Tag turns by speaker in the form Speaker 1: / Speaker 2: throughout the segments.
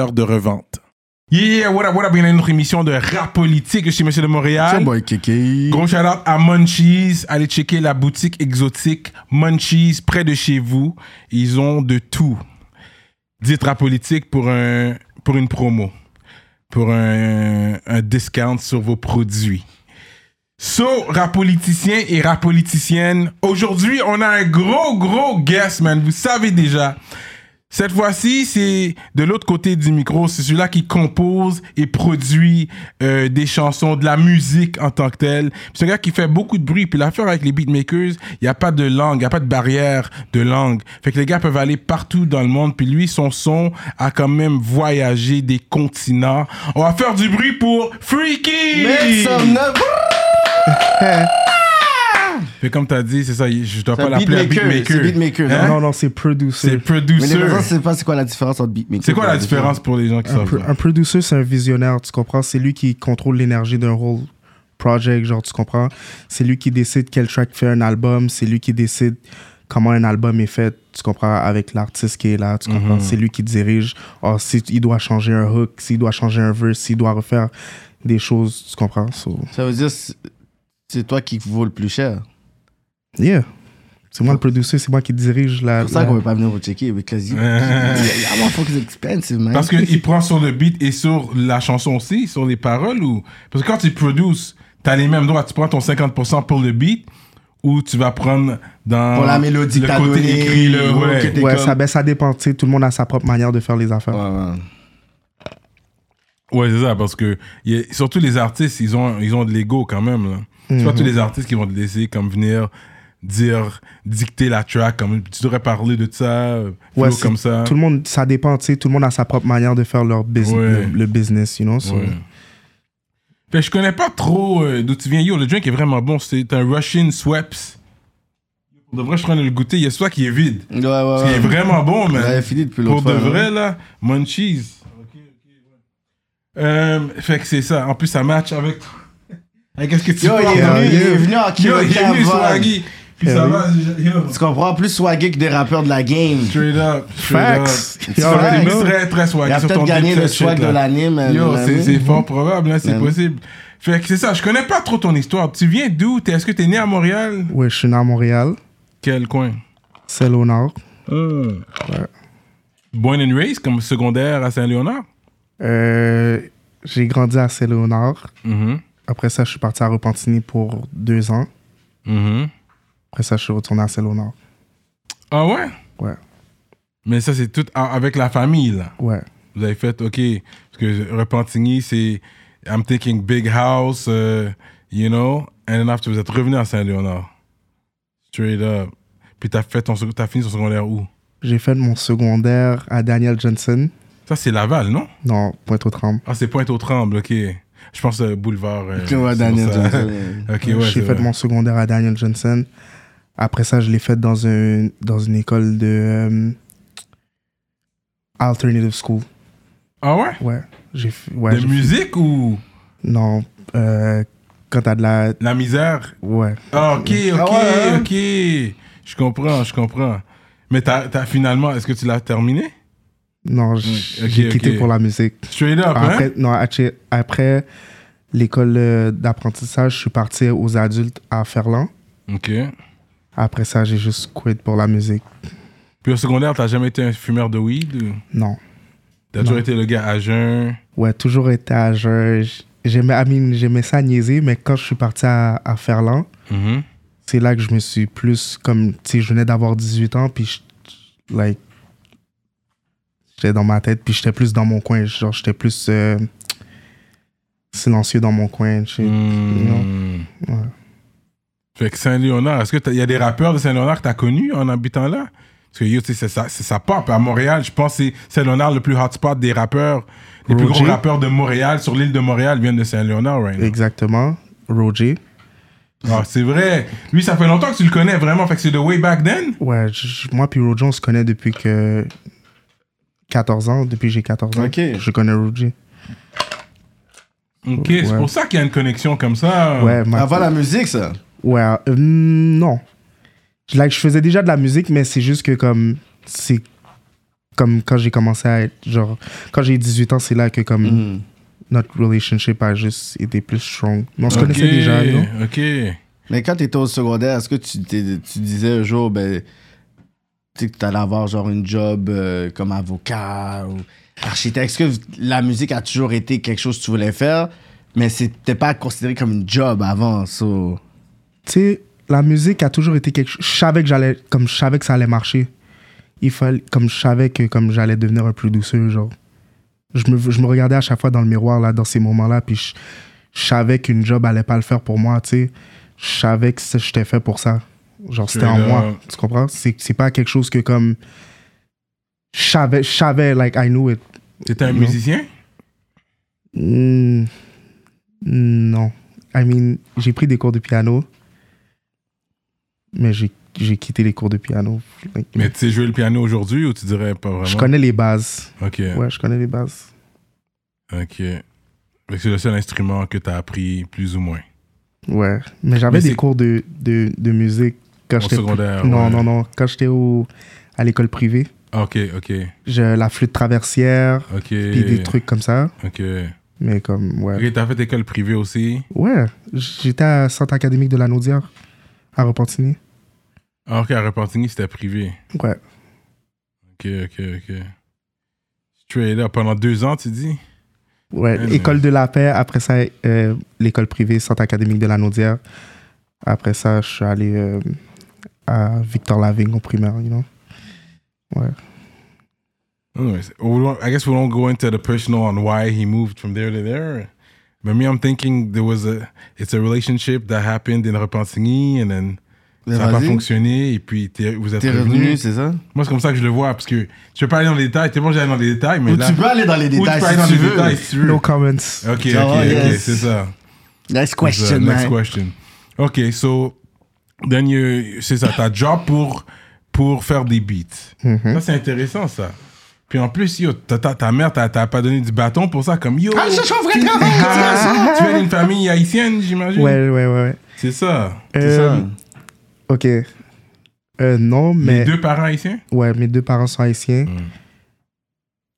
Speaker 1: de revente. Yeah, what up, what up, bienvenue à notre émission de rap politique chez Monsieur de Montréal.
Speaker 2: boy Kiki.
Speaker 1: Gros shout à Munchies. Allez checker la boutique exotique Munchies près de chez vous. Ils ont de tout. Dites rap politique pour, un, pour une promo, pour un, un discount sur vos produits. So, rap politicien et rap politicienne, aujourd'hui, on a un gros, gros guest, man. Vous savez déjà. Cette fois-ci, c'est de l'autre côté du micro, c'est celui-là qui compose et produit euh, des chansons, de la musique en tant que telle. Puis C'est un gars qui fait beaucoup de bruit. Puis l'affaire avec les beatmakers, il n'y a pas de langue, il n'y a pas de barrière de langue. Fait que les gars peuvent aller partout dans le monde. Puis lui, son son a quand même voyagé des continents. On va faire du bruit pour Freaky!
Speaker 3: Make some noise.
Speaker 1: Fait comme t'as dit, c'est ça, je dois
Speaker 3: C'est
Speaker 1: pas
Speaker 3: un
Speaker 1: l'appeler un
Speaker 3: beatmaker,
Speaker 1: beatmaker.
Speaker 3: c'est beatmaker,
Speaker 1: Hein?
Speaker 2: Non, non, c'est producer.
Speaker 1: C'est
Speaker 3: Mais les
Speaker 1: producer.
Speaker 3: gens savent pas c'est quoi la différence entre beatmaker.
Speaker 1: C'est quoi la
Speaker 3: et producer.
Speaker 1: différence pour les gens qui
Speaker 2: Un,
Speaker 1: savent
Speaker 2: pro-
Speaker 1: pas?
Speaker 2: un producer, c'est un visionnaire, tu comprends? C'est lui qui contrôle l'énergie d'un whole project, genre, tu comprends? C'est lui qui décide quel track fait un album, c'est lui qui décide comment un album est fait, tu comprends, avec l'artiste qui est là, tu comprends?
Speaker 3: Mm-hmm.
Speaker 2: C'est lui qui dirige, oh, si il doit changer un hook, s'il doit changer un verse, s'il doit refaire des choses, tu comprends? So,
Speaker 3: Ça veut dire c'est- c'est toi qui vaut le plus cher.
Speaker 2: yeah. C'est moi le producer, c'est moi qui dirige la...
Speaker 3: C'est pour ça
Speaker 2: la-
Speaker 3: qu'on veut pas venir vous checker avec les Ah, faut que c'est expensive, man.
Speaker 1: Parce qu'il prend sur le beat et sur la chanson aussi, sur les paroles ou. Parce que quand tu produces, t'as les mêmes droits. Tu prends ton 50% pour le beat ou tu vas prendre dans.
Speaker 3: Pour la mélodie que
Speaker 1: le
Speaker 3: t'as
Speaker 1: côté
Speaker 3: donnée,
Speaker 1: écrit, le.
Speaker 3: ou que
Speaker 1: Ouais.
Speaker 3: t'es
Speaker 2: Ouais,
Speaker 3: comme-
Speaker 2: ça, ben, ça dépend, tu sais, tout le monde a sa propre manière de faire les affaires.
Speaker 3: Ouais, ouais.
Speaker 1: Ouais, c'est ça, parce que y a- surtout les artistes, ils ont, ils ont de l'ego quand même. Là. C'est
Speaker 3: Mhm.
Speaker 1: pas tous les artistes qui vont te laisser comme venir dire, dicter la track, comme tu devrais parler de ça, euh,
Speaker 2: Ouais,
Speaker 1: flow
Speaker 2: c'est-
Speaker 1: comme ça.
Speaker 2: Tout le monde, ça dépend, tu sais, tout le monde a sa propre manière de faire leur business,
Speaker 1: Ouais.
Speaker 2: le, le business, you know. so-
Speaker 1: Ouais. Fait que je connais pas trop euh, d'où tu viens. Yo, le drink est vraiment bon. C'est un Russian Sweps. Pour de vrai, je suis en train de le goûter. Il y a soit qui est vide.
Speaker 3: Ouais, ouais,
Speaker 1: Il
Speaker 3: ouais.
Speaker 1: est vraiment bon,
Speaker 3: On avait
Speaker 1: man.
Speaker 3: fini depuis
Speaker 1: Pour
Speaker 3: l'autre
Speaker 1: de
Speaker 3: fois. hein.
Speaker 1: vrai, là, Munchies. Euh, fait que c'est ça. En plus, ça match avec. Avec qu'est-ce que tu
Speaker 3: Yo, il est
Speaker 1: parles, man?
Speaker 3: venu, il est venu en
Speaker 1: Yo, il est venu sur la
Speaker 3: cavale.
Speaker 1: Guy.
Speaker 3: Eh
Speaker 1: Puis ça va, yo.
Speaker 3: Tu comprends plus swaggy que des rappeurs de la game.
Speaker 1: Straight up. Straight
Speaker 2: Facts.
Speaker 1: up.
Speaker 2: Yo,
Speaker 1: Tu vas
Speaker 3: facts.
Speaker 1: être Très, très swag.
Speaker 3: Il a
Speaker 1: sur ton
Speaker 3: peut-être gagné
Speaker 1: deep set
Speaker 3: le
Speaker 1: shit,
Speaker 3: swag de
Speaker 1: là.
Speaker 3: l'année, man.
Speaker 1: Yo,
Speaker 3: man.
Speaker 1: c'est c'est fort probable, hein, c'est
Speaker 3: Même.
Speaker 1: possible. Fait que c'est ça, je connais pas trop ton histoire. Tu viens d'où T'es- Est-ce que t'es né à Montréal
Speaker 2: Ouais, je suis né à Montréal,
Speaker 1: Quel coin
Speaker 2: c'est au nord.
Speaker 1: Hmm. Born and raised, comme secondaire à Saint-Léonard
Speaker 2: Euh, j'ai grandi à c'est au nord.
Speaker 1: Mhm,
Speaker 2: Après ça, je suis parti à Repentigny pour deux ans.
Speaker 1: mhm.
Speaker 2: Après ça, je suis retourné à c'est au nord.
Speaker 1: Ah ouais
Speaker 2: Ouais,
Speaker 1: Mais ça, c'est tout a- avec la famille, là.
Speaker 2: ouais.
Speaker 1: Vous avez fait, OK, parce que Repentigny, c'est I'm thinking big house, euh, you know, and then after, vous êtes revenu à Saint-Léonard. Straight up. Puis t'as fait ton sec- t'as fini ton secondaire où
Speaker 2: J'ai fait mon secondaire à Daniel Johnson.
Speaker 1: Ça, c'est Laval, non
Speaker 2: Non, Pointe-aux-Trembles.
Speaker 1: Ah, c'est Pointe-aux-Trembles, ok. Je pense euh, boulevard. euh,
Speaker 3: Tu vois,
Speaker 1: c'est
Speaker 3: Daniel
Speaker 1: pour ça.
Speaker 3: Johnson.
Speaker 1: Ok, ouais.
Speaker 2: j'ai
Speaker 1: c'est
Speaker 2: fait
Speaker 1: vrai.
Speaker 2: mon secondaire à Daniel Johnson. Après ça, je l'ai fait dans, un, dans une école de euh, alternative school.
Speaker 1: Ah ouais
Speaker 2: Ouais, j'ai fait. Ouais,
Speaker 1: De
Speaker 2: j'ai-
Speaker 1: musique ou
Speaker 2: Non, euh, quand t'as de la.
Speaker 1: la misère
Speaker 2: Ouais.
Speaker 1: Ah, ok, ok,
Speaker 3: Ah ouais, hein?
Speaker 1: ok. Je comprends, je comprends. Mais t'as t'as finalement, est-ce que tu l'as terminé
Speaker 2: Non, j-
Speaker 1: Mm, ok,
Speaker 2: j'ai quitté
Speaker 1: ok.
Speaker 2: pour la musique.
Speaker 1: Straight up,
Speaker 2: Après,
Speaker 1: hein
Speaker 2: non, après, après l'école euh, d'apprentissage, je suis parti aux adultes à Ferland.
Speaker 1: Ok.
Speaker 2: Après ça, j'ai juste quitté pour la musique.
Speaker 1: Puis au secondaire, t'as jamais été un fumeur de weed ou
Speaker 2: Non.
Speaker 1: T'as toujours été le gars à jeun
Speaker 2: Ouais, toujours été à jeun. J- J'aimais, I mean, j'aimais ça niaiser, mais quand je suis parti à, à Ferland,
Speaker 1: Mhm.
Speaker 2: c'est là que je me suis plus comme. Tu sais, je venais d'avoir 18 ans, puis je. Like. J'étais dans ma tête, puis j'étais plus dans mon coin. Genre, j'étais plus. euh, silencieux dans mon coin. shit,
Speaker 3: Mm,
Speaker 2: you know?
Speaker 1: Hmm.
Speaker 2: Mm. Ouais.
Speaker 1: Fait que Saint-Léonard, est-ce que il y a des rappeurs de Saint-Léonard que t'as connus en habitant là? Parce que yo, tu sais, c'est ça, c'est ça pop. À Montréal, je pense que c'est Saint-Léonard le plus hotspot des rappeurs. Les plus
Speaker 2: Roger.
Speaker 1: gros rappeurs de Montréal, sur l'île de Montréal, viennent de Saint-Léonard, right now.
Speaker 2: Exactement. Roger.
Speaker 1: Ah, c'est vrai. Lui, ça fait longtemps que tu le connais vraiment. Fait que c'est de way back then.
Speaker 2: Ouais, je- moi puis Roger, on se connaît depuis que 14 ans, depuis que j'ai 14 ans.
Speaker 3: Ok.
Speaker 2: Je connais Roger.
Speaker 1: Ok, c'est
Speaker 2: Ouais.
Speaker 1: pour ça qu'il y a une connexion comme ça.
Speaker 2: Ouais, ma-
Speaker 3: Ah. Avant la musique, ça.
Speaker 2: Ouais, euh, non. Je- Like, je faisais déjà de la musique, mais c'est juste que comme c'est comme quand j'ai commencé à être genre quand j'ai 18 ans, c'est là que
Speaker 1: Mm.
Speaker 2: comme
Speaker 3: Mm.
Speaker 2: notre relationship a juste été plus strong. Mais on se
Speaker 1: Ok,
Speaker 2: connaissait déjà, non?
Speaker 1: Ok.
Speaker 3: Mais quand t'étais au secondaire, est-ce que tu, t'es- tu disais un jour, ben, tu sais, que t'allais avoir genre une job euh, comme avocat ou architecte? Est-ce que v- la musique a toujours été quelque chose que tu voulais faire, mais c'était pas considéré comme une job avant, so...
Speaker 2: Tu sais, la musique a toujours été quelque chose. Je savais que j'allais comme je savais que ça allait marcher. Il fallait comme je savais que comme j'allais devenir un peu douceur, genre. Je me, je me regardais à chaque fois dans le miroir là, dans ces moments-là, puis je, je savais qu'une job allait pas le faire pour moi, tu sais. Je savais que ça- j'étais fait pour ça. Genre, c'était en
Speaker 1: là.
Speaker 2: moi. Tu comprends? C'est c'est pas quelque chose que comme. Je savais, je savais, like, I knew it.
Speaker 1: T'étais un
Speaker 2: Non.
Speaker 1: musicien?
Speaker 2: Hmm, non. I mean, j'ai pris des cours de piano, mais j'ai j'ai quitté les cours de piano. Like,
Speaker 1: Mais tu sais jouer le piano aujourd'hui ou tu dirais pas vraiment?
Speaker 2: je connais les bases.
Speaker 1: Ok.
Speaker 2: Ouais, je connais les bases.
Speaker 1: Ok. Fait que c'est le seul instrument que t'as appris, plus ou moins.
Speaker 2: Ouais. Mais
Speaker 1: Mais
Speaker 2: j'avais
Speaker 1: c'est-
Speaker 2: des cours de, de, de musique quand
Speaker 1: Au
Speaker 2: j'étais. plus-
Speaker 1: secondaire.
Speaker 2: Non,
Speaker 1: ouais. Ah,
Speaker 2: non, non. Quand j'étais au- à l'école privée,
Speaker 1: Ok, ok,
Speaker 2: j'ai la flûte traversière,
Speaker 1: ok.
Speaker 2: puis des trucs comme ça.
Speaker 1: Ok.
Speaker 2: Mais comme, ouais.
Speaker 1: Ok, t'as fait école privée aussi.
Speaker 2: Ouais. J'étais à Centre académique de la Naudière, à Repentigny.
Speaker 1: Ah, ok, à Repentigny, c'était privé.
Speaker 2: Ouais.
Speaker 1: Ok, ok, ok. Straight up, pendant deux ans, tu dis?
Speaker 2: Ouais,
Speaker 1: Ouais,
Speaker 2: école de la paix, après ça, euh, l'école privée, Centre académique de la Naudière. Après ça, je suis allé euh, à Victor Lavigne en primaire, you know.
Speaker 1: Anyways, we won't- I guess we won't go into the personal on why he moved from there to there. But me, I'm thinking there was a, it's a relationship that happened in Repentigny, and then
Speaker 3: Mais
Speaker 1: ça n'a pas
Speaker 3: vas-y.
Speaker 1: fonctionné, et puis t'es- vous êtes
Speaker 3: T'es revenu, c'est ça?
Speaker 1: Moi, c'est comme ça que je le vois, parce que tu peux pas aller dans les détails. T'es bon, j'allais dans les détails, mais
Speaker 3: Ou
Speaker 1: là.
Speaker 3: tu peux aller dans les
Speaker 1: Ou tu peux
Speaker 3: détails si
Speaker 1: aller dans
Speaker 3: tu
Speaker 1: les
Speaker 3: veux.
Speaker 1: détails si tu veux.
Speaker 2: No comments.
Speaker 1: Ok, ok,
Speaker 3: Oh,
Speaker 1: ok,
Speaker 3: yes.
Speaker 1: c'est ça.
Speaker 3: Next
Speaker 1: C'est ça.
Speaker 3: question,
Speaker 1: Next
Speaker 3: man.
Speaker 1: question. Ok, so, then you- c'est ça, ta job pour, pour faire des beats.
Speaker 3: Mm-hmm.
Speaker 1: Ça, c'est intéressant, ça. Puis en plus, yo, ta, ta, ta mère, t'as t'as pas donné du bâton pour ça, comme
Speaker 3: Ah,
Speaker 1: yo. Ah, tu viens d'une famille haïtienne, j'imagine.
Speaker 2: Ouais, ouais, ouais. ouais.
Speaker 1: C'est ça.
Speaker 3: C'est ça.
Speaker 2: Euh, Ok. Euh, non,
Speaker 1: Les
Speaker 2: mais.
Speaker 1: deux parents haïtiens.
Speaker 2: Ouais, mes deux parents sont haïtiens.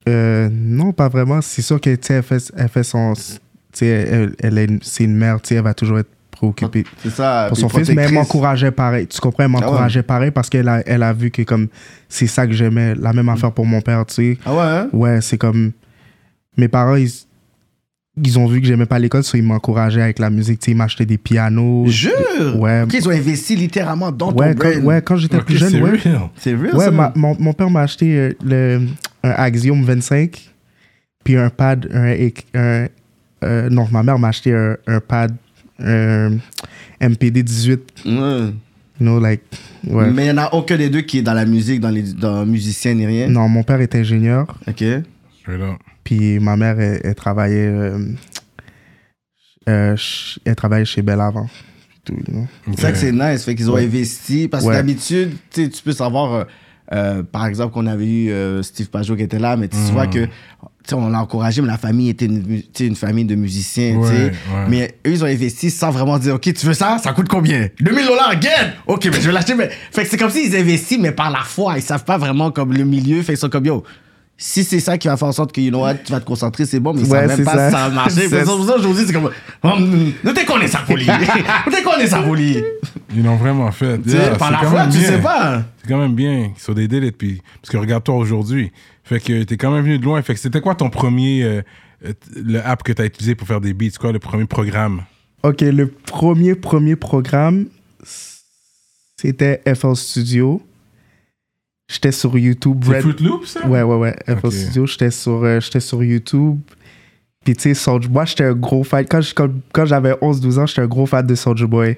Speaker 2: Euh, non, pas vraiment. C'est sûr que, tu sais, elle fait, elle fait son. Tu sais, elle, elle est une- c'est une mère, tu sais, elle va toujours être préoccupée.
Speaker 3: C'est ça.
Speaker 2: pour
Speaker 3: puis
Speaker 2: son fils, mais elle
Speaker 3: protectrice.
Speaker 2: m'encourageait pareil. Tu comprends, elle
Speaker 3: ouais.
Speaker 2: m'encourageait pareil parce qu'elle a, elle a vu que comme c'est ça que j'aimais, la même affaire pour mon père, tu sais.
Speaker 3: Ah ouais, hein?
Speaker 2: Ouais, c'est comme mes parents, ils, ils ont vu que j'aimais pas l'école, so ils m'encourageaient avec la musique, tu sais, ils m'achetaient des pianos.
Speaker 3: Jure!
Speaker 2: Ouais.
Speaker 3: Qu'ils ont investi littéralement dans
Speaker 2: Ouais,
Speaker 3: ton
Speaker 2: quand,
Speaker 3: brain.
Speaker 2: ouais, quand j'étais
Speaker 1: Ok,
Speaker 2: plus jeune,
Speaker 1: c'est
Speaker 2: ouais.
Speaker 1: real.
Speaker 3: C'est vrai,
Speaker 2: Ouais,
Speaker 3: ça?
Speaker 2: ma- mon, mon père m'a acheté euh, le, un Axiom 25, puis un pad, un. éc- un- euh, non, ma mère m'a acheté un, un pad, un MPD 18,
Speaker 3: Ouais.
Speaker 2: you know, like. Ouais.
Speaker 3: Mais il n'y en a aucun des deux qui est dans la musique, dans les dans musicien ni rien.
Speaker 2: Non, mon père est ingénieur,
Speaker 3: OK.
Speaker 1: Straight up.
Speaker 2: puis ma mère, elle, elle travaillait, euh, euh, ch- elle travaillait chez Bell avant. Tout, you know.
Speaker 3: C'est ça que c'est nice, fait qu'ils ont
Speaker 2: Ouais.
Speaker 3: investi. Parce que
Speaker 2: Ouais.
Speaker 3: d'habitude, tu sais, tu peux savoir, euh, euh, par exemple, qu'on avait eu euh, Steve Pajot qui était là, mais tu
Speaker 2: Mm.
Speaker 3: vois que, tu sais, on l'a encouragé, mais la famille était une, mu- tu sais, une famille de musiciens, tu sais.
Speaker 1: Ouais, ouais.
Speaker 3: Mais eux, ils ont investi sans vraiment dire, OK, tu veux ça? Ça coûte combien? 2000 dollars, get! OK, mais je vais l'acheter. Mais... Fait que c'est comme s'ils investissent, mais par la foi. Ils savent pas vraiment comme le milieu. Fait qu'ils sont comme, yo, si c'est ça qui va faire en sorte que, you know what, tu vas te concentrer, c'est bon, mais ils
Speaker 2: Ouais,
Speaker 3: savent même
Speaker 2: c'est
Speaker 3: pas
Speaker 2: ça.
Speaker 3: si ça va marcher. Fait que
Speaker 2: C'est-
Speaker 3: c'est pour ça que je vous dis, c'est comme, hum, nous t'es connais ça pour lui. Nous t'es connais ça pour lui.
Speaker 1: Ils l'ont vraiment fait.
Speaker 3: Tu sais,
Speaker 1: Yeah,
Speaker 3: par
Speaker 1: c'est
Speaker 3: la
Speaker 1: quand
Speaker 3: foi,
Speaker 1: même
Speaker 3: tu
Speaker 1: bien.
Speaker 3: sais pas.
Speaker 1: C'est quand même bien sur des délits. Puis, parce que regarde-toi aujourd'hui. Fait que t'es quand même venu de loin. Fait que c'était quoi ton premier. euh, euh, t- le app que t'as utilisé pour faire des beats Quoi, le premier programme
Speaker 2: Ok, le premier, premier programme, c'était FL Studio. J'étais sur YouTube.
Speaker 1: C'est
Speaker 2: Red-
Speaker 1: Fruit Loop, ça
Speaker 2: Ouais, ouais, ouais. FL
Speaker 1: Ok.
Speaker 2: Studio, j'étais sur, euh, j'étais sur YouTube. Puis tu sais, Soulja Boy, j'étais un gros fan. Quand je- quand- quand j'avais 11-12 ans, j'étais un gros fan de Soulja Boy.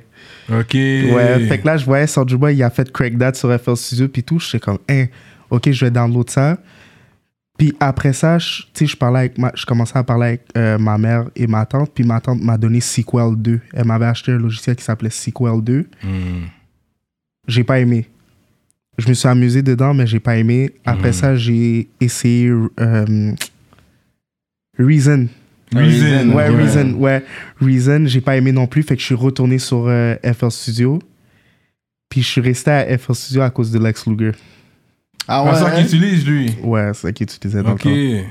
Speaker 1: Ok.
Speaker 2: Ouais, fait que là, je voyais Soulja Boy, il a fait Craig Dad sur FL Studio, puis tout. J'étais comme, hein, ok, je vais download ça. Puis après ça, je- tu sais, je parlais avec ma- je commençais à parler avec euh, ma mère et ma tante, puis ma tante m'a donné Sequel 2. Elle m'avait acheté un logiciel qui s'appelait Sequel 2.
Speaker 1: Hmm.
Speaker 2: J'ai pas aimé. Je me suis amusé dedans, mais j'ai pas aimé. Après ça, j'ai essayé euh, Reason.
Speaker 1: Reason.
Speaker 2: Ouais, Reason, ouais. Reason, j'ai pas aimé non plus, fait que je suis retourné sur euh, FL Studio. Puis je suis resté à FL Studio à cause de Lex Luger.
Speaker 3: Ah
Speaker 1: Ah, ça
Speaker 3: ouais.
Speaker 1: qu'il utilise, lui.
Speaker 2: Ouais, c'est ça qui utilisait dans
Speaker 1: Ok.
Speaker 2: le temps.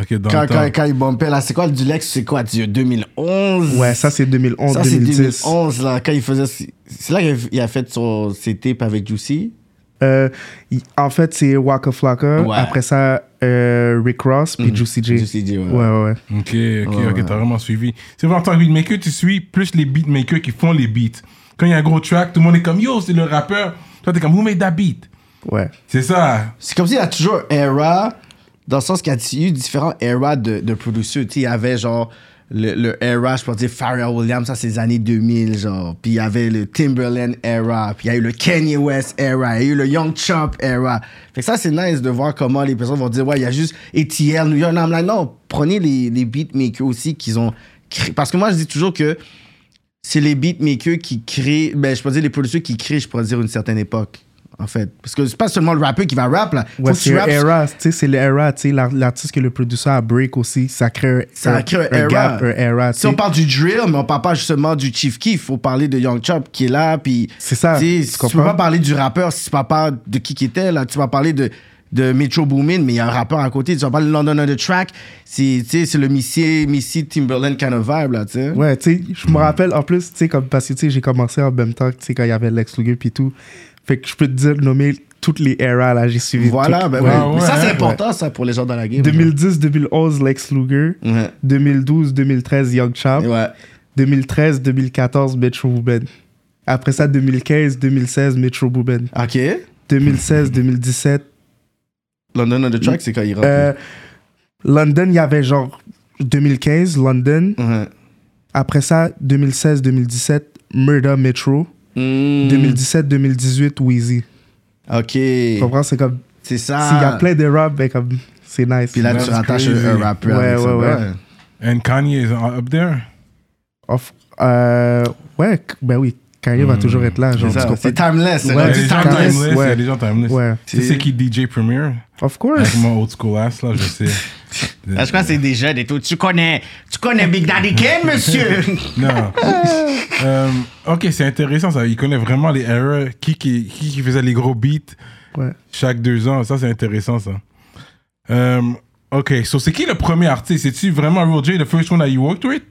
Speaker 1: Ok, dans
Speaker 3: Quand,
Speaker 1: le temps.
Speaker 3: quand, quand il bumpait là, c'est quoi le Dulex C'est quoi du 2011
Speaker 2: Ouais, ça c'est 2011,
Speaker 3: Ça, c'est
Speaker 2: 2010.
Speaker 3: 2011 là, quand il faisait. C'est là qu'il il a fait son, ses tapes avec Juicy.
Speaker 2: Euh, il- en fait, c'est Waka Flocka.
Speaker 3: Ouais. Mm.
Speaker 2: Après ça, euh, Rick Ross, puis Juicy J.
Speaker 3: Juicy J, ouais.
Speaker 2: ouais. ouais, ouais.
Speaker 1: Ok, ok,
Speaker 3: Ouais,
Speaker 1: ok,
Speaker 3: ouais.
Speaker 1: t'as vraiment suivi. C'est vrai, en tant que beatmaker, tu suis plus les beatmakers qui font les beats. Quand il y a un gros track, tout le monde est comme yo, c'est le rappeur. Toi, t'es comme who made that beat?
Speaker 2: Ouais.
Speaker 1: C'est ça.
Speaker 3: C'est comme s'il y a toujours era, dans le sens qu'il y a eu différents eras de, de producteurs. Tu sais, il y avait genre le, le era, je peux dire Pharrell Williams, ça c'est les années 2000, genre. Puis il y avait le Timberland era, puis il y a eu le Kanye West era, il y a eu le Young Chump era. Fait que ça, c'est nice de voir comment les personnes vont dire, ouais, il y a juste ETL, New York. Non, I'm like, non, prenez les, les beatmakers aussi qu'ils ont créé. Parce que moi, je dis toujours que c'est les beatmakers qui créent, ben, je peux dire les producteurs qui créent, je pourrais dire, une certaine époque, en fait. Parce que c'est pas seulement le rappeur qui va rap, là. Faut
Speaker 2: Ouais,
Speaker 3: que
Speaker 2: c'est
Speaker 3: tu
Speaker 2: un
Speaker 3: rappes-
Speaker 2: era, tu sais, c'est l'era, tu sais, l'ar- l'artiste que le producteur a break aussi, ça crée un,
Speaker 3: Ça crée un era.
Speaker 2: gap, un era, tu
Speaker 3: Si
Speaker 2: sais.
Speaker 3: on parle du drill, mais on parle pas justement du Chief Keef, faut parler de Young Chop qui est là, puis...
Speaker 2: C'est ça,
Speaker 3: Tu
Speaker 2: tu
Speaker 3: sais, tu peux
Speaker 2: comprends?
Speaker 3: pas parler du rappeur si tu parles pas de qui qui était, là. Tu vas parler de, de Metro Boomin, mais il y a un rappeur à côté. Tu vas parler de London on the Track. C'est, tu sais, c'est le Missy, Missy Timberland kind of vibe, là, tu sais.
Speaker 2: Ouais, tu sais, je me rappelle en plus, tu sais, comme parce que tu sais, j'ai commencé en même temps, que, tu sais, quand il y avait Lex Luger puis tout. Fait que je peux te dire, nommer toutes les eras là, j'ai suivi.
Speaker 3: Voilà,
Speaker 2: toutes.
Speaker 3: ben
Speaker 2: Ouais.
Speaker 3: ouais.
Speaker 1: ouais,
Speaker 3: Mais ça,
Speaker 1: ouais.
Speaker 3: c'est important, ça, pour les gens dans la game.
Speaker 2: 2010, 2011, Lex Luger.
Speaker 3: genre. Ouais.
Speaker 2: 2012, 2013, Young Champ.
Speaker 3: Mm. Ouais.
Speaker 2: 2013, 2014, Metro Boomin. Après ça, 2015, 2016, Metro Boomin.
Speaker 3: OK.
Speaker 2: 2016, 2017.
Speaker 3: London on the Track, c'est quand il rappe.
Speaker 2: euh, London, il y avait genre 2015, London.
Speaker 3: Ouais.
Speaker 2: Après ça, 2016, 2017, Murder Metro. Hmm.
Speaker 3: Mm.
Speaker 2: 2017, 2018, Wheezy. Tu
Speaker 3: OK.
Speaker 2: comprends? C'est comme.
Speaker 3: C'est ça.
Speaker 2: S'il y a plein de rap, ben comme. C'est nice.
Speaker 3: Puis là,
Speaker 1: That's
Speaker 3: tu rattaches
Speaker 1: crazy.
Speaker 3: un un rappeur.
Speaker 2: Ouais,
Speaker 3: avec ça,
Speaker 2: ouais, ouais.
Speaker 1: And Kanye is up there.
Speaker 2: Off- euh, ouais, ben oui, Kanye va toujours être là. Genre,
Speaker 3: Hmm. C'est
Speaker 2: tu
Speaker 3: ça,
Speaker 2: comprends?
Speaker 3: c'est Ah, timeless.
Speaker 2: Ouais,
Speaker 1: Il y a
Speaker 2: c'est
Speaker 1: des Euh, gens
Speaker 2: timeless,
Speaker 1: timeless. Il y a
Speaker 2: ouais.
Speaker 1: des gens timeless.
Speaker 2: Ouais.
Speaker 1: Tu sais qui DJ Premier?
Speaker 2: Of course.
Speaker 1: Avec mon old school ass, là, je sais.
Speaker 3: Je crois que c'est des jeunes et tout. Tu connais, tu connais Big Daddy Kane, monsieur.
Speaker 1: Non. Euh, ok, c'est intéressant ça. Il connaît vraiment les erreurs. Qui qui, qui, qui faisait les gros beats
Speaker 2: Ouais.
Speaker 1: chaque deux ans. Ça, c'est intéressant ça. Euh, ok, so c'est qui le premier artiste C'est-tu vraiment Real J, the first one that you worked with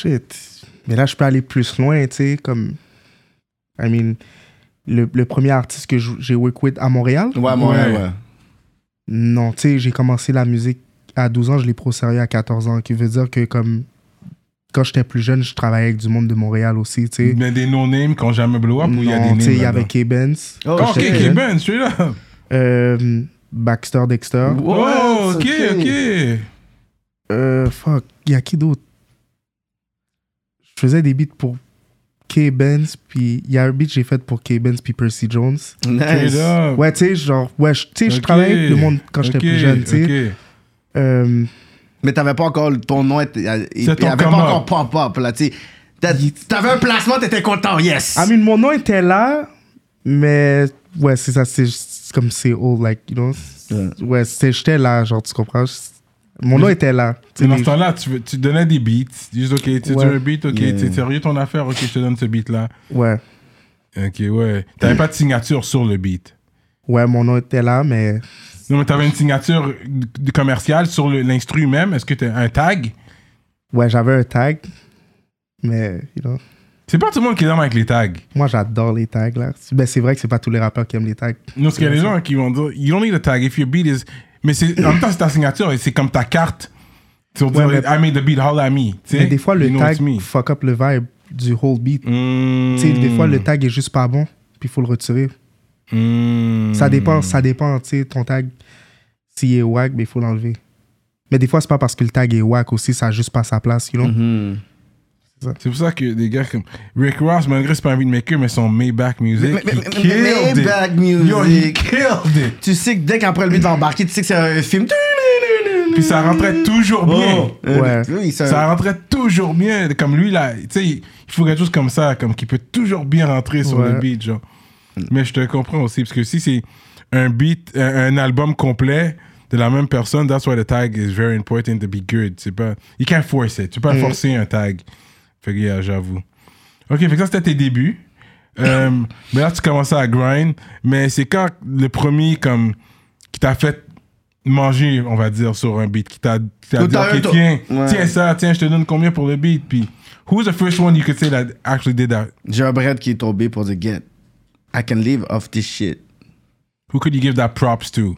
Speaker 2: Shit. Mais là, je peux aller plus loin, tu sais, comme. I mean, le, le premier artiste que je- j'ai work with à Montréal.
Speaker 3: Ouais, moi, ouais. ouais.
Speaker 2: Non, tu sais, j'ai commencé la musique à 12 ans, je l'ai pro sérieux à 14 ans, qui veut dire que, comme. Quand j'étais plus jeune, je travaillais avec du monde de Montréal aussi, tu sais.
Speaker 1: Mais des no-names qui n'ont jamais blow up ou il y a des
Speaker 2: Non,
Speaker 1: names
Speaker 2: tu sais, il y
Speaker 1: là-dedans?
Speaker 2: avait K-Benz,
Speaker 3: Oh,
Speaker 1: Oh, ok,
Speaker 3: shit.
Speaker 2: Kevin.
Speaker 1: K-Ben, celui-là.
Speaker 2: euh, Baxter Dexter.
Speaker 1: Oh,
Speaker 3: What?
Speaker 1: ok, ok.
Speaker 2: Euh, fuck, il y a qui d'autre Je faisais des beats pour K-Benz, puis il y a un beat que j'ai fait pour K-Benz, puis Percy Jones.
Speaker 3: Nice.
Speaker 1: Straight up.
Speaker 2: Ouais, tu sais, genre, ouais, je- tu sais, je
Speaker 1: Ah. Ok.
Speaker 2: travaillais avec le monde quand j'étais
Speaker 1: Ok,
Speaker 2: plus jeune, tu sais.
Speaker 1: ok.
Speaker 2: Euh,
Speaker 3: Mais t'avais pas encore ton nom, était- il
Speaker 1: C'est ton
Speaker 3: il avait pas
Speaker 1: come up.
Speaker 3: encore pop-up, là, tu sais. T'a- T'avais un placement, t'étais content, yes.
Speaker 2: I mean, mon nom était là, mais ouais, c'est ça, c'est c'est comme c'est old, like, you know. c'est- Ouais, c'était j'étais là, genre, tu comprends c'est- Mon nom était là.
Speaker 1: Mais
Speaker 2: tu sais,
Speaker 1: dans
Speaker 2: les-
Speaker 1: ce temps-là, tu, veux- tu donnais des beats. Tu dis, OK, tu tu
Speaker 2: Ouais.
Speaker 1: veux un beat, OK, t'es sérieux ton affaire, OK, je te donne ce beat-là.
Speaker 2: Ouais,
Speaker 1: OK, ouais. T'avais pas de signature sur le beat.
Speaker 2: ouais, mon nom était là, mais
Speaker 1: Non, mais t'avais une signature d- commerciale sur le- l'instru même. Est-ce que t'as un tag?
Speaker 2: ouais, j'avais un tag. Mais, you know,
Speaker 1: C'est pas tout le monde qui est dans avec les tags.
Speaker 2: moi, j'adore les tags, là. Ben, c'est vrai que c'est pas tous les rappeurs qui aiment les tags.
Speaker 1: Non, parce qu'il y a des gens qui vont dire, you don't need a tag if your beat is... Mais c'est- en même temps, c'est ta signature et c'est comme ta carte. Tu vas
Speaker 2: Ouais,
Speaker 1: dire, I made the beat, holla at me. Tu sais,
Speaker 2: Mais des fois, le
Speaker 1: you know
Speaker 2: tag
Speaker 1: it's me.
Speaker 2: fuck up le vibe du whole beat.
Speaker 1: Mm.
Speaker 2: Tu sais, des fois, le tag est juste pas bon, puis il faut le retirer.
Speaker 1: Mm.
Speaker 2: Ça dépend, ça dépend, tu sais, ton tag, s'il est wack, mais il faut ben, l'enlever. Mais des fois, c'est pas parce que le tag est whack aussi, ça a juste pas sa place, you know?
Speaker 1: Mm-hmm. C'est pour ça que des gars comme Rick Ross, malgré que c'est pas un beatmaker, mais son Maybach Music,
Speaker 3: Mais- mais-
Speaker 1: he
Speaker 3: mais-
Speaker 1: killed it.
Speaker 3: Maybach
Speaker 1: Yo, he
Speaker 3: Music.
Speaker 1: killed it.
Speaker 3: Tu sais que dès qu'après le beat va embarquer, tu sais que c'est un film.
Speaker 1: Puis ça rentrait toujours
Speaker 3: Oh.
Speaker 1: bien.
Speaker 2: Oh, Ouais.
Speaker 3: Oui, c'est un-
Speaker 1: Ça rentrait toujours bien. Comme lui, là, tu sais, il faut quelque chose comme ça, comme qui peut toujours bien rentrer sur le
Speaker 2: Ouais.
Speaker 1: beat, genre. Mais je te comprends aussi, parce que si c'est un beat, un, un album complet de la même personne, that's why the tag is very important to be good. C'est pas, you can't force it. Tu peux pas
Speaker 3: Mm.
Speaker 1: forcer un tag. Fait que, yeah, j'avoue. Ok, fait que ça, c'était tes débuts. Euh, mais là, tu commençais à grind. Mais c'est quand le premier, comme, qui t'a fait manger, on va dire, sur un beat, qui t'a qui t'a
Speaker 3: Tout
Speaker 1: dit,
Speaker 3: à l'heure,
Speaker 1: ok,
Speaker 3: toi.
Speaker 1: tiens,
Speaker 3: Ouais.
Speaker 1: tiens ça, tiens, je te donne combien pour le beat, puis who was the first one you could say that actually did that?
Speaker 3: J'ai un bread qui est tombé pour dire get. I can live off this shit.
Speaker 1: Who could you give that props to?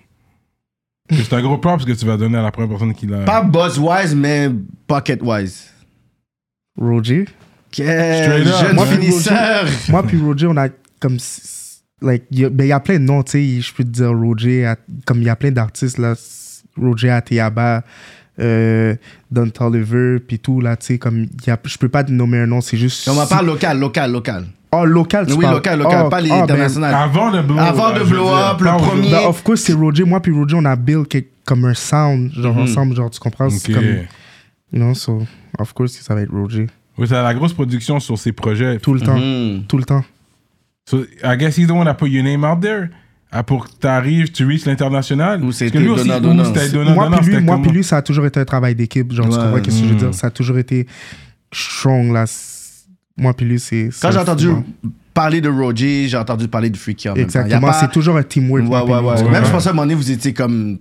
Speaker 1: Parce que C'est un gros props que tu vas donner à la première personne qui l'a...
Speaker 3: Pas Buzzwise, mais Pocketwise.
Speaker 2: Roger?
Speaker 3: Quel
Speaker 1: Straight up,
Speaker 3: jeune
Speaker 1: ouais.
Speaker 3: finisseur!
Speaker 2: Moi puis Roger, on a comme. s- Like, il y, a- ben, y a plein de noms, tu sais. Je peux te dire Roger, à- comme il y a plein d'artistes, là. s- Roger Ateyaba, euh, Don Tolliver, puis tout, là, tu sais. Comme, y a- je peux pas te nommer un nom, c'est juste.
Speaker 3: On va parler local, local, local.
Speaker 2: Oh, local, tu
Speaker 3: Oui,
Speaker 2: parles.
Speaker 3: local, local,
Speaker 2: Oh,
Speaker 3: pas les
Speaker 2: oh, ben,
Speaker 3: internationales.
Speaker 1: Avant de blow
Speaker 3: Avant
Speaker 1: là,
Speaker 3: de
Speaker 1: je veux
Speaker 3: blow
Speaker 1: dire.
Speaker 3: up, le
Speaker 1: Pas aujourd'hui.
Speaker 3: premier.
Speaker 2: Ben, of course, c'est Roger. Moi puis Roger, on a build quelque- comme un sound, genre
Speaker 3: Mhm.
Speaker 2: ensemble, genre, tu comprends? C'est
Speaker 1: Ok.
Speaker 2: comme. You know, so, of course, ça va être Roger.
Speaker 1: Ouais, t'as la grosse production sur ses projets.
Speaker 2: Tout le temps.
Speaker 3: Hmm.
Speaker 2: Tout le temps.
Speaker 1: So, I guess he's the one that put your name out there. Ah, pour que t'arrives, tu reaches l'international.
Speaker 3: Ou
Speaker 1: Parce que
Speaker 3: c'était
Speaker 1: lui aussi,
Speaker 3: donnant,
Speaker 1: ou
Speaker 3: donnant.
Speaker 1: c'était
Speaker 3: C'est-
Speaker 1: donnant,
Speaker 2: moi
Speaker 1: donnant,
Speaker 2: puis lui,
Speaker 1: c'était
Speaker 2: moi
Speaker 1: comment?
Speaker 2: puis lui, ça a toujours été un travail d'équipe. Genre, tu
Speaker 3: Ouais.
Speaker 2: comprends qu'est-ce que je veux dire Ça a toujours été strong là. C'est- Moi puis lui, c'est. hein.
Speaker 3: Quand
Speaker 2: c'est-
Speaker 3: j'ai entendu
Speaker 2: bon.
Speaker 3: parler de Roger, j'ai entendu parler de Freaky
Speaker 2: ben,
Speaker 3: en même temps. Y a
Speaker 2: Exactement,
Speaker 3: pas-
Speaker 2: c'est toujours un teamwork.
Speaker 3: Ouais,
Speaker 2: moi
Speaker 3: ouais,
Speaker 2: puis
Speaker 3: ouais.
Speaker 2: lui, tu
Speaker 1: ouais.
Speaker 2: comprends?
Speaker 3: Même je pensais à un moment donné, vous étiez comme.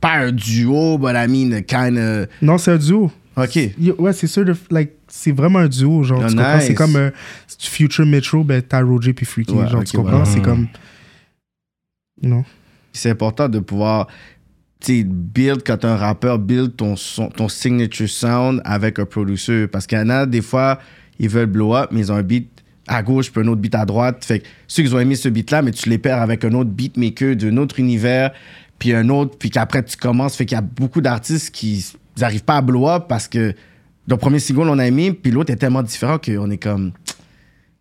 Speaker 3: Pas un duo, but I mean, kind of.
Speaker 2: Non, c'est un duo.
Speaker 3: Ok.
Speaker 2: Yo, Ouais, c'est sûr, de- like, c'est vraiment un duo. Genre,
Speaker 3: Ah,
Speaker 2: tu comprends
Speaker 3: nice.
Speaker 2: C'est comme euh, Future Metro, ben t'as Roger puis Freaky.
Speaker 3: Ouais,
Speaker 2: genre,
Speaker 3: ok,
Speaker 2: tu comprends
Speaker 3: ouais.
Speaker 2: C'est comme. Non.
Speaker 3: c'est important de pouvoir tu sais, build quand t'es un rappeur build ton son- ton signature sound avec un producer parce qu'il y en a des fois ils veulent blow up mais ils ont un beat à gauche puis un autre beat à droite fait que ceux qui ont aimé ce beat là mais tu les perds avec un autre beatmaker d'un autre univers puis un autre puis qu'après tu commences fait qu'il y a beaucoup d'artistes qui n'arrivent pas à blow up parce que le premier single on a aimé puis l'autre est tellement différent qu'on est comme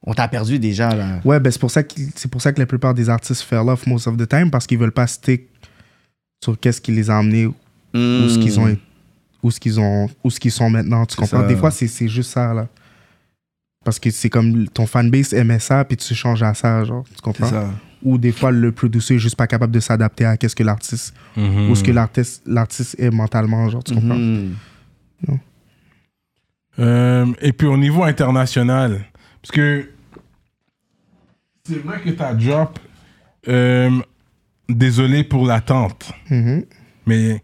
Speaker 3: on t'a perdu déjà là
Speaker 2: Ouais, ben c'est pour, ça qu'il- c'est pour ça que la plupart des artistes fell off most of the time parce qu'ils veulent pas stick sur qu'est-ce qui les a amenés ou ce qu'ils ont ou ce qu'ils ont ou ce qu'ils sont maintenant tu comprends
Speaker 3: Hmm. ça.
Speaker 2: des fois c'est c'est juste ça là parce que c'est comme ton fanbase aimait ça puis tu changes à ça genre tu
Speaker 3: Hein?
Speaker 2: comprends ou des fois le producer est juste pas capable de s'adapter à qu'est-ce que l'artiste
Speaker 1: Mhm.
Speaker 2: ou ce que l'artiste l'artiste est mentalement genre tu comprends
Speaker 3: Hmm.
Speaker 1: Euh, et puis au niveau international, parce que c'est vrai que ta drop, euh, désolé pour l'attente,
Speaker 2: Mhm.
Speaker 1: mais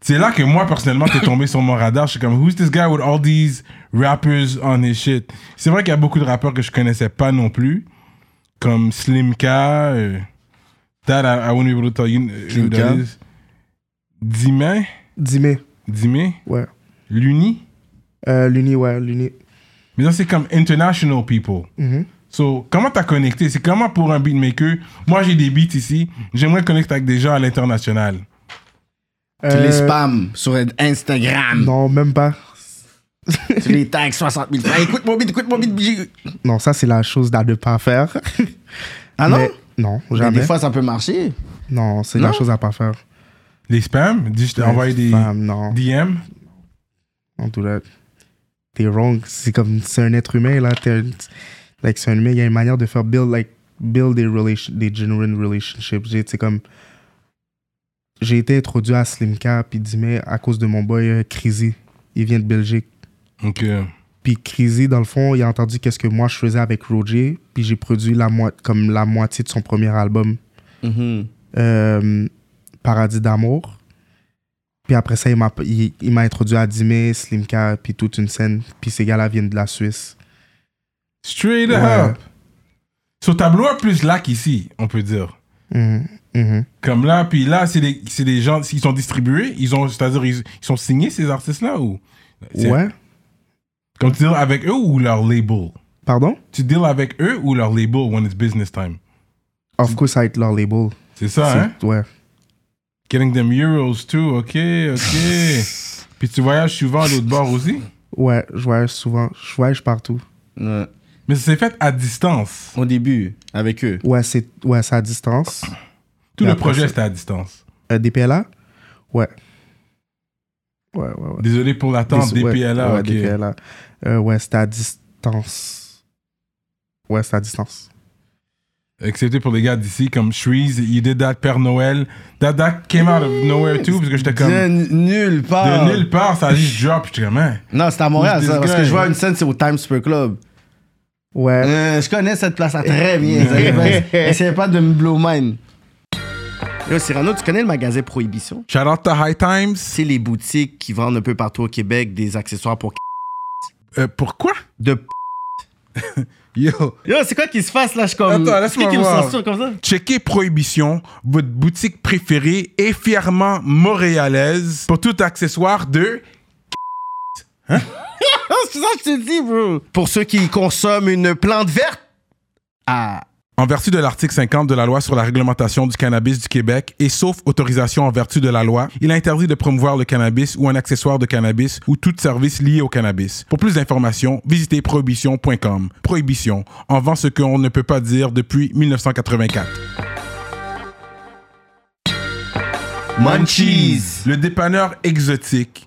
Speaker 1: c'est là que moi personnellement t'es tombé sur mon radar. Je suis comme, who's this guy with all these rappers on his shit? C'est vrai qu'il y a beaucoup de rappeurs que je connaissais pas non plus, comme Slimka, euh, that I, I won't be able to tell you who that
Speaker 3: Slimka.
Speaker 1: is. Dimé,
Speaker 2: Dimé
Speaker 1: Dimé,
Speaker 2: ouais
Speaker 1: Luni.
Speaker 2: Euh, l'uni ouais l'uni
Speaker 1: Mais ça, c'est comme international people. So, comment t'as connecté C'est comment pour un beatmaker Moi, j'ai des beats ici. J'aimerais connecter avec des gens à l'international.
Speaker 3: Tu les
Speaker 2: Euh,
Speaker 3: spams sur Instagram.
Speaker 2: non même pas
Speaker 3: Tu les tags 60 000 francs. Écoute mon beat, écoute mon beat. j'ai-
Speaker 2: non ça c'est la chose à ne pas faire
Speaker 3: Ah non?
Speaker 2: Mais- non
Speaker 3: Mais
Speaker 2: jamais
Speaker 3: Des fois, ça peut marcher.
Speaker 2: non c'est
Speaker 3: Non?
Speaker 2: la chose à pas faire
Speaker 1: Les spams Dis, je t'ai envoyé des
Speaker 2: Femme, non
Speaker 1: DM.
Speaker 2: Don't do that. T'es wrong. C'est comme, c'est un être humain, là. T'es un- like, c'est un humain. Il y a une manière de faire build, like, build des, relation, des genuine relationships. J'ai, c'est comme, j'ai été introduit à Slimka, puis Dimé, à cause de mon boy euh, Crazy. Il vient de Belgique.
Speaker 1: Ok.
Speaker 2: Puis Crazy, dans le fond, il a entendu qu'est-ce que moi je faisais avec Roger, puis j'ai produit la moi- comme la moitié de son premier album,
Speaker 1: Mm-hmm.
Speaker 2: euh, Paradis d'amour. Puis après ça, il m'a il, il m'a introduit à Dimé, Slimka, puis toute une scène. Puis ces gars-là viennent de la Suisse.
Speaker 1: Straight
Speaker 2: Ouais.
Speaker 1: up. So, t'as blow up plus là qu'ici, on peut dire.
Speaker 2: Mhm, mhm.
Speaker 1: Comme là, puis là, c'est des, c'est des gens, ils sont distribués, ils ont, c'est-à-dire, ils, ils sont signés, ces artistes-là, ou C'est-
Speaker 2: Ouais,
Speaker 1: Comme tu deals avec eux ou leur label
Speaker 2: pardon?
Speaker 1: Tu deals avec eux ou leur label when it's business time
Speaker 2: Of course, ça va être leur label.
Speaker 1: C'est ça, hein
Speaker 2: C'est- Ouais.
Speaker 1: Getting them euros too, ok, ok. Puis tu voyages souvent à l'autre bord aussi.
Speaker 2: Ouais, je voyage souvent. Je voyage partout.
Speaker 3: Ouais.
Speaker 1: Mais ça s'est fait à distance.
Speaker 3: Au début, avec eux.
Speaker 2: Ouais, c'est ouais, c'est à distance.
Speaker 1: Tout
Speaker 2: Mais
Speaker 1: le
Speaker 2: après
Speaker 1: projet,
Speaker 2: ça-
Speaker 1: c'était à distance.
Speaker 2: Euh, DPLA? Ouais. Ouais, ouais, ouais.
Speaker 1: Désolé pour l'attente,
Speaker 2: Des- ouais,
Speaker 1: DPLA.
Speaker 2: Ouais,
Speaker 1: ok.
Speaker 2: DPLA. Euh, ouais, c'était à distance. Ouais, c'était à distance.
Speaker 1: Excepté pour les gars d'ici, comme Shreeze, You Did That, Père Noël. That, that came out of nowhere too, parce que j'étais comme.
Speaker 3: De
Speaker 1: De
Speaker 3: nulle part.
Speaker 1: nulle part, ça a juste drop. J'étais comme, hein.
Speaker 3: Non, c'est à Montréal,
Speaker 1: Who's
Speaker 3: ça.
Speaker 1: this
Speaker 3: Parce
Speaker 1: guy?
Speaker 3: que je vois une scène, c'est au Times Square Club.
Speaker 2: Ouais.
Speaker 3: Euh, je connais cette place là très bien. vous allez pas- Essayez pas de me blow mine. Là, Cyrano, tu connais le magasin Prohibition?
Speaker 1: Shout out to High Times.
Speaker 3: C'est les boutiques qui vendent un peu partout au Québec des accessoires pour
Speaker 1: Euh, pourquoi?
Speaker 3: de p-
Speaker 1: Yo.
Speaker 3: Yo, c'est quoi qui se passe là? Je suis comme.
Speaker 1: Attends, laisse-moi
Speaker 3: Qui me
Speaker 1: voir.
Speaker 3: censure comme ça?
Speaker 1: Checkez Prohibition, votre boutique préférée et fièrement montréalaise pour tout accessoire de.
Speaker 3: Non, c'est ça que je te dis, bro. Pour ceux qui consomment une plante verte. Ah.
Speaker 1: En vertu de l'article 50 de la loi sur la réglementation du cannabis du Québec et sauf autorisation en vertu de la loi, il est interdit de promouvoir le cannabis ou un accessoire de cannabis ou tout service lié au cannabis. Pour plus d'informations, visitez prohibition.com. Prohibition, en vend ce qu'on ne peut pas dire depuis 1984.
Speaker 3: Munchies.
Speaker 1: Le dépanneur exotique.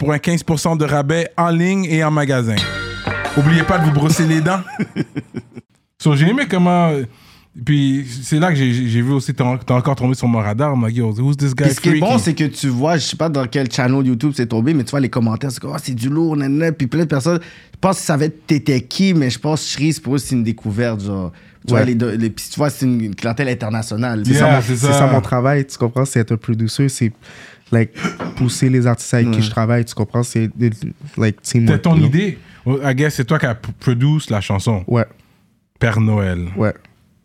Speaker 1: pour un 15% de rabais en ligne et en magasin. Oubliez pas de vous brosser les dents. so, j'ai aimé comment... euh, Puis c'est là que j'ai- j'ai j'ai vu aussi, t'as en- t'as encore tombé sur mon radar, ma gueule. Who's this guy
Speaker 3: Puis ce qui est
Speaker 1: freaky?
Speaker 3: bon, c'est que tu vois, je sais pas dans quel channel YouTube c'est tombé, mais tu vois les commentaires, c'est comme, Ah, c'est du lourd, nanana. Puis plein de personnes, je pense que ça va être t'étais qui, mais je pense que Cherise, pour eux, c'est une découverte, genre. Tu vois,
Speaker 2: Ouais.
Speaker 3: les, deux- les- puis tu vois, c'est une, une clientèle internationale.
Speaker 1: Yeah,
Speaker 3: ça, mon-
Speaker 1: Ah, c'est
Speaker 2: C'est
Speaker 1: ça.
Speaker 2: ça. mon travail, tu comprends? C'est être un producteur, c'est like, pousser les artistes avec qui je travaille, tu comprends? C'est de- like, teamwork.
Speaker 1: C'était ton
Speaker 2: you know?
Speaker 1: idée. Oh, I guess c'est toi qui as p- produit la chanson.
Speaker 2: Ouais,
Speaker 1: Père Noël.
Speaker 2: ouais.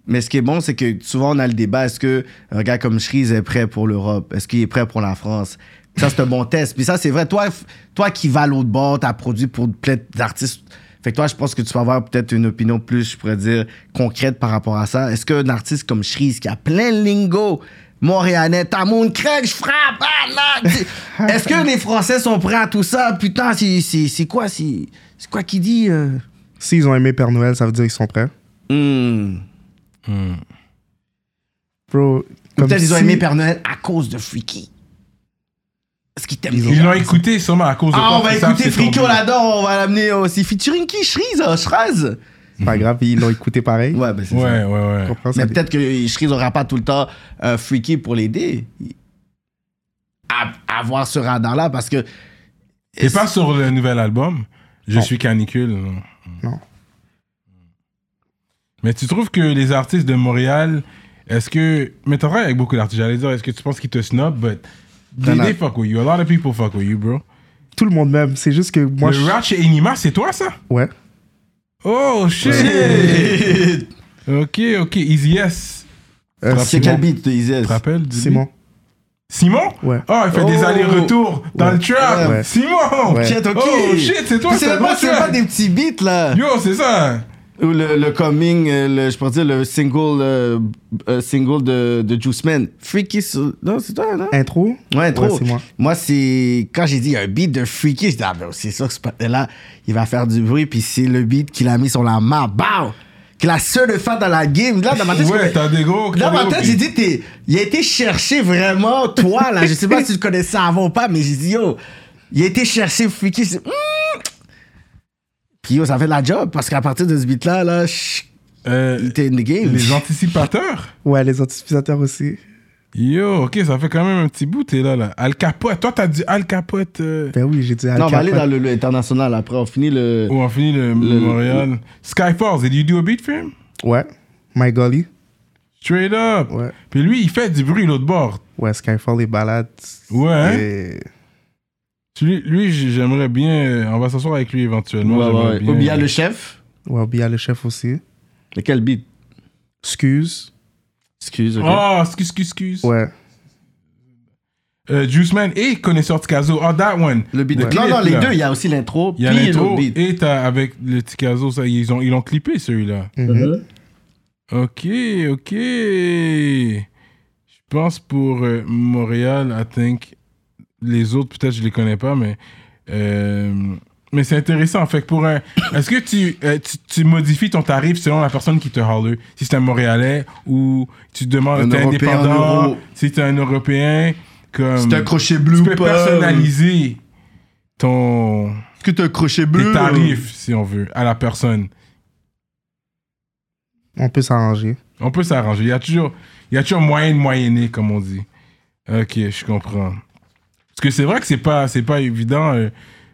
Speaker 3: Mais ce qui est bon, c'est que souvent, on a le débat est-ce que un gars comme Cherise est prêt pour l'Europe Est-ce qu'il est prêt pour la France Ça, c'est un bon test. Puis ça, c'est vrai. Toi, f- toi qui vas à l'autre bord, t'as produit pour plein d'artistes. Fait que toi, je pense que tu vas avoir peut-être une opinion plus, je pourrais dire, concrète par rapport à ça. Est-ce qu'un artiste comme Cherise, qui a plein de lingots, Montréalais, t'as mon crack, je frappe, ah, là, tu- Est-ce que les Français sont prêts à tout ça Putain, c'est- c'est c'est quoi C'est c'est quoi qui dit euh?
Speaker 2: S'ils ont aimé Père Noël, ça veut dire qu'ils sont prêts.
Speaker 3: Hmm.
Speaker 2: Bro,
Speaker 3: Ou
Speaker 2: comme
Speaker 3: Peut-être ils ont
Speaker 2: si-
Speaker 3: aimé Père Noël à cause de Freaky. Est-ce qu'ils t'aiment
Speaker 1: Ils l'ont écouté sûrement à cause de
Speaker 3: Ah,
Speaker 1: toi,
Speaker 3: on va
Speaker 1: puis ça,
Speaker 3: écouter
Speaker 1: c'est
Speaker 3: Freaky, on
Speaker 1: tombé.
Speaker 3: l'adore, on va l'amener aussi. Featuring qui Shreeze, hein, Shreeze
Speaker 2: C'est pas grave, ils l'ont écouté pareil.
Speaker 3: Ouais, ben c'est ça.
Speaker 1: Ouais, ouais,
Speaker 2: Tu
Speaker 1: ouais.
Speaker 2: comprends? Ça
Speaker 3: Mais
Speaker 2: dé-
Speaker 3: peut-être que Shreeze aura pas tout le temps euh, Freaky pour l'aider. À, à avoir ce radar-là, parce que.
Speaker 1: Et pas sur le nouvel album. Je suis canicule.
Speaker 2: Non.
Speaker 1: Mais tu trouves que les artistes de Montréal, est-ce que. Mais t'as travaillé avec beaucoup d'artistes. J'allais dire, est-ce que tu penses qu'ils te snob, but. They,
Speaker 3: Non, non.
Speaker 1: they fuck with you. A lot of people fuck with you, bro.
Speaker 2: Tout le monde m'aime. C'est juste que moi,
Speaker 1: le
Speaker 2: je-
Speaker 1: rap chez Enima, c'est toi, ça?
Speaker 2: Ouais.
Speaker 1: Oh, shit! ok, ok. Easy Yes.
Speaker 2: Euh,
Speaker 1: Frappe.
Speaker 3: C'est quel beat de Isis
Speaker 1: Tu te rappelles? du
Speaker 2: Simon.
Speaker 1: Simon
Speaker 2: Ouais.
Speaker 1: Oh, il fait des
Speaker 3: Oh.
Speaker 1: allers-retours dans
Speaker 2: Ouais.
Speaker 1: le trap.
Speaker 3: Ouais.
Speaker 1: Simon
Speaker 2: Ouais.
Speaker 3: Shit, ok.
Speaker 1: Oh shit, c'est toi,
Speaker 3: C'est
Speaker 1: ça,
Speaker 3: même pas,
Speaker 1: bon
Speaker 3: c'est
Speaker 1: track.
Speaker 3: pas des petits beats, là.
Speaker 1: Yo, c'est ça.
Speaker 3: Ou le, le coming, euh, le- je pourrais dire le single, euh, euh, single de, de Juice Man. Freaky, sur- non, c'est toi, non?
Speaker 2: Intro
Speaker 3: Ouais, trop.
Speaker 2: Eh, c'est moi.
Speaker 3: Moi, c'est. Quand j'ai dit un beat de freaky, je dis, ah ben, c'est sûr que ce patin-là, il va faire du bruit, puis c'est le beat qu'il a mis sur la map. Bow! Que la seule de faire dans la game. Là, dans ma tête, je-
Speaker 1: Ouais, t'as des gros. t'as
Speaker 3: Là,
Speaker 1: des
Speaker 3: ma
Speaker 1: gros
Speaker 3: tête,
Speaker 1: beats.
Speaker 3: j'ai dit, t'es- il a été cherché vraiment, toi, là. Je sais pas si tu le connaissais avant ou pas, mais j'ai dit, yo, il a été cherché, freaky. c'est- Hmm. Puis, yo, ça fait de la job, parce qu'à partir de ce beat-là, là, chut,
Speaker 1: Euh,
Speaker 3: t'es in the game.
Speaker 1: les anticipateurs.
Speaker 2: Ouais, les anticipateurs aussi.
Speaker 1: Yo, ok, ça fait quand même un petit bout, t'es là, là. Al Capote, toi, t'as dit Al Capote. euh,
Speaker 2: Ben oui, j'ai dit à
Speaker 3: Non, on va aller
Speaker 2: Capote.
Speaker 3: dans le, le international après. On finit le.
Speaker 1: Où Oh, on finit le, Montréal. Skyfall, did you do a beat for him?
Speaker 2: Ouais. My Golly.
Speaker 1: Straight up.
Speaker 2: Ouais.
Speaker 1: Puis lui, il fait du bruit l'autre bord.
Speaker 2: Ouais, Skyfall, les balades.
Speaker 1: Ouais, hein?
Speaker 2: Et-
Speaker 1: Lui, lui, j'aimerais bien. euh, On va s'asseoir avec lui éventuellement.
Speaker 3: Ouais,
Speaker 1: j'aimerais
Speaker 3: ouais.
Speaker 1: bien-
Speaker 3: Ou bien le chef.
Speaker 2: Ouais, Bia le chef aussi.
Speaker 3: Lequel beat
Speaker 2: Excuse.
Speaker 3: Excuse, ok.
Speaker 1: Oh, excuse, excuse, excuse.
Speaker 2: Ouais.
Speaker 1: Euh, Juice Man et Connaisseur Tikazo. Oh, that one.
Speaker 3: Le beat.
Speaker 1: Le
Speaker 3: non,
Speaker 1: clip,
Speaker 3: non, les
Speaker 1: là.
Speaker 3: deux, il y a aussi l'intro,
Speaker 1: Il y a
Speaker 3: puis le
Speaker 1: l'intro
Speaker 3: beat.
Speaker 1: et t'as- avec le Tikazo, ça, ils ont, ils l'ont clippé celui-là.
Speaker 3: Mm. Mm-hmm.
Speaker 2: Mhm.
Speaker 1: Ok, ok. Je pense pour euh, Montréal, I think. Les autres, peut-être, je les connais pas, mais. euh, mais c'est intéressant. Fait que pour un. Est-ce que tu, euh, tu, tu modifies ton tarif selon la personne qui te holler Si c'est un Montréalais ou tu te
Speaker 3: Un
Speaker 1: demandes. T'es
Speaker 3: Européen, un
Speaker 1: indépendant.
Speaker 3: Euro.
Speaker 1: Si t'es un Européen. Comme,
Speaker 3: C'est un crochet bleu
Speaker 1: tu
Speaker 3: ou
Speaker 1: peux
Speaker 3: pas?
Speaker 1: personnaliser ton,
Speaker 3: Est-ce que t'as un crochet bleu
Speaker 1: tes
Speaker 3: ou-
Speaker 1: tarifs, si on veut, à la personne.
Speaker 2: On peut s'arranger.
Speaker 1: On peut s'arranger. Il y a toujours, il y a toujours moyen de moyenner, comme on dit. Ok, je comprends. Parce que c'est vrai que c'est pas, c'est pas évident euh,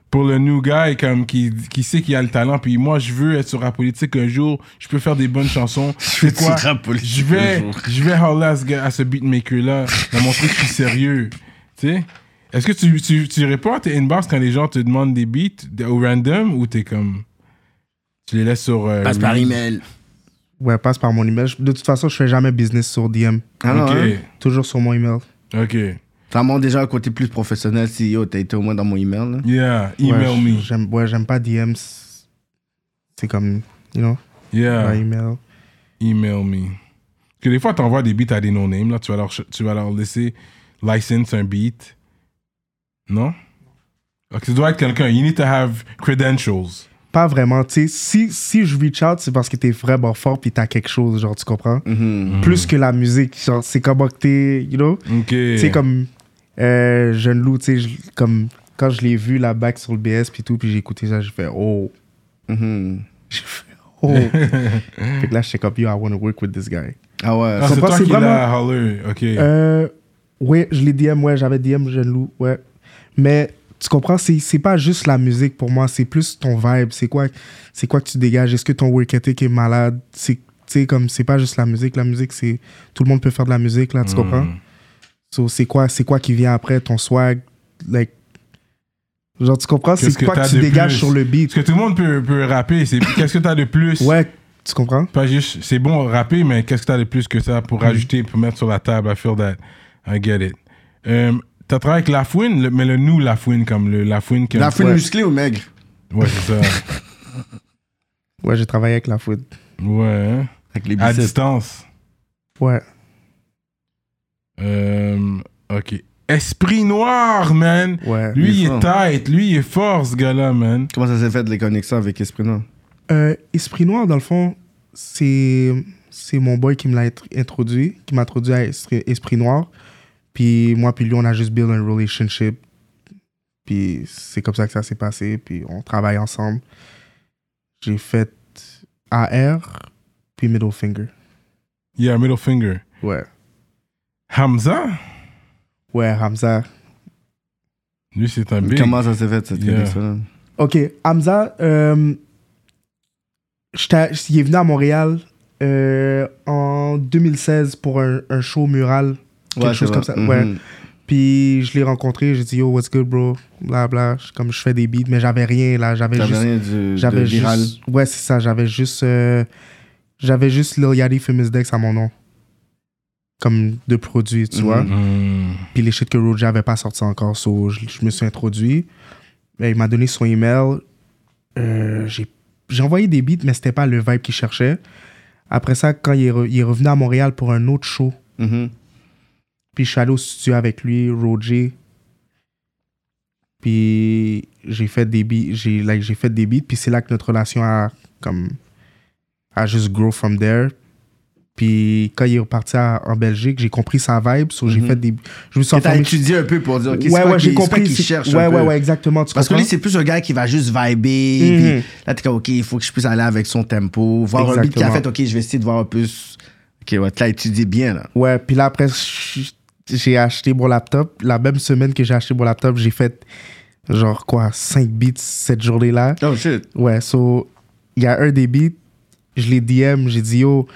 Speaker 1: pour le new guy comme qui, qui sait qu'il a le talent. Puis moi, je veux être sur la politique un jour. Je peux faire des bonnes chansons. C'est quoi
Speaker 3: sur la politique
Speaker 1: Je vais,
Speaker 3: un jour.
Speaker 1: je vais holler à ce, gars- à ce beatmaker là, leur montrer que je suis sérieux. Tu sais. Est-ce que tu, tu, tu réponds à tes inbox quand les gens te demandent des beats de- au random ou t'es comme tu les laisses sur euh,
Speaker 3: Passe par
Speaker 1: read?
Speaker 3: email.
Speaker 2: Ouais, passe par mon email. Je- De toute façon, je fais jamais business sur DM.
Speaker 3: Ah non,
Speaker 1: Ok,
Speaker 3: hein.
Speaker 2: Toujours sur mon email.
Speaker 1: ok,
Speaker 3: Ça montre déjà un côté plus professionnel si yo, t'as été au moins dans mon email. Là.
Speaker 1: yeah,
Speaker 2: Ouais,
Speaker 1: email
Speaker 2: je-
Speaker 1: me.
Speaker 2: J'aime, ouais, j'aime pas DM. C'est c'est comme, you know,
Speaker 1: Yeah,
Speaker 2: par email.
Speaker 1: email me. Parce que des fois, t'envoies des beats à des no-names, là, tu vas, leur, tu vas leur laisser license un beat. Non? Donc, tu dois être quelqu'un. You need to have credentials.
Speaker 2: Pas vraiment, tu sais. Si, si je reach out, c'est parce que t'es vraiment fort pis t'as quelque chose, genre, tu comprends?
Speaker 1: Mm-hmm.
Speaker 2: Plus que la musique, genre, c'est comme que t'es, you know?
Speaker 1: OK.
Speaker 2: Tu sais, comme euh, Jeune Loup, tu sais, je- comme quand je l'ai vu là back sur le BS puis tout, puis j'ai écouté ça, j'ai fait oh.
Speaker 3: Mhm.
Speaker 2: J'ai fait oh. fait que là, j'étais comme yo, I want to work with this guy.
Speaker 3: Ah ouais.
Speaker 1: Ah,
Speaker 2: Son
Speaker 1: c'est
Speaker 2: pas,
Speaker 1: toi
Speaker 2: c'est
Speaker 1: qui
Speaker 2: vraiment-
Speaker 1: l'as holler. OK.
Speaker 2: Euh, ouais, je l'ai DM, ouais, j'avais DM Jeune Loup, ouais. Mais tu comprends, c'est c'est pas juste la musique pour moi, c'est plus ton vibe, c'est quoi, c'est quoi que tu dégages, est-ce que ton work ethic est malade, c'est tu sais, comme c'est pas juste la musique, la musique c'est tout le monde peut faire de la musique
Speaker 1: Mm.
Speaker 2: là, tu comprends? So, c'est quoi, c'est quoi qui vient après ton swag, like, genre tu comprends, c'est
Speaker 1: Qu'est-ce que
Speaker 2: quoi
Speaker 1: t'as
Speaker 2: que tu
Speaker 1: de
Speaker 2: dégages
Speaker 1: plus?
Speaker 2: sur le
Speaker 1: Parce
Speaker 2: beat,
Speaker 1: que tout le monde peut, peut rapper. C'est qu'est-ce que t'as de plus?
Speaker 2: ouais, tu comprends?
Speaker 1: Pas juste, c'est bon rapper, mais qu'est-ce que t'as de plus que ça
Speaker 2: Mm.
Speaker 1: pour rajouter, pour mettre sur la table? I feel that. I get it. Euh, t'as travaillé avec Lafouine, le- mais le nous Lafouine, comme le Lafouine. qui-
Speaker 3: La fouine
Speaker 2: Ouais.
Speaker 3: musclée ou maigre
Speaker 1: Ouais, c'est ça.
Speaker 2: Ouais, j'ai travaillé avec la food,
Speaker 1: Ouais. hein.
Speaker 3: Avec les
Speaker 1: À
Speaker 3: biceps.
Speaker 1: distance.
Speaker 2: ouais,
Speaker 1: Euh, ok. Esprit noir, man.
Speaker 2: ouais.
Speaker 1: Lui,
Speaker 3: il est
Speaker 1: il est tight. Lui, il est fort, ce gars-là, man.
Speaker 3: Comment ça s'est fait de les connexions avec Esprit Noir
Speaker 2: Euh, Esprit Noir, dans le fond, c'est c'est mon boy qui me l'a int- introduit, qui m'a introduit à Esprit, Esprit Noir. Puis moi, puis lui, on a juste build un relationship. Puis c'est comme ça que ça s'est passé. Puis on travaille ensemble. J'ai fait AR, puis Middle Finger.
Speaker 1: Yeah, middle finger.
Speaker 2: Ouais.
Speaker 1: Hamza,
Speaker 2: Ouais, Hamza.
Speaker 1: lui, c'est un big.
Speaker 3: Comment ça s'est fait cette
Speaker 1: Yeah.
Speaker 3: connexion-là
Speaker 2: Ok, Hamza, euh, j'étais- il est venu à Montréal euh, en 2016 pour un, un show mural. Quelque
Speaker 3: Ouais, c'est
Speaker 2: chose comme
Speaker 3: vrai.
Speaker 2: ça. Ouais.
Speaker 3: Mhm.
Speaker 2: Puis je l'ai rencontré, j'ai dit yo, what's good, bro? Bla bla. Je- Comme je fais des beats, mais j'avais rien là, j'avais
Speaker 3: T'avais
Speaker 2: juste.
Speaker 3: rien du- de
Speaker 2: J'avais
Speaker 3: viral.
Speaker 2: juste. Ouais, c'est ça, j'avais juste. euh, j'avais juste Lil Yachty Famous Dex à mon nom. Comme de produit, tu
Speaker 3: Mhm.
Speaker 2: vois.
Speaker 1: Hmm.
Speaker 2: Puis les shit que Roger avait pas sorti encore, so je, je me suis introduit. Et il m'a donné son email. Euh, j'ai j'ai envoyé des beats, mais c'était pas le vibe qu'il cherchait. Après ça, quand il est, re- il est revenu à Montréal pour un autre show,
Speaker 3: Mhm.
Speaker 2: puis je suis allé au studio avec lui, Roger. Puis j'ai fait des beats, j'ai like, j'ai fait des beats, puis c'est là que notre relation a comme a juste grow from there. Puis quand il est reparti à- en Belgique, j'ai compris sa vibe, so j'ai
Speaker 3: Mhm.
Speaker 2: fait des je me suis
Speaker 3: Et T'as
Speaker 2: informé-
Speaker 3: étudié un peu pour dire, ok, c'est
Speaker 2: ouais,
Speaker 3: quoi
Speaker 2: ouais,
Speaker 3: qu'il-
Speaker 2: j'ai
Speaker 3: c'est quoi
Speaker 2: compris.
Speaker 3: qu'il
Speaker 2: c'est-
Speaker 3: cherche un
Speaker 2: ouais,
Speaker 3: peu.
Speaker 2: ouais, ouais, exactement. Tu
Speaker 3: Parce que lui,
Speaker 2: comprends?
Speaker 3: c'est plus un gars qui va juste viber.
Speaker 2: Mhm.
Speaker 3: puis là, t'es comme, OK, il faut que je puisse aller avec son tempo. Voir un beat qu'il a fait,
Speaker 2: Exactement.
Speaker 3: OK, je vais essayer de voir un peu. s- OK, ouais, tu l'as étudié bien, là.
Speaker 2: Ouais, puis là, après, j- j'ai acheté mon laptop. La même semaine que j'ai acheté mon laptop, j'ai fait genre quoi, 5 beats cette journée-là.
Speaker 3: Oh, shit.
Speaker 2: Ouais, so, il y a un des beats, je l'ai DM, j'ai dit yo,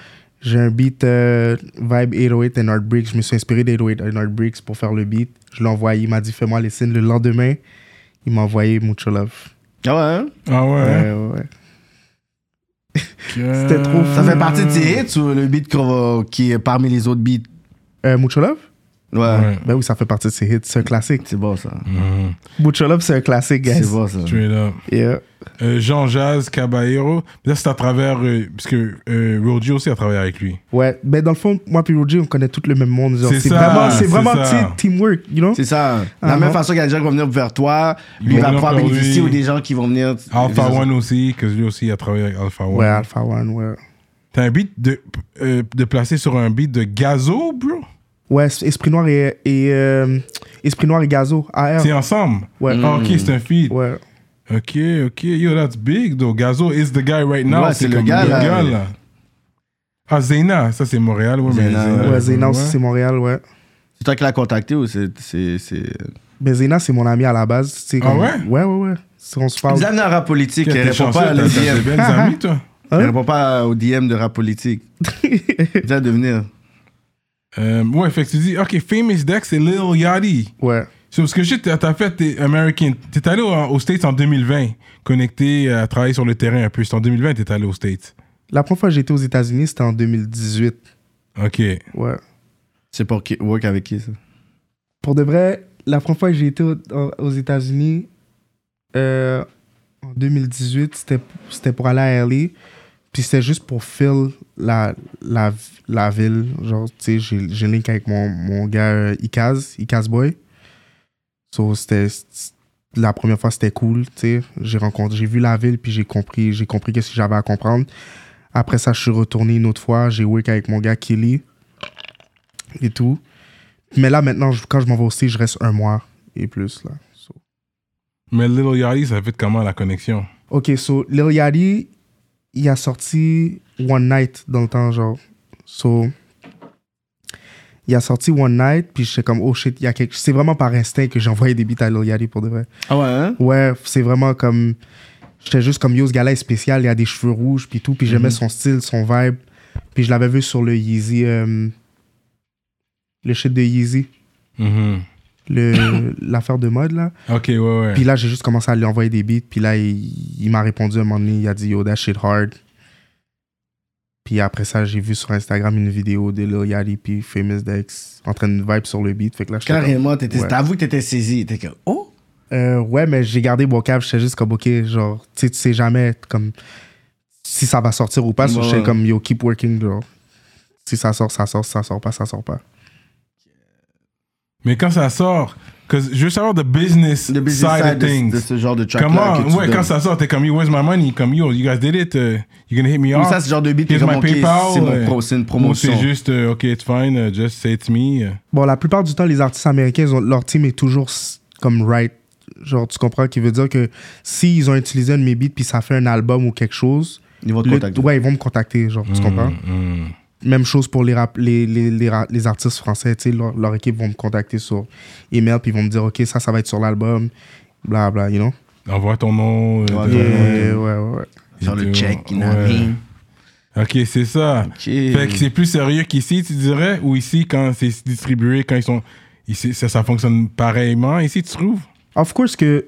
Speaker 2: j'ai un beat euh, Vibe 808 and Heartbreaks. oh Je me suis inspiré d'808 and Heartbreaks pour faire le beat. Je l'ai envoyé, il m'a dit fais-moi les signes le lendemain. il m'a envoyé Mucho Love.
Speaker 3: Ah ouais? hein?
Speaker 1: Ah ouais.
Speaker 2: Ouais, ouais, ouais. C'était trop fou.
Speaker 3: Ça fait
Speaker 1: Hmm.
Speaker 3: partie de tes hits ou le beat qu'on va- qui est parmi les autres beats?
Speaker 2: Euh, Mucho Love?
Speaker 3: Ouais.
Speaker 1: Ouais.
Speaker 2: Ben oui, ça fait partie de ses hits. C'est un classique.
Speaker 3: C'est bon ça.
Speaker 1: Mhm.
Speaker 2: Mucho Love, c'est un classique, guys.
Speaker 3: C'est bon ça.
Speaker 1: Straight up.
Speaker 2: Yeah.
Speaker 1: Euh, Jean Jazz Caballero. Là, c'est à travers. euh, parce que euh, Roger aussi a travaillé avec lui.
Speaker 2: Ouais, ben dans le fond, moi et Roger, on connaît tout le même monde. genre.
Speaker 1: C'est
Speaker 2: C'est
Speaker 1: ça,
Speaker 2: vraiment,
Speaker 1: c'est
Speaker 2: c'est vraiment
Speaker 1: ça.
Speaker 2: tu sais, teamwork, you know?
Speaker 3: C'est ça. De
Speaker 2: Ah
Speaker 3: la même
Speaker 2: non.
Speaker 3: façon qu'il y a des gens qui vont venir vers toi, lui
Speaker 1: vont
Speaker 3: il va
Speaker 1: venir
Speaker 3: pouvoir
Speaker 1: vers
Speaker 3: bénéficier
Speaker 1: lui.
Speaker 3: ou des gens qui vont venir.
Speaker 1: Alpha
Speaker 3: des-
Speaker 1: One aussi, que lui aussi a travaillé avec Alpha One.
Speaker 2: Ouais, Alpha One, ouais.
Speaker 1: T'as un beat de, euh, de placé sur un beat de Gazo, bro?
Speaker 2: Ouais, Esprit Noir et, et, euh, Esprit Noir et Gazo, AR.
Speaker 1: C'est ensemble?
Speaker 2: Ouais.
Speaker 1: Ah, ok, c'est un feat.
Speaker 2: Ouais.
Speaker 1: Ok, ok. Yo, that's big, though. Gazo is the guy right now.
Speaker 3: Ouais, c'est le
Speaker 1: comme
Speaker 3: gars, là.
Speaker 1: Ah, Zeyna, ça c'est Montréal, ouais, mais
Speaker 3: Zeyna,
Speaker 1: Zeyna,
Speaker 2: Ouais, Zena aussi,
Speaker 1: Euh, ouais.
Speaker 2: c'est Montréal, ouais.
Speaker 3: C'est toi qui l'as contacté ou c'est. c'est, c'est...
Speaker 2: Ben Zena, c'est mon ami à la base. tu sais,
Speaker 1: Ah
Speaker 2: comme-
Speaker 1: ouais?
Speaker 2: Ouais, ouais, ouais. Si on se
Speaker 1: Ah,
Speaker 2: parle.
Speaker 3: Zane à rap politique,
Speaker 1: T'es
Speaker 3: elle répond
Speaker 1: chanceux,
Speaker 3: pas à
Speaker 1: t'as
Speaker 3: le
Speaker 1: t'as des
Speaker 3: DM.
Speaker 1: belles amies, toi.
Speaker 2: Hein?
Speaker 3: Elle répond pas au DM de rap politique. Viens de venir.
Speaker 1: Euh, ouais, fait que tu dis, ok, Famous Dex et Lil Yachty.
Speaker 2: Ouais.
Speaker 1: C'est parce que je sais, t'as t'as fait tes American. T'es allé au- aux States en 2020, connecté euh, à travailler sur le terrain un peu. C'est en 2020 t'es allé aux States.
Speaker 2: La première fois que j'étais aux États-Unis, c'était en 2018.
Speaker 1: Ok.
Speaker 2: Ouais.
Speaker 3: C'est pour qui, work avec qui ça?
Speaker 2: Pour de vrai, la première fois que j'ai été au- au- aux États-Unis, euh, en 2018, c'était- c'était pour aller à LA. Puis c'était juste pour fill la, la, la ville. Genre, tu sais, j'ai j'ai link avec mon, mon gars euh, Ikaz, Ikaz Boy. So, c'était. c'était- La première fois, c'était cool, tu sais. J'ai rencontré, j'ai vu la ville, puis j'ai compris, j'ai compris qu'est-ce que j'avais à comprendre. Après ça, je suis retourné une autre fois. J'ai work avec mon gars Kelly et tout. Mais là, maintenant, je- quand je m'en vais aussi, je reste un mois et plus. Là. So.
Speaker 1: Mais Lil Yachty, ça fait comment la connexion?
Speaker 2: Ok, so Lil Yachty, il a sorti One Night dans le temps, genre. So, il a sorti One Night, puis j'étais comme, oh shit, il y a quelque C'est vraiment par instinct que j'ai envoyé des beats à Lil Yachty pour de vrai.
Speaker 3: Ah ouais, hein?
Speaker 2: Ouais, c'est vraiment comme. J'étais juste comme yo, ce gars-là est spécial, il a des cheveux rouges, puis tout, puis j'aimais son style, son vibe. Puis je l'avais vu sur le Yeezy. euh, le shit de Yeezy,
Speaker 1: Mhm.
Speaker 2: le- l'affaire de mode, là.
Speaker 1: Ok, ouais, ouais.
Speaker 2: Puis là, j'ai juste commencé à lui envoyer des beats. Puis là, il, il m'a répondu à un moment donné. Il a dit Yo, that shit hard. Puis après ça, j'ai vu sur Instagram une vidéo de Lil Yachty puis Famous Dex en train de vibe sur le beat. Fait que là, j'étais
Speaker 3: Carrément, t'étais,
Speaker 2: Ouais.
Speaker 3: t'avoues que t'étais saisi. T'es comme, oh!
Speaker 2: comme, Euh, ouais, mais j'ai gardé mon câble. J'étais juste comme, OK, genre, tu sais, tu sais jamais comme, si ça va sortir ou pas. So,
Speaker 3: Ouais.
Speaker 2: J'étais comme, Yo, keep working, genre. Si ça sort, ça sort. Si ça sort pas, ça sort pas.
Speaker 1: Mais quand ça sort, que je veux savoir the business,
Speaker 3: Le business side,
Speaker 1: side of
Speaker 3: de,
Speaker 1: things.
Speaker 3: de ce genre de track
Speaker 1: Comment,
Speaker 3: là que tu
Speaker 1: ouais,
Speaker 3: donnes.
Speaker 1: quand ça sort, t'es comme, yo, where's my money? Comme, yo, you guys did it, uh, you gonna hit me
Speaker 3: Ou
Speaker 1: off.
Speaker 3: ça, ce genre de beat, t'es
Speaker 1: Here's
Speaker 3: comme,
Speaker 1: my
Speaker 3: ok,
Speaker 1: PayPal.
Speaker 3: c'est, mon
Speaker 1: euh,
Speaker 3: pro- c'est une
Speaker 1: ou
Speaker 3: promotion.
Speaker 1: c'est juste, euh, ok, it's fine, uh, just say it's me. euh.
Speaker 2: Bon, la plupart du temps, les artistes américains, ils ont- leur team est toujours s- comme right. Genre, tu comprends qui veut dire que s'ils ont utilisé un de mes beats puis ça fait un album ou quelque chose,
Speaker 3: Ils vont te
Speaker 2: le-
Speaker 3: contacter.
Speaker 2: ouais, ils vont me contacter, genre, tu comprends?
Speaker 1: Mm,
Speaker 2: Même chose pour les, rap- les, les, les, ra- les artistes français, tu sais, leur, leur équipe vont me contacter sur email puis ils vont me dire, OK, ça, ça va être sur l'album, bla, bla, you know?
Speaker 1: Envoie ton nom. euh,
Speaker 3: Ouais,
Speaker 1: de-
Speaker 2: Et,
Speaker 3: ouais,
Speaker 2: ouais, ouais, ouais.
Speaker 3: Genre le
Speaker 1: vidéo.
Speaker 3: check, you know what I
Speaker 1: Ouais.
Speaker 3: mean?
Speaker 1: Ok, c'est ça.
Speaker 3: Ok.
Speaker 1: Fait que c'est plus sérieux qu'ici, tu dirais, ou ici, quand c'est distribué, quand ils sont. Ici, ça, ça fonctionne pareillement ici, tu trouves?
Speaker 2: Of course que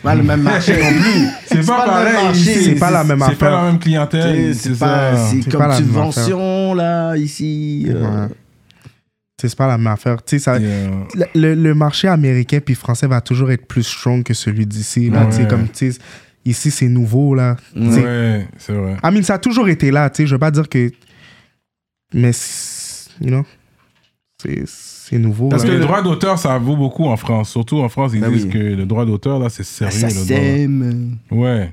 Speaker 3: Pas le même marché non plus.
Speaker 1: C'est pas
Speaker 3: le même
Speaker 1: pareil
Speaker 3: marché,
Speaker 1: ici.
Speaker 2: c'est pas la même
Speaker 1: C'est pas
Speaker 2: affaire.
Speaker 1: la même
Speaker 3: C'est,
Speaker 1: clientèle.
Speaker 3: c'est pas,
Speaker 1: ça.
Speaker 3: c'est
Speaker 2: C'est
Speaker 3: comme
Speaker 2: pas la même
Speaker 3: subvention là, ici. euh,
Speaker 2: Ouais. Tu sais, c'est pas la même affaire. Tu sais, ça,
Speaker 1: Yeah.
Speaker 2: le, le- le marché américain puis français va toujours être plus strong que celui d'ici. là,
Speaker 1: Ouais.
Speaker 2: tu sais, comme, tu sais, ici, c'est nouveau, là. Tu sais,
Speaker 1: Ouais, c'est vrai.
Speaker 2: I mean, ça a toujours été là, tu sais. Je veux pas dire que. Mais, c'est- you know, c'est- c'est nouveau.
Speaker 1: Parce
Speaker 2: là.
Speaker 1: que le droit d'auteur, ça vaut beaucoup en France. Surtout en France, ils
Speaker 3: Ah oui. Ben,
Speaker 1: disent que le droit d'auteur, là, c'est sérieux.
Speaker 3: Ça
Speaker 1: le droit.
Speaker 3: sème.
Speaker 1: Ouais.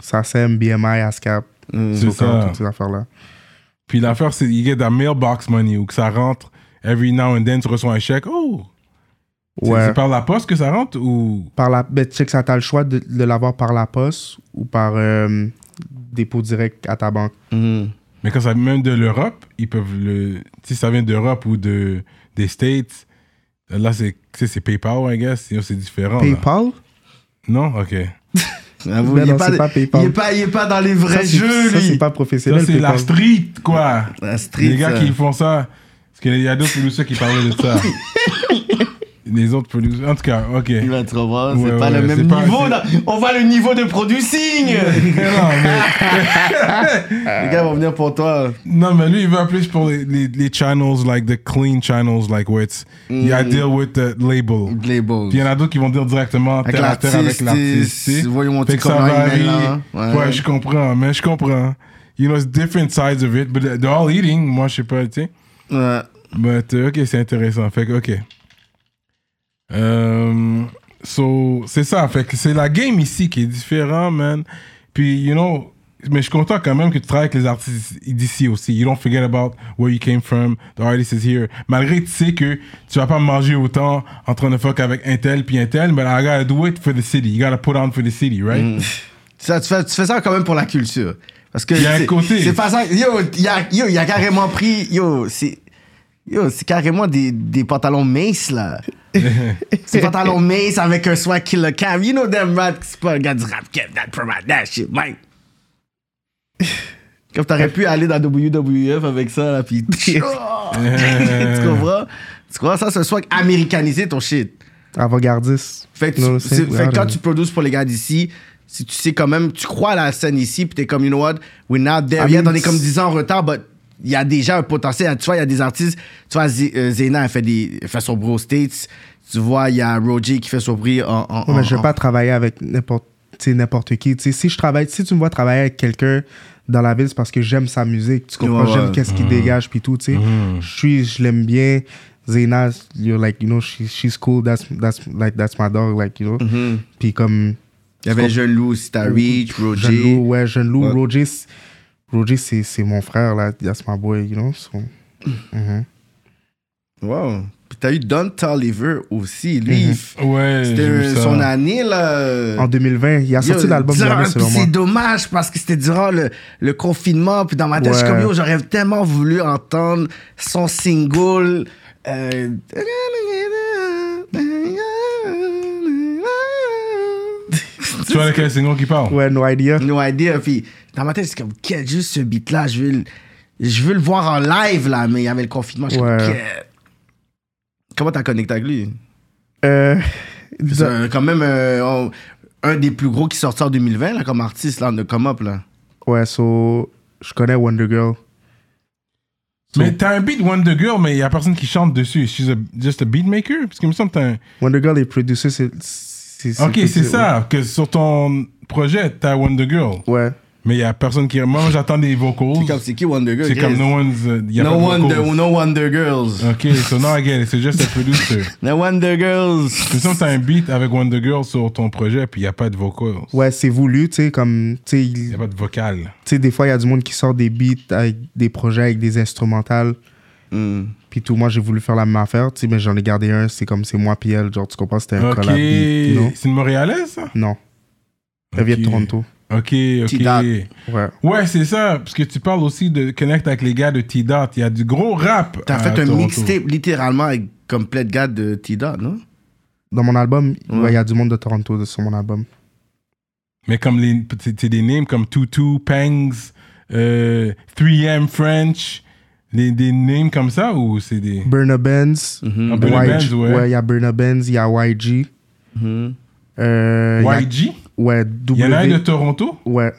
Speaker 2: Ça sème BMI, ASCAP,
Speaker 3: Euh,
Speaker 1: C'est
Speaker 2: Zocan,
Speaker 1: ça.
Speaker 2: toutes ces affaires-là.
Speaker 1: Puis l'affaire, c'est you get that mailbox money ou que ça rentre every now and then, tu reçois un chèque. Oh! C'est-
Speaker 2: Ouais.
Speaker 1: C'est par la poste que ça rentre ou.
Speaker 2: Par la, ben, tu sais que ça, t'as le choix de, de l'avoir par la poste ou par euh, dépôt direct à ta banque.
Speaker 3: Mhm.
Speaker 1: Mais quand ça vient même de l'Europe, ils peuvent le. Si ça vient d'Europe ou de, des States, là, c'est tu sais, c'est PayPal, I guess. Sinon, C'est différent. Oh, là.
Speaker 2: PayPal?
Speaker 1: Non? OK.
Speaker 3: Avoue,
Speaker 2: Ben
Speaker 3: il est
Speaker 2: non,
Speaker 3: pas-
Speaker 2: c'est pas PayPal.
Speaker 3: il est pas- il est pas dans les
Speaker 2: Ça,
Speaker 3: vrais
Speaker 2: c'est-
Speaker 3: jeux,
Speaker 2: ça, c'est
Speaker 3: lui.
Speaker 2: pas
Speaker 1: Ça,
Speaker 2: professionnel.
Speaker 1: c'est la
Speaker 2: PayPal. euh.
Speaker 1: street, quoi.
Speaker 3: La street, euh,
Speaker 1: Les gars
Speaker 3: ça.
Speaker 1: qui font ça. Parce qu'il y a d'autres musiciens qui parlaient de ça. les autres producteurs. En tout cas, ok.
Speaker 3: Là, tu comprends, c'est
Speaker 1: Ouais,
Speaker 3: pas
Speaker 1: ouais,
Speaker 3: le
Speaker 1: c'est
Speaker 3: même
Speaker 1: pas-
Speaker 3: niveau.
Speaker 1: c'est-
Speaker 3: là. On voit le niveau de producing.
Speaker 1: Non mais,
Speaker 3: Les gars vont venir pour toi.
Speaker 1: non, mais lui, il va plus pour les, les, les channels, like the clean channels, like where it's, yeah, I
Speaker 3: Mm.
Speaker 1: deal with the label.
Speaker 3: Labels.
Speaker 1: Puis il y en a d'autres qui vont dire directement
Speaker 3: Avec
Speaker 1: terre à terre avec
Speaker 3: l'artiste,
Speaker 1: l'artiste. tu sais.
Speaker 3: voyons,
Speaker 1: Fait
Speaker 3: tu
Speaker 1: que ça
Speaker 3: comment il
Speaker 1: varie.
Speaker 3: mélange,
Speaker 1: Ouais,
Speaker 3: hein. ouais.
Speaker 1: je comprends, mais je comprends. You know, it's different sides of it, but they're all eating. Moi, je sais pas, tu sais.
Speaker 3: Ouais.
Speaker 1: But, euh, ok, c'est intéressant. Fait que, ok. Euh, so, c'est ça. Fait que c'est la game ici qui est différent, man. Puis, you know, mais je suis content quand même que tu travailles avec les artistes d'ici aussi. You don't forget about where you came from, the artist is here. Malgré que tu sais que tu vas pas manger autant en train de fuck avec un tel puis un tel, but I gotta do it for the city. You gotta put on for the city, right?
Speaker 3: Ça, tu, fais, tu fais ça quand même pour la culture. Parce que.
Speaker 1: Il y a un
Speaker 3: c'est-
Speaker 1: côté.
Speaker 3: C'est pas ça. Yo, il y a, yo, il y a carrément pris. Yo, c'est. Yo, c'est carrément des, des pantalons mace, là. c'est pantalons mace avec un swag killer cam. You know them rap, c'est pas un gars du rap cap, that provide that shit, mate. Comme t'aurais pu aller dans WWF avec ça, là, pis. tu comprends? Tu comprends? Ça, c'est un swag américanisé, ton shit.
Speaker 2: Avant-gardiste.
Speaker 3: Fait que, tu-
Speaker 2: No,
Speaker 3: c'est-
Speaker 2: c'est-
Speaker 3: fait que quand
Speaker 2: ouais.
Speaker 3: tu produis pour les gars d'ici, si tu sais quand même, tu crois à la scène ici, puis t'es comme, you know what, we're not there
Speaker 2: I
Speaker 3: yet,
Speaker 2: mean,
Speaker 3: on est comme 10 ans en retard, but il y a déjà un potentiel. Tu vois, il y a des artistes, tu vois, Z- euh, Zena, elle fait, des, elle fait son bro aux States, tu vois, il y a Roger qui fait son prix en. en-
Speaker 2: Ouais,
Speaker 3: en-
Speaker 2: mais je vais
Speaker 3: en-
Speaker 2: pas travailler avec n'importe tu sais, n'importe qui. Tu sais, si je travaille, si tu me vois travailler avec quelqu'un dans la ville, c'est parce que j'aime sa musique. Tu comprends?
Speaker 3: Ouais, ouais.
Speaker 2: J'aime qu'est-ce qu'il dégage puis tout. Tu sais, je suis, je l'aime bien. Zena, you're like, you know, she- she's cool. That's that's like that's my dog, like you know.
Speaker 3: Mm-hmm.
Speaker 2: Puis comme
Speaker 3: Il y avait Jeune Loup aussi, t'as Rich, Roger.
Speaker 2: Jeune Lou, ouais, Jeune Lou,
Speaker 3: Ouais.
Speaker 2: Roger, c'est- Roger, c'est c'est mon frère là. That's my boy, you know. so.
Speaker 3: Wow. Puis t'as eu Don Tolliver aussi, lui.
Speaker 2: Mm-hmm.
Speaker 3: il f-
Speaker 1: Ouais, j'ai vu
Speaker 3: C'était
Speaker 1: ça.
Speaker 3: son année, là.
Speaker 2: En 2020, il a
Speaker 3: Yo,
Speaker 2: sorti l'album de
Speaker 3: durant-
Speaker 2: l'année,
Speaker 3: puis
Speaker 2: selon moi.
Speaker 3: C'est dommage parce que c'était durant le, le confinement. Puis dans ma tête, je suis
Speaker 2: Ouais.
Speaker 3: comme yo, j'aurais tellement voulu entendre son single. euh,
Speaker 1: Tu vois lequel single qui parle?
Speaker 2: Ouais, no idea.
Speaker 3: No idea. Puis dans ma tête, c'est comme, quel juste ce beat-là, je veux, le- je veux le voir en live là, mais il y avait le confinement. je suis comme,
Speaker 2: Ouais.
Speaker 3: Quel- Comment t'as connecté avec lui?
Speaker 2: Euh,
Speaker 3: C'est un- quand même euh, on- un des plus gros qui sortit en 2020 là, comme artiste là, de come-up là.
Speaker 2: ouais, so je connais Wonder Girl.
Speaker 1: Mais t'as un beat Wonder Girl, mais il y a personne qui chante dessus. She's a, just a beatmaker? Parce qu'il me semble que t'as un...
Speaker 2: Wonder Girl est producer, c'est. c'est-
Speaker 1: Ok, c'est
Speaker 2: ouais.
Speaker 1: ça. Que sur ton projet, t'as Wonder Girl.
Speaker 2: Ouais.
Speaker 1: Mais il n'y a personne qui. Moi, j'attends des vocals.
Speaker 3: C'est comme c'est qui Wonder Girl?
Speaker 1: C'est
Speaker 3: Chris?
Speaker 1: comme no one's. Il y a
Speaker 3: No
Speaker 1: pas de
Speaker 3: wonder,
Speaker 1: vocals.
Speaker 3: no wonder girls.
Speaker 1: Ok, so now I get it. C'est juste un producer.
Speaker 3: No wonder girls.
Speaker 1: C'est sûr que t'as un beat avec Wonder Girl sur ton projet, puis il n'y a pas de vocals.
Speaker 2: Ouais, c'est voulu, tu sais, comme. Tu sais,
Speaker 1: Il n'y a
Speaker 2: il-
Speaker 1: pas de vocal.
Speaker 2: tu sais, des fois, il y a du monde qui sort des beats avec des projets, avec des instrumentales.
Speaker 3: Hmm.
Speaker 2: Puis tout, moi, j'ai voulu faire la même affaire, tu sais, mais j'en ai gardé un, c'est comme c'est moi, puis elle, genre, tu comprends, c'était un
Speaker 1: Ok.
Speaker 2: collab beat, non?
Speaker 1: C'est une Montréalaise, ça?
Speaker 2: Non. Elle vient de
Speaker 1: Ok.
Speaker 2: Toronto.
Speaker 1: Ok,
Speaker 3: T-Dot.
Speaker 1: ok.
Speaker 2: Ouais.
Speaker 1: Ouais, c'est ça. Parce que tu parles aussi de connect avec les gars de T-Dot. Il y a du gros rap.
Speaker 3: T'as
Speaker 1: à
Speaker 3: fait un
Speaker 1: Toronto.
Speaker 3: mixtape littéralement avec comme plein de gars de Tida, non?
Speaker 2: Dans mon album, ouais, il
Speaker 3: Ouais.
Speaker 2: y a du monde de Toronto sur mon album.
Speaker 1: Mais comme les, c'est c'est des names comme Tutu, Pangs, euh, 3M French, les, des names comme ça ou c'est des.
Speaker 2: Burna Benz.
Speaker 1: Ah, Burna
Speaker 2: YG.
Speaker 1: Benz, ouais.
Speaker 2: il y a Burna Benz, il y a YG.
Speaker 1: Hmm.
Speaker 3: Mhm.
Speaker 2: Euh, il y a-
Speaker 1: YG
Speaker 2: ouais,
Speaker 1: Il
Speaker 2: W.
Speaker 1: y en a un de Toronto,
Speaker 2: Ouais.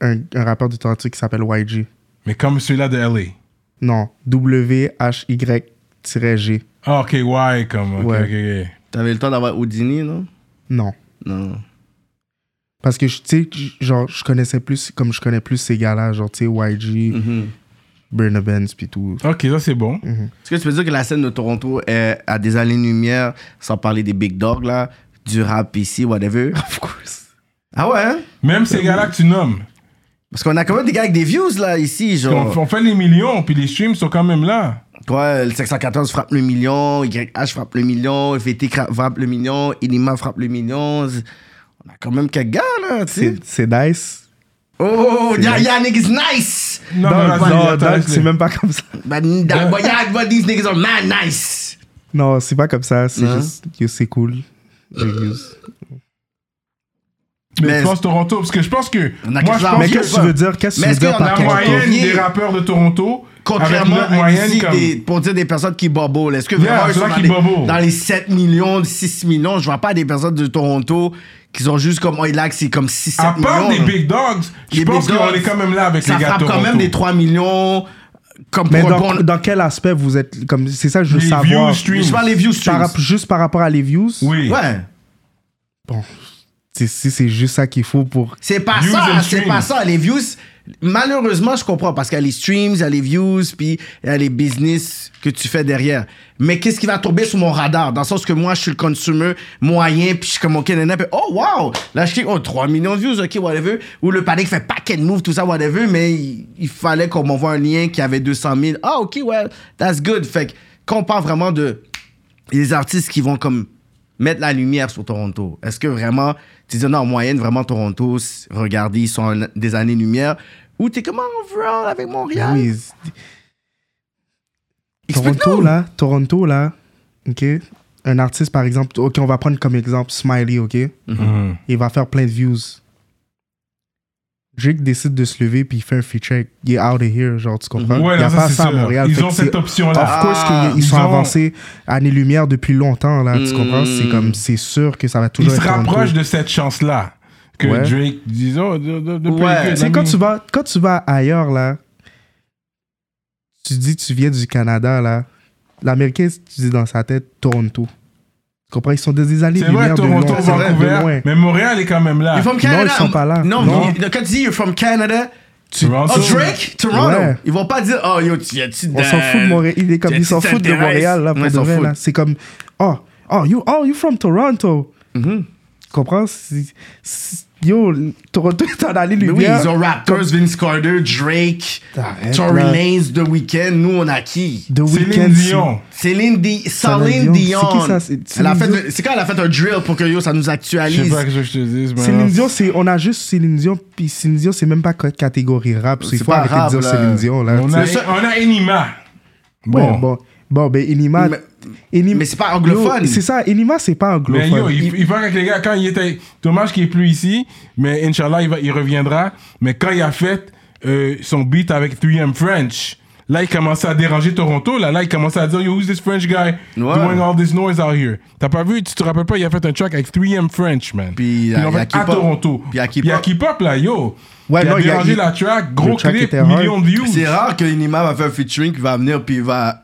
Speaker 2: Un, un rappeur de Toronto qui s'appelle YG.
Speaker 1: mais comme celui-là de LA.
Speaker 2: Non, W-H-Y-G.
Speaker 1: Ah, ok, Y comme. ok,
Speaker 2: Ouais.
Speaker 1: ok, ok.
Speaker 3: T'avais le temps d'avoir Houdini, non?
Speaker 2: Non.
Speaker 3: Non.
Speaker 2: Parce que, je- tu sais, j- genre, je connaissais plus, comme je connais plus ces gars-là, genre, tu sais, YG, Burna Benz, puis tout.
Speaker 1: Ok, ça c'est bon.
Speaker 2: Mhm.
Speaker 3: Est-ce que tu peux dire que la scène de Toronto est à des années-lumière, sans parler des big dogs là, du rap ici, whatever?
Speaker 2: Of course.
Speaker 3: Ah ouais, hein?
Speaker 1: Même ces gars-là que tu nommes.
Speaker 3: Parce qu'on a quand même des gars avec des views là, ici,
Speaker 2: Oh.
Speaker 1: On,
Speaker 3: genre.
Speaker 1: on fait les millions, puis les streams sont quand même là.
Speaker 3: Toi, le 514 frappe le million, YH frappe le million, FT cra- frappe le million, Inima frappe le million. On a quand même quelques gars là, tu sais.
Speaker 2: C'est c'est Dice.
Speaker 3: Oh, yeah, yeah, niggas nice.
Speaker 1: Non,
Speaker 2: Non,
Speaker 1: mais vas-y,
Speaker 2: non,
Speaker 1: attends,
Speaker 2: Dice,
Speaker 1: laisse-les.
Speaker 2: c'est même pas comme ça.
Speaker 3: But, that, but yeah, but these niggas are mad nice.
Speaker 2: Non, Euh, c'est pas comme ça, c'est
Speaker 3: Non.
Speaker 2: juste, yo, c'est cool. Like, yo, c'est-
Speaker 1: Mais
Speaker 3: Mais-
Speaker 1: je pense Toronto, parce que je pense que.
Speaker 3: On a
Speaker 1: Moi, je
Speaker 3: quasiment-
Speaker 1: pense
Speaker 2: Mais
Speaker 3: Ok,
Speaker 2: qu'est-ce que
Speaker 3: ouais.
Speaker 2: tu veux dire? Qu'est-ce que
Speaker 3: Mais
Speaker 2: tu veux
Speaker 3: est-ce
Speaker 2: dire
Speaker 3: qu'il y en
Speaker 2: par
Speaker 3: a
Speaker 1: la
Speaker 2: Toronto?
Speaker 3: moyen?
Speaker 1: moyenne
Speaker 3: Toronto.
Speaker 1: des rappeurs de Toronto.
Speaker 3: Contrairement
Speaker 1: avec leur
Speaker 3: à
Speaker 1: moyenne
Speaker 3: ici,
Speaker 1: comme.
Speaker 3: des- pour dire des personnes qui bobblent, est-ce que
Speaker 1: Yeah,
Speaker 3: vraiment
Speaker 1: c'est
Speaker 3: ils sont
Speaker 1: vrai
Speaker 3: dans
Speaker 1: qu'ils
Speaker 3: les,
Speaker 1: bobblent.
Speaker 3: dans les 7 millions, 6 millions? Je vois pas des personnes de Toronto qui sont juste comme, oh, là, c'est comme 6, 7
Speaker 1: À part
Speaker 3: millions.
Speaker 1: des
Speaker 3: là.
Speaker 1: big dogs, je
Speaker 3: Les
Speaker 1: pense
Speaker 3: Big
Speaker 1: qu'on
Speaker 3: Dogs,
Speaker 1: est quand même là avec
Speaker 3: ça
Speaker 1: les gars de
Speaker 3: frappe
Speaker 1: Toronto.
Speaker 3: quand même des 3 millions comme
Speaker 2: Mais
Speaker 3: pour
Speaker 2: dans,
Speaker 3: répondre-
Speaker 2: dans quel aspect vous êtes comme c'est ça que je veux
Speaker 1: Les
Speaker 2: savoir.
Speaker 1: views streams.
Speaker 3: Je parle des views streams.
Speaker 2: Par rap- juste par rapport à les views.
Speaker 1: Oui.
Speaker 3: Ouais.
Speaker 2: Bon, c'est- si c'est juste ça qu'il faut pour
Speaker 3: C'est pas
Speaker 1: Views and
Speaker 3: ça, c'est
Speaker 1: streams.
Speaker 3: pas ça. Les views, malheureusement, je comprends parce qu'il y a les streams, il y a les views, puis il y a les business que tu fais derrière. Mais qu'est-ce qui va tomber sur mon radar? Dans le sens que moi, je suis le consumer moyen, puis je suis comme, OK, nana, puis oh, wow! Là, je clique, oh, 3 millions de views, OK, whatever. Ou le panic fait paquet de moves, tout ça, whatever, mais il, il fallait qu'on m'envoie un lien qui avait 200 000. Ah, OK, well, that's good. Fait que, quand on parle vraiment de les artistes qui vont comme mettre la lumière sur Toronto. Est-ce que vraiment, tu dis non, en moyenne, vraiment Toronto, s- regardez, ils sont un- des années-lumière, ou t'es comment overall avec Montréal?
Speaker 2: Oui, c'est-
Speaker 3: Explique-nous.
Speaker 2: Toronto là, Toronto là, ok. Un artiste par exemple, ok, on va prendre comme exemple Smiley, ok.
Speaker 3: Mm.
Speaker 1: Mhm.
Speaker 2: Il va faire plein de views. Drake décide de se lever puis il fait un feature, avec il est out of here, genre tu comprends.
Speaker 1: Ouais,
Speaker 2: il y a
Speaker 1: non,
Speaker 2: pas
Speaker 1: ça, c'est
Speaker 2: ça à
Speaker 1: sûr.
Speaker 2: Montréal. fait
Speaker 1: Ils ont
Speaker 2: que
Speaker 1: cette
Speaker 2: c'est-
Speaker 1: option-là.
Speaker 2: Of course
Speaker 3: Ah,
Speaker 2: qu'ils ils sont
Speaker 1: ils ont-
Speaker 2: avancés année lumière depuis longtemps là, tu
Speaker 3: Mm.
Speaker 2: comprends. C'est comme c'est sûr que ça va
Speaker 1: Ils
Speaker 2: toujours
Speaker 1: se
Speaker 2: être Toronto.
Speaker 1: rapprochent de cette chance-là. Que
Speaker 2: Ouais.
Speaker 1: Drake dise, oh, de, de, de
Speaker 3: Ouais.
Speaker 1: plus que-
Speaker 2: Tu sais, quand tu vas, quand tu vas ailleurs, là, tu dis tu viens du Canada, là, l'Américain, tu dis dans sa tête Toronto. Tu comprends? Ils sont des- des allées
Speaker 1: C'est vrai,
Speaker 2: de
Speaker 1: Toronto,
Speaker 2: loin, c'est vrai, de
Speaker 1: Vancouver.
Speaker 2: loin.
Speaker 1: Mais Montréal est quand même là.
Speaker 3: You're from
Speaker 2: non,
Speaker 3: Canada?
Speaker 2: ils sont pas là.
Speaker 3: Non,
Speaker 2: Non.
Speaker 3: il- quand tu dis you're from Canada, tu-
Speaker 1: Toronto.
Speaker 3: oh, Drake, Toronto.
Speaker 2: Ouais.
Speaker 3: Ils vont pas dire, oh, yo, tu viens-tu
Speaker 2: On s'en fout de Montréal. Il est comme,
Speaker 3: Tu-
Speaker 2: ils s'en
Speaker 3: tu
Speaker 2: foutent de
Speaker 3: t'intéresses.
Speaker 2: Montréal, là, pour
Speaker 3: Ouais, ils
Speaker 2: de
Speaker 3: s'en
Speaker 2: vrai, là.
Speaker 3: foutent.
Speaker 2: C'est comme, oh, oh, you, oh, you from Toronto.
Speaker 3: Mhm.
Speaker 2: Tu comprends? C'est- c'est- Yo, Toronto est en allée
Speaker 3: Mais oui,
Speaker 2: lumière.
Speaker 3: ils ont Raptors, Vince Carter, Drake,
Speaker 2: T'arrêtes,
Speaker 3: Tory
Speaker 2: là.
Speaker 3: Lanez, The Weeknd. Nous, on a qui?
Speaker 2: The
Speaker 1: Céline
Speaker 2: Weeknd.
Speaker 1: Dion.
Speaker 3: Céline, Di- Céline Dion.
Speaker 2: Céline Dion. C'est qui ça? C'est-
Speaker 3: Elle a
Speaker 2: Céline
Speaker 3: fait- C'est quand elle a fait un drill pour que yo, ça nous
Speaker 1: Je sais
Speaker 3: actualise.
Speaker 1: pas ce que je te dis. mais
Speaker 2: Céline
Speaker 1: alors,
Speaker 2: Dion, c'est, on a juste Céline Dion, puis Céline Dion, c'est même pas ca- catégorie rap.
Speaker 3: C'est
Speaker 2: C'est, faut
Speaker 3: pas
Speaker 2: arrêter
Speaker 3: rap,
Speaker 2: de
Speaker 3: là.
Speaker 2: dire Céline Dion, là.
Speaker 1: On
Speaker 2: tu
Speaker 1: a,
Speaker 3: Le seul-
Speaker 1: on a Enima.
Speaker 2: Bon,
Speaker 1: Bon.
Speaker 2: bon. Bon, ben, Enima.
Speaker 3: Mais-
Speaker 2: Enima-
Speaker 3: mais c'est pas anglophone.
Speaker 2: Yo, c'est ça, Enima, c'est pas
Speaker 1: Mais
Speaker 2: anglophone.
Speaker 1: yo, il, il paraît que les gars, quand il était. Dommage qu'il est plus ici, mais Inch'Allah, il, va- il reviendra. Mais quand il a fait euh, son beat avec 3M French, là, il commençait à déranger Toronto. Là, là il commençait à dire Yo, who's this French guy doing all this noise out here? T'as pas vu, tu te rappelles pas, il a fait un track avec 3M French, man.
Speaker 3: Puis,
Speaker 1: ils
Speaker 3: euh,
Speaker 1: l'ont
Speaker 3: il y a
Speaker 1: fait à
Speaker 3: K-pop.
Speaker 1: Toronto.
Speaker 3: Puis il y a
Speaker 1: Il y a
Speaker 3: K-pop.
Speaker 1: K-pop, là, yo.
Speaker 2: Ouais,
Speaker 1: il
Speaker 2: non,
Speaker 1: a
Speaker 2: il y a-
Speaker 1: dérangé
Speaker 2: il-
Speaker 1: la track, gros
Speaker 2: le track
Speaker 1: clip,
Speaker 2: était hard.
Speaker 1: millions de views.
Speaker 3: C'est rare que Inima va faire un featuring qui va venir puis il va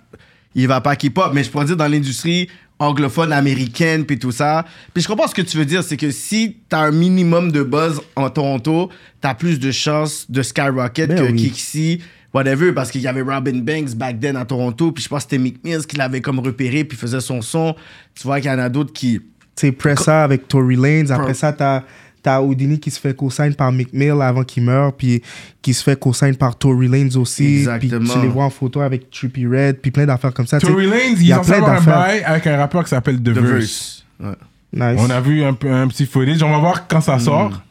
Speaker 3: il va pas K-pop, mais je pourrais dire dans l'industrie anglophone américaine puis tout ça. Puis je comprends ce que tu veux dire, c'est que si t'as un minimum de buzz en Toronto, t'as plus de chances de skyrocket
Speaker 2: Ben
Speaker 3: que
Speaker 2: oui.
Speaker 3: Kixi, whatever, parce qu'il y avait Robin Banks back then à Toronto, puis je pense que c'était Mick Mills qui l'avait comme repéré puis faisait son son. Tu vois qu'il y en a d'autres qui
Speaker 2: C'est Pressa avec Tory Lanez. Après
Speaker 3: Pro-
Speaker 2: ça, t'as, t'as Houdini qui se fait co-sign par Mick Mill avant qu'il meure, puis qui se fait co-sign par Tory Lanez aussi.
Speaker 3: Exactement.
Speaker 2: Puis tu les vois en photo avec Trippie Red, puis plein d'affaires comme ça. tu sais.
Speaker 1: Tory Lanez,
Speaker 2: Il y
Speaker 1: ils
Speaker 2: a
Speaker 1: ont
Speaker 2: plein
Speaker 1: fait un
Speaker 2: d'affaires.
Speaker 1: bail avec un rappeur qui s'appelle The,
Speaker 3: The
Speaker 1: Verse.
Speaker 3: Verse. Ouais.
Speaker 2: Nice.
Speaker 1: On a vu un, peu- un petit footage. On va voir quand
Speaker 3: Hmm.
Speaker 1: ça sort.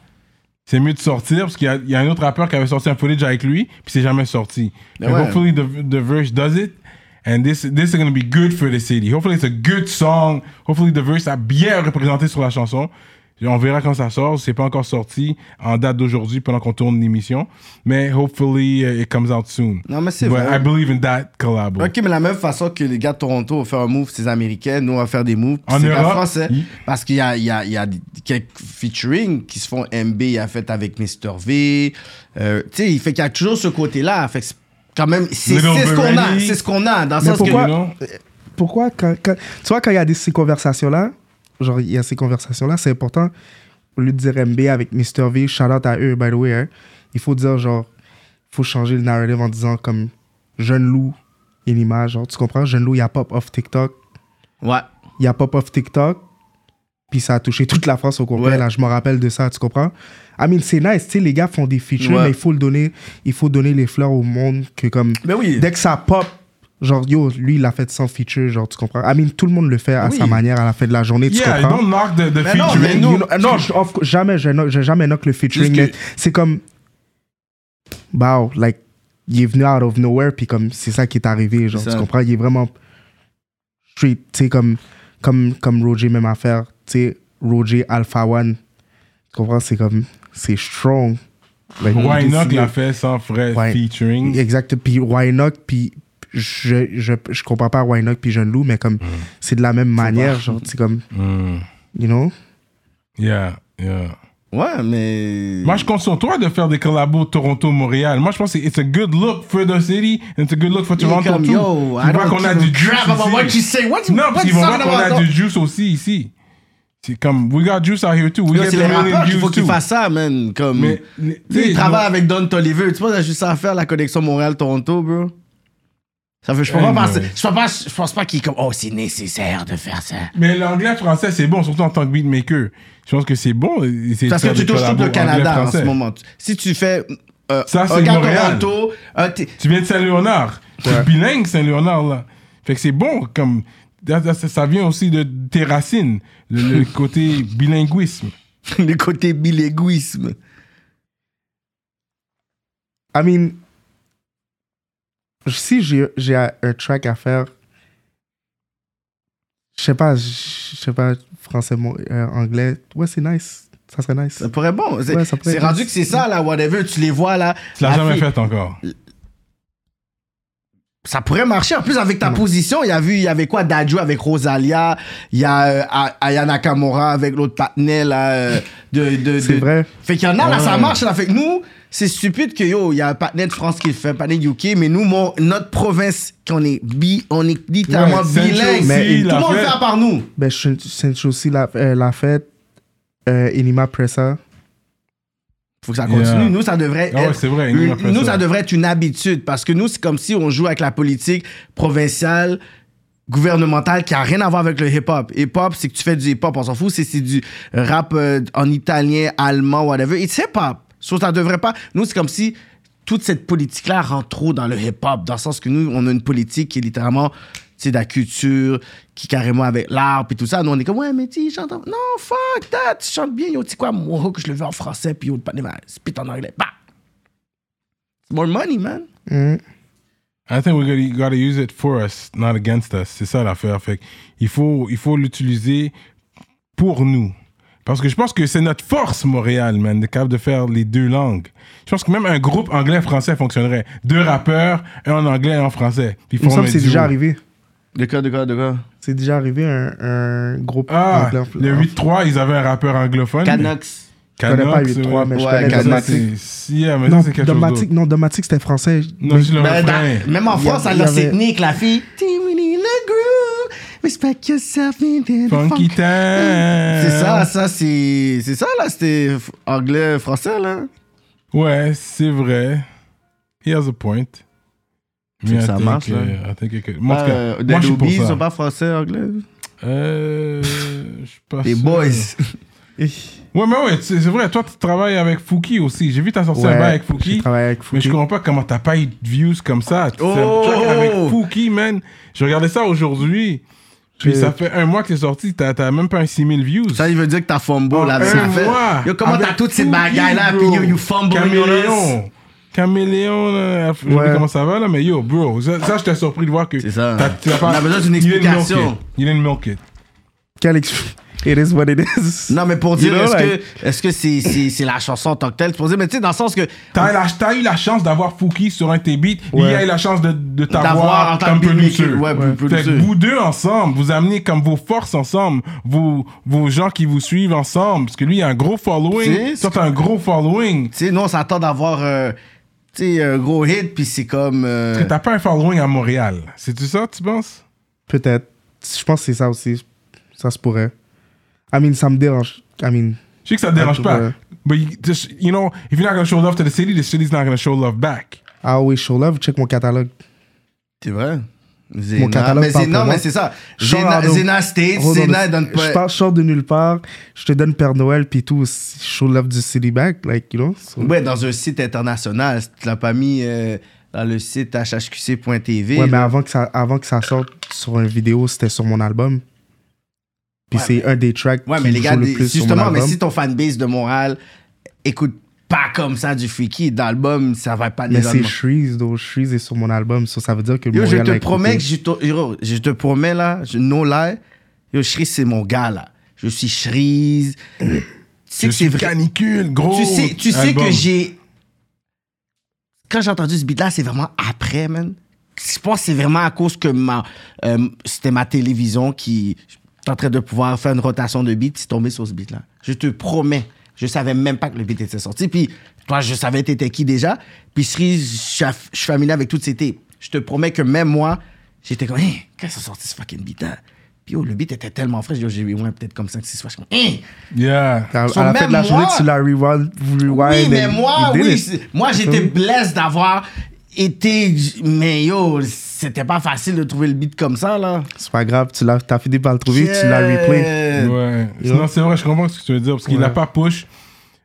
Speaker 1: C'est mieux de sortir parce qu'il y a- il y, a un autre rappeur qui avait sorti un footage avec lui, puis c'est jamais sorti.
Speaker 3: Mais
Speaker 1: Mais
Speaker 3: Ah ouais.
Speaker 1: hopefully the, the verse does it. And this, this is going to be good for the city. Hopefully it's a good song. Hopefully the verse a bien représenté sur la chanson. Et On verra quand ça sort. C'est pas encore sorti en date d'aujourd'hui pendant qu'on tourne l'émission. Mais hopefully uh, it comes out soon.
Speaker 3: Non, mais c'est
Speaker 1: But
Speaker 3: vrai.
Speaker 1: I believe in that collab.
Speaker 3: Ok, mais la même façon que les gars de Toronto ont fait un move, c'est les Américains, nous on va faire des moves. puis
Speaker 1: En
Speaker 3: c'est les
Speaker 1: Europe,
Speaker 3: Français.
Speaker 1: il-
Speaker 3: Parce qu'il y a, il y a- il y a des- quelques featuring qui se font. MB, il a fait avec Mr. V. Euh, tu sais, il fait qu'il y a toujours ce côté-là. Fait que c'est quand même, c'est
Speaker 1: Little
Speaker 3: c'est ce qu'on a.
Speaker 1: Bernie.
Speaker 3: C'est ce qu'on a. Dans le
Speaker 2: Mais
Speaker 3: sens que-
Speaker 2: pourquoi-
Speaker 1: You know?
Speaker 2: pourquoi quand, quand- tu vois quand il y a des, ces conversations là genre il y a ces conversations là c'est important au lieu de dire MB avec Mr V shout out à eux by the way hein, il faut dire genre faut changer le narrative en disant comme jeune loup une image genre tu comprends jeune loup il a pop off TikTok
Speaker 3: Ouais.
Speaker 2: il a pop off TikTok puis ça a touché toute la France au complet
Speaker 3: Ouais.
Speaker 2: là je me rappelle de ça tu comprends I mean c'est nice tu sais les gars font des features
Speaker 3: Ouais.
Speaker 2: mais il faut le donner il faut donner les fleurs au monde que comme
Speaker 3: Mais Ben oui.
Speaker 2: dès que ça pop, genre, yo, lui, il a fait sans feature, genre, tu comprends? I mean, tout le monde le fait à
Speaker 3: Oui.
Speaker 2: sa manière à la fin de la journée, tu
Speaker 1: Yeah,
Speaker 2: comprends?
Speaker 1: don't knock the, the
Speaker 3: Mais non,
Speaker 1: featuring.
Speaker 3: mais nous-
Speaker 2: You know- non, je- of course, jamais, je no- je jamais knock le featuring,
Speaker 3: Juste
Speaker 2: mais
Speaker 3: que-
Speaker 2: c'est comme, wow, like, il est venu out of nowhere, puis comme, c'est ça qui est arrivé, genre,
Speaker 3: C'est
Speaker 2: tu
Speaker 3: ça.
Speaker 2: comprends? Il est vraiment straight, tu sais, comme, comme, comme Roger même affaire, tu sais, Roger Alpha One. Tu comprends? C'est comme. C'est strong. Like,
Speaker 1: Why
Speaker 2: il
Speaker 1: Not
Speaker 2: décide-
Speaker 1: l'a fait sans frais
Speaker 2: Ouais.
Speaker 1: featuring.
Speaker 2: Exact. Puis Wynock, puis je, je, je comprends pas Wynock puis Jeune Loup, mais
Speaker 3: Mm.
Speaker 2: comme c'est de la même manière, genre, c'est comme,
Speaker 1: Mm.
Speaker 2: you know?
Speaker 1: Yeah, yeah.
Speaker 3: Ouais, mais.
Speaker 1: Moi, je compte sur toi de faire des collabos Toronto-Montréal. Moi, je pense que it's a good look for the city and it's a good look for
Speaker 3: Il est
Speaker 1: Toronto
Speaker 3: comme,
Speaker 1: too.
Speaker 3: yo,
Speaker 1: Tu vois
Speaker 3: I don't
Speaker 1: qu'on a
Speaker 3: give
Speaker 1: du
Speaker 3: a crap
Speaker 1: juice
Speaker 3: about what
Speaker 1: ici.
Speaker 3: you say. What you-
Speaker 1: non,
Speaker 3: what
Speaker 1: parce qu'ils
Speaker 3: you
Speaker 1: vont voir
Speaker 3: talking
Speaker 1: qu'on a
Speaker 3: about?
Speaker 1: du juice aussi ici. C'est comme, we got juice out here too. We
Speaker 3: Yo,
Speaker 1: get
Speaker 3: C'est
Speaker 1: the
Speaker 3: les
Speaker 1: million
Speaker 3: rappeurs qu'il faut
Speaker 1: views
Speaker 3: qu'ils
Speaker 1: too.
Speaker 3: fassent ça, man. Comme.
Speaker 1: Mais,
Speaker 3: Tu sais,
Speaker 1: tu sais,
Speaker 3: il travaille
Speaker 1: non.
Speaker 3: avec Don Toliver. Tu sais pas, t'as juste à faire la connexion Montréal-Toronto, bro. Ça fait, je peux pas
Speaker 1: Anyway.
Speaker 3: penser. Je peux pas, je pense pas qu'il est comme, oh, c'est nécessaire de faire ça.
Speaker 1: Mais l'anglais français, c'est bon, surtout en tant que beatmaker. Je pense que c'est bon. c'est de
Speaker 3: Parce que
Speaker 1: faire
Speaker 3: tu
Speaker 1: des
Speaker 3: touches tout
Speaker 1: collabos
Speaker 3: le Canada en
Speaker 1: anglais-français.
Speaker 3: ce moment. Si tu fais. euh,
Speaker 1: Ça, c'est
Speaker 3: un gars
Speaker 1: Montréal.
Speaker 3: Toronto, euh, un t-
Speaker 1: Tu viens de Saint-Léonard. Tu es bilingue, Saint-Léonard, là. Fait que c'est bon, comme. Ça, ça- ça vient aussi de tes racines, le, le côté bilinguisme.
Speaker 3: le côté bilinguisme.
Speaker 2: I mean, si j'ai j'ai un track à faire, je sais pas, je sais pas, français, mon- euh, anglais, ouais, c'est nice. Ça serait nice.
Speaker 3: Ça pourrait être bon. C'est
Speaker 2: Ouais, ça pourrait
Speaker 3: c'est
Speaker 2: être-
Speaker 3: rendu que c'est ça, là, whatever. Tu les vois, là.
Speaker 1: Tu l'as
Speaker 3: la
Speaker 1: jamais
Speaker 3: fille-
Speaker 1: fait encore.
Speaker 3: Ça pourrait marcher. En plus, avec ta position, il y a vu, il y avait quoi Dadju avec Rosalia. Il y a euh, A- Aya Nakamura avec l'autre patinet, là. euh, de, de,
Speaker 2: C'est
Speaker 3: de-
Speaker 2: vrai.
Speaker 3: Fait qu'il y en a, là, ça
Speaker 1: Ouais.
Speaker 3: marche, là. Fait que nous, c'est stupide que, yo, il y a un patinet de France qui le fait, un patinet UK, mais nous, mon- notre province, qu'on est bi, on est littéralement
Speaker 1: Ouais, Sancho
Speaker 3: bilingue.
Speaker 1: aussi,
Speaker 3: Mais tout
Speaker 1: l'a
Speaker 3: le monde
Speaker 1: fait.
Speaker 3: fait à part nous.
Speaker 2: Ben, Sencho aussi la, euh, la fête, euh, Enima Pressa.
Speaker 3: faut que ça continue.
Speaker 1: Yeah.
Speaker 3: Nous, ça devrait
Speaker 1: Ah ouais,
Speaker 3: être.
Speaker 1: c'est vrai,
Speaker 3: une-
Speaker 1: nous, on fait
Speaker 3: nous,
Speaker 1: ça.
Speaker 3: ça devrait être une habitude parce que nous, c'est comme si on joue avec la politique provinciale, gouvernementale qui a rien à voir avec le hip-hop. Hip-hop, c'est que tu fais du hip-hop, on s'en fout. C'est c'est du rap euh, en italien, allemand, whatever. It's hip-hop. So, ça devrait pas. Nous, c'est comme si toute cette politique-là rentre trop dans le hip-hop, dans le sens que nous, on a une politique qui est littéralement tu sais, de la culture, qui carrément avec l'art, puis tout ça. Nous, on est comme, ouais, mais tu sais, il chante en- Non, fuck that, tu chantes bien, yo, tu sais quoi, mon hook, je le veux en français, puis yo, le panier, spit en anglais. Bah! It's more money, man.
Speaker 2: Hmm.
Speaker 1: I think we gotta, gotta use it for us, not against us. C'est ça l'affaire. Fait que il faut, il faut l'utiliser pour nous. Parce que je pense que c'est notre force, Montréal, man, de capable de faire les deux langues. Je pense que même un groupe anglais-français fonctionnerait. Deux rappeurs, un en anglais et un en français. Puis
Speaker 2: Il me semble
Speaker 1: forment
Speaker 2: que
Speaker 1: un
Speaker 2: c'est
Speaker 1: duo.
Speaker 2: déjà arrivé.
Speaker 3: De quoi, de quoi, de quoi?
Speaker 2: C'est déjà arrivé un, un groupe
Speaker 1: Ah,
Speaker 2: anglais.
Speaker 1: le 8-3, ils avaient un rappeur anglophone.
Speaker 3: Canox.
Speaker 1: Canucks,
Speaker 2: connais pas 8-3,
Speaker 1: ouais.
Speaker 2: mais je
Speaker 3: Ouais,
Speaker 2: connais
Speaker 3: Canox.
Speaker 1: C'est-
Speaker 2: Domatic.
Speaker 1: Si, ah, mais
Speaker 2: Non,
Speaker 1: ça, c'est quelque chose
Speaker 2: Domatic,
Speaker 1: d'autre.
Speaker 2: non, Domatic, c'était français.
Speaker 1: Non,
Speaker 2: Mais-
Speaker 1: c'est le
Speaker 3: Ben,
Speaker 1: refrain.
Speaker 3: dans- même en
Speaker 2: Il y a-
Speaker 3: France,
Speaker 2: il y
Speaker 3: alors c'est
Speaker 2: avait-
Speaker 3: Nick, la fille. Timmy, le groove. Respect yourself, need the
Speaker 1: Funky
Speaker 3: funk.
Speaker 1: time. C'est
Speaker 3: C'est ça, ça, c'est. C'est ça, là, c'était f- anglais-français, là.
Speaker 1: Ouais, c'est vrai. He has a point.
Speaker 3: C'est que ça marche, là.
Speaker 1: là. Moi, en tout cas,
Speaker 3: Euh,
Speaker 1: moi, je suis
Speaker 3: Dead
Speaker 1: pour
Speaker 3: Obies, ils
Speaker 1: ça.
Speaker 3: sont pas français, anglais.
Speaker 1: Euh, je suis pas
Speaker 3: Les
Speaker 1: sûr.
Speaker 3: boys.
Speaker 1: Ouais, mais ouais, c'est c'est vrai. Toi, tu travailles avec Fouki aussi. J'ai vu t'as sorti un
Speaker 2: Ouais,
Speaker 1: bail avec
Speaker 2: j'ai
Speaker 1: Fouki.
Speaker 2: travaillé avec
Speaker 1: Mais je
Speaker 2: Fouki.
Speaker 1: comprends pas comment t'as pas eu de views comme ça. C'est
Speaker 3: Oh!
Speaker 1: un track avec Fouki, man. Je regardais ça aujourd'hui. Puis
Speaker 2: Je-
Speaker 1: ça fait un mois que c'est sorti. T'as t'as même pas un 6000 views.
Speaker 3: Ça, il veut dire que t'as fumble,
Speaker 1: En
Speaker 3: là.
Speaker 1: un
Speaker 3: parce que fait-
Speaker 1: mois,
Speaker 3: Yo, comment
Speaker 1: avec
Speaker 3: t'as toutes ces
Speaker 1: Fouki,
Speaker 3: bagailles-là, puis
Speaker 1: bro.
Speaker 3: yo, you fumble, yo, laisse.
Speaker 1: Caméléon. Caméléon, là, je sais
Speaker 2: Ouais.
Speaker 1: pas comment ça va là, mais yo, bro, ça, ça, j'étais surpris de voir que.
Speaker 3: C'est ça.
Speaker 1: t'as- t'as
Speaker 3: On a besoin d'une
Speaker 1: You didn't milk
Speaker 3: explication.
Speaker 1: it. You didn't milk it.
Speaker 2: Quel ex- It is what it is.
Speaker 3: Non, mais pour dire,
Speaker 2: You know,
Speaker 3: est-ce
Speaker 2: like-
Speaker 3: que est-ce que c'est c'est- c'est la chanson en tant que telle? C'est pour dire, mais tu sais, dans le sens que
Speaker 1: T'as la- t'as eu la chance d'avoir Fouki sur un de tes beats. Lui,
Speaker 2: Ouais.
Speaker 1: Il a eu la chance de, de
Speaker 3: d'avoir
Speaker 1: t'avoir
Speaker 3: en tant
Speaker 1: comme
Speaker 3: que
Speaker 1: producer.
Speaker 3: beatmaker, ouais,
Speaker 1: Fait que
Speaker 3: producer.
Speaker 1: vous deux ensemble, vous amenez comme vos forces ensemble, vos, vos gens qui vous suivent ensemble. Parce que lui, il a un gros following.
Speaker 3: C'est-
Speaker 1: Toi, t'as un gros following.
Speaker 3: Tu sais, nous, on s'attend d'avoir euh, tu sais, un gros hit, puis c'est comme. euh,
Speaker 1: T'as pas un following à Montréal. C'est-tu ça, tu penses?
Speaker 2: Peut-être. Je pense que c'est ça aussi. Ça se pourrait. I mean, ça me dérange. I mean,
Speaker 1: Je sais que ça te dérange
Speaker 3: Ah,
Speaker 2: Ouais.
Speaker 1: pas. But you, just, you know, if you're not gonna show love to the city, the city's not gonna show love back.
Speaker 2: I always show love. Check mon catalogue.
Speaker 3: C'est vrai. Zena.
Speaker 2: catalogue
Speaker 3: mais
Speaker 2: parle
Speaker 3: Zena,
Speaker 2: pour moi.
Speaker 3: mais c'est ça.
Speaker 2: Shout
Speaker 3: Zena,
Speaker 2: out au-
Speaker 3: Zena State,
Speaker 2: Hold on
Speaker 3: Zena,
Speaker 2: a-
Speaker 3: elle donne
Speaker 2: Je
Speaker 3: pas.
Speaker 2: pars, je sors de nulle part. Je te donne Père Noël, puis tout. Show love du city back. Like, you know. so-
Speaker 3: Ouais, dans un site international. Tu l'as pas mis euh, dans le site hhqc.tv.
Speaker 2: Ouais, mais
Speaker 3: là.
Speaker 2: avant que, ça, avant que ça sorte sur une vidéo, c'était sur mon album. Puis c'est un des tracks
Speaker 3: Ouais,
Speaker 2: qui
Speaker 3: mais les
Speaker 2: joue
Speaker 3: gars,
Speaker 2: le
Speaker 3: des-
Speaker 2: plus sur mon
Speaker 3: justement, mais
Speaker 2: album.
Speaker 3: si ton fanbase de Montréal écoute pas comme ça du freaky d'album, ça va pas
Speaker 2: Mais
Speaker 3: les
Speaker 2: c'est Shreeze, donc Shreeze est sur mon album, so ça veut dire que
Speaker 3: Yo, je
Speaker 2: Montréal
Speaker 3: te
Speaker 2: l'a
Speaker 3: promets que
Speaker 2: écouté.
Speaker 3: je te, yo, je te promets là, je, no lie, yo, Shreeze, c'est mon gars là. Je suis Shreeze. sais
Speaker 1: Je
Speaker 3: que c'est
Speaker 1: suis
Speaker 3: vrai.
Speaker 1: canicule, gros.
Speaker 3: Tu sais, tu sais
Speaker 1: album.
Speaker 3: que j'ai. Quand j'ai entendu ce beat-là, c'est vraiment après, man. Je pense que c'est vraiment à cause que ma, euh, c'était ma télévision qui en train de pouvoir faire une rotation de beat, c'est tombé sur ce beat-là. Je te promets, je savais même pas que le beat était sorti. Puis toi, je savais t'étais qui déjà. Puis Cerise, je suis aff- je suis familier avec toutes ces tapes. Je te promets que même moi, j'étais comme, hein, quand ils ont sorti ce fucking beat-là? Puis oh, le beat était tellement frais, j'ai dit, j'ai eu moins peut-être comme 5-6 fois. Je suis comme, hein,
Speaker 1: Yeah.
Speaker 2: À,
Speaker 3: So,
Speaker 2: à la fin de la
Speaker 3: même
Speaker 2: journée,
Speaker 3: moi-
Speaker 2: tu la rewind.
Speaker 3: oui,
Speaker 2: rewind
Speaker 3: mais
Speaker 2: and
Speaker 3: moi,
Speaker 2: you did
Speaker 3: oui,
Speaker 2: it. Mm-hmm.
Speaker 3: c'est- moi j'étais blessé d'avoir été. Mais yo, c'était pas facile de trouver le beat comme ça, là.
Speaker 2: C'est pas grave, tu l'as, t'as fini par le trouver, tu l'as replay.
Speaker 3: Yeah.
Speaker 1: Ouais. Non, c'est vrai, je comprends ce que tu veux dire. Parce qu'il n'a pas push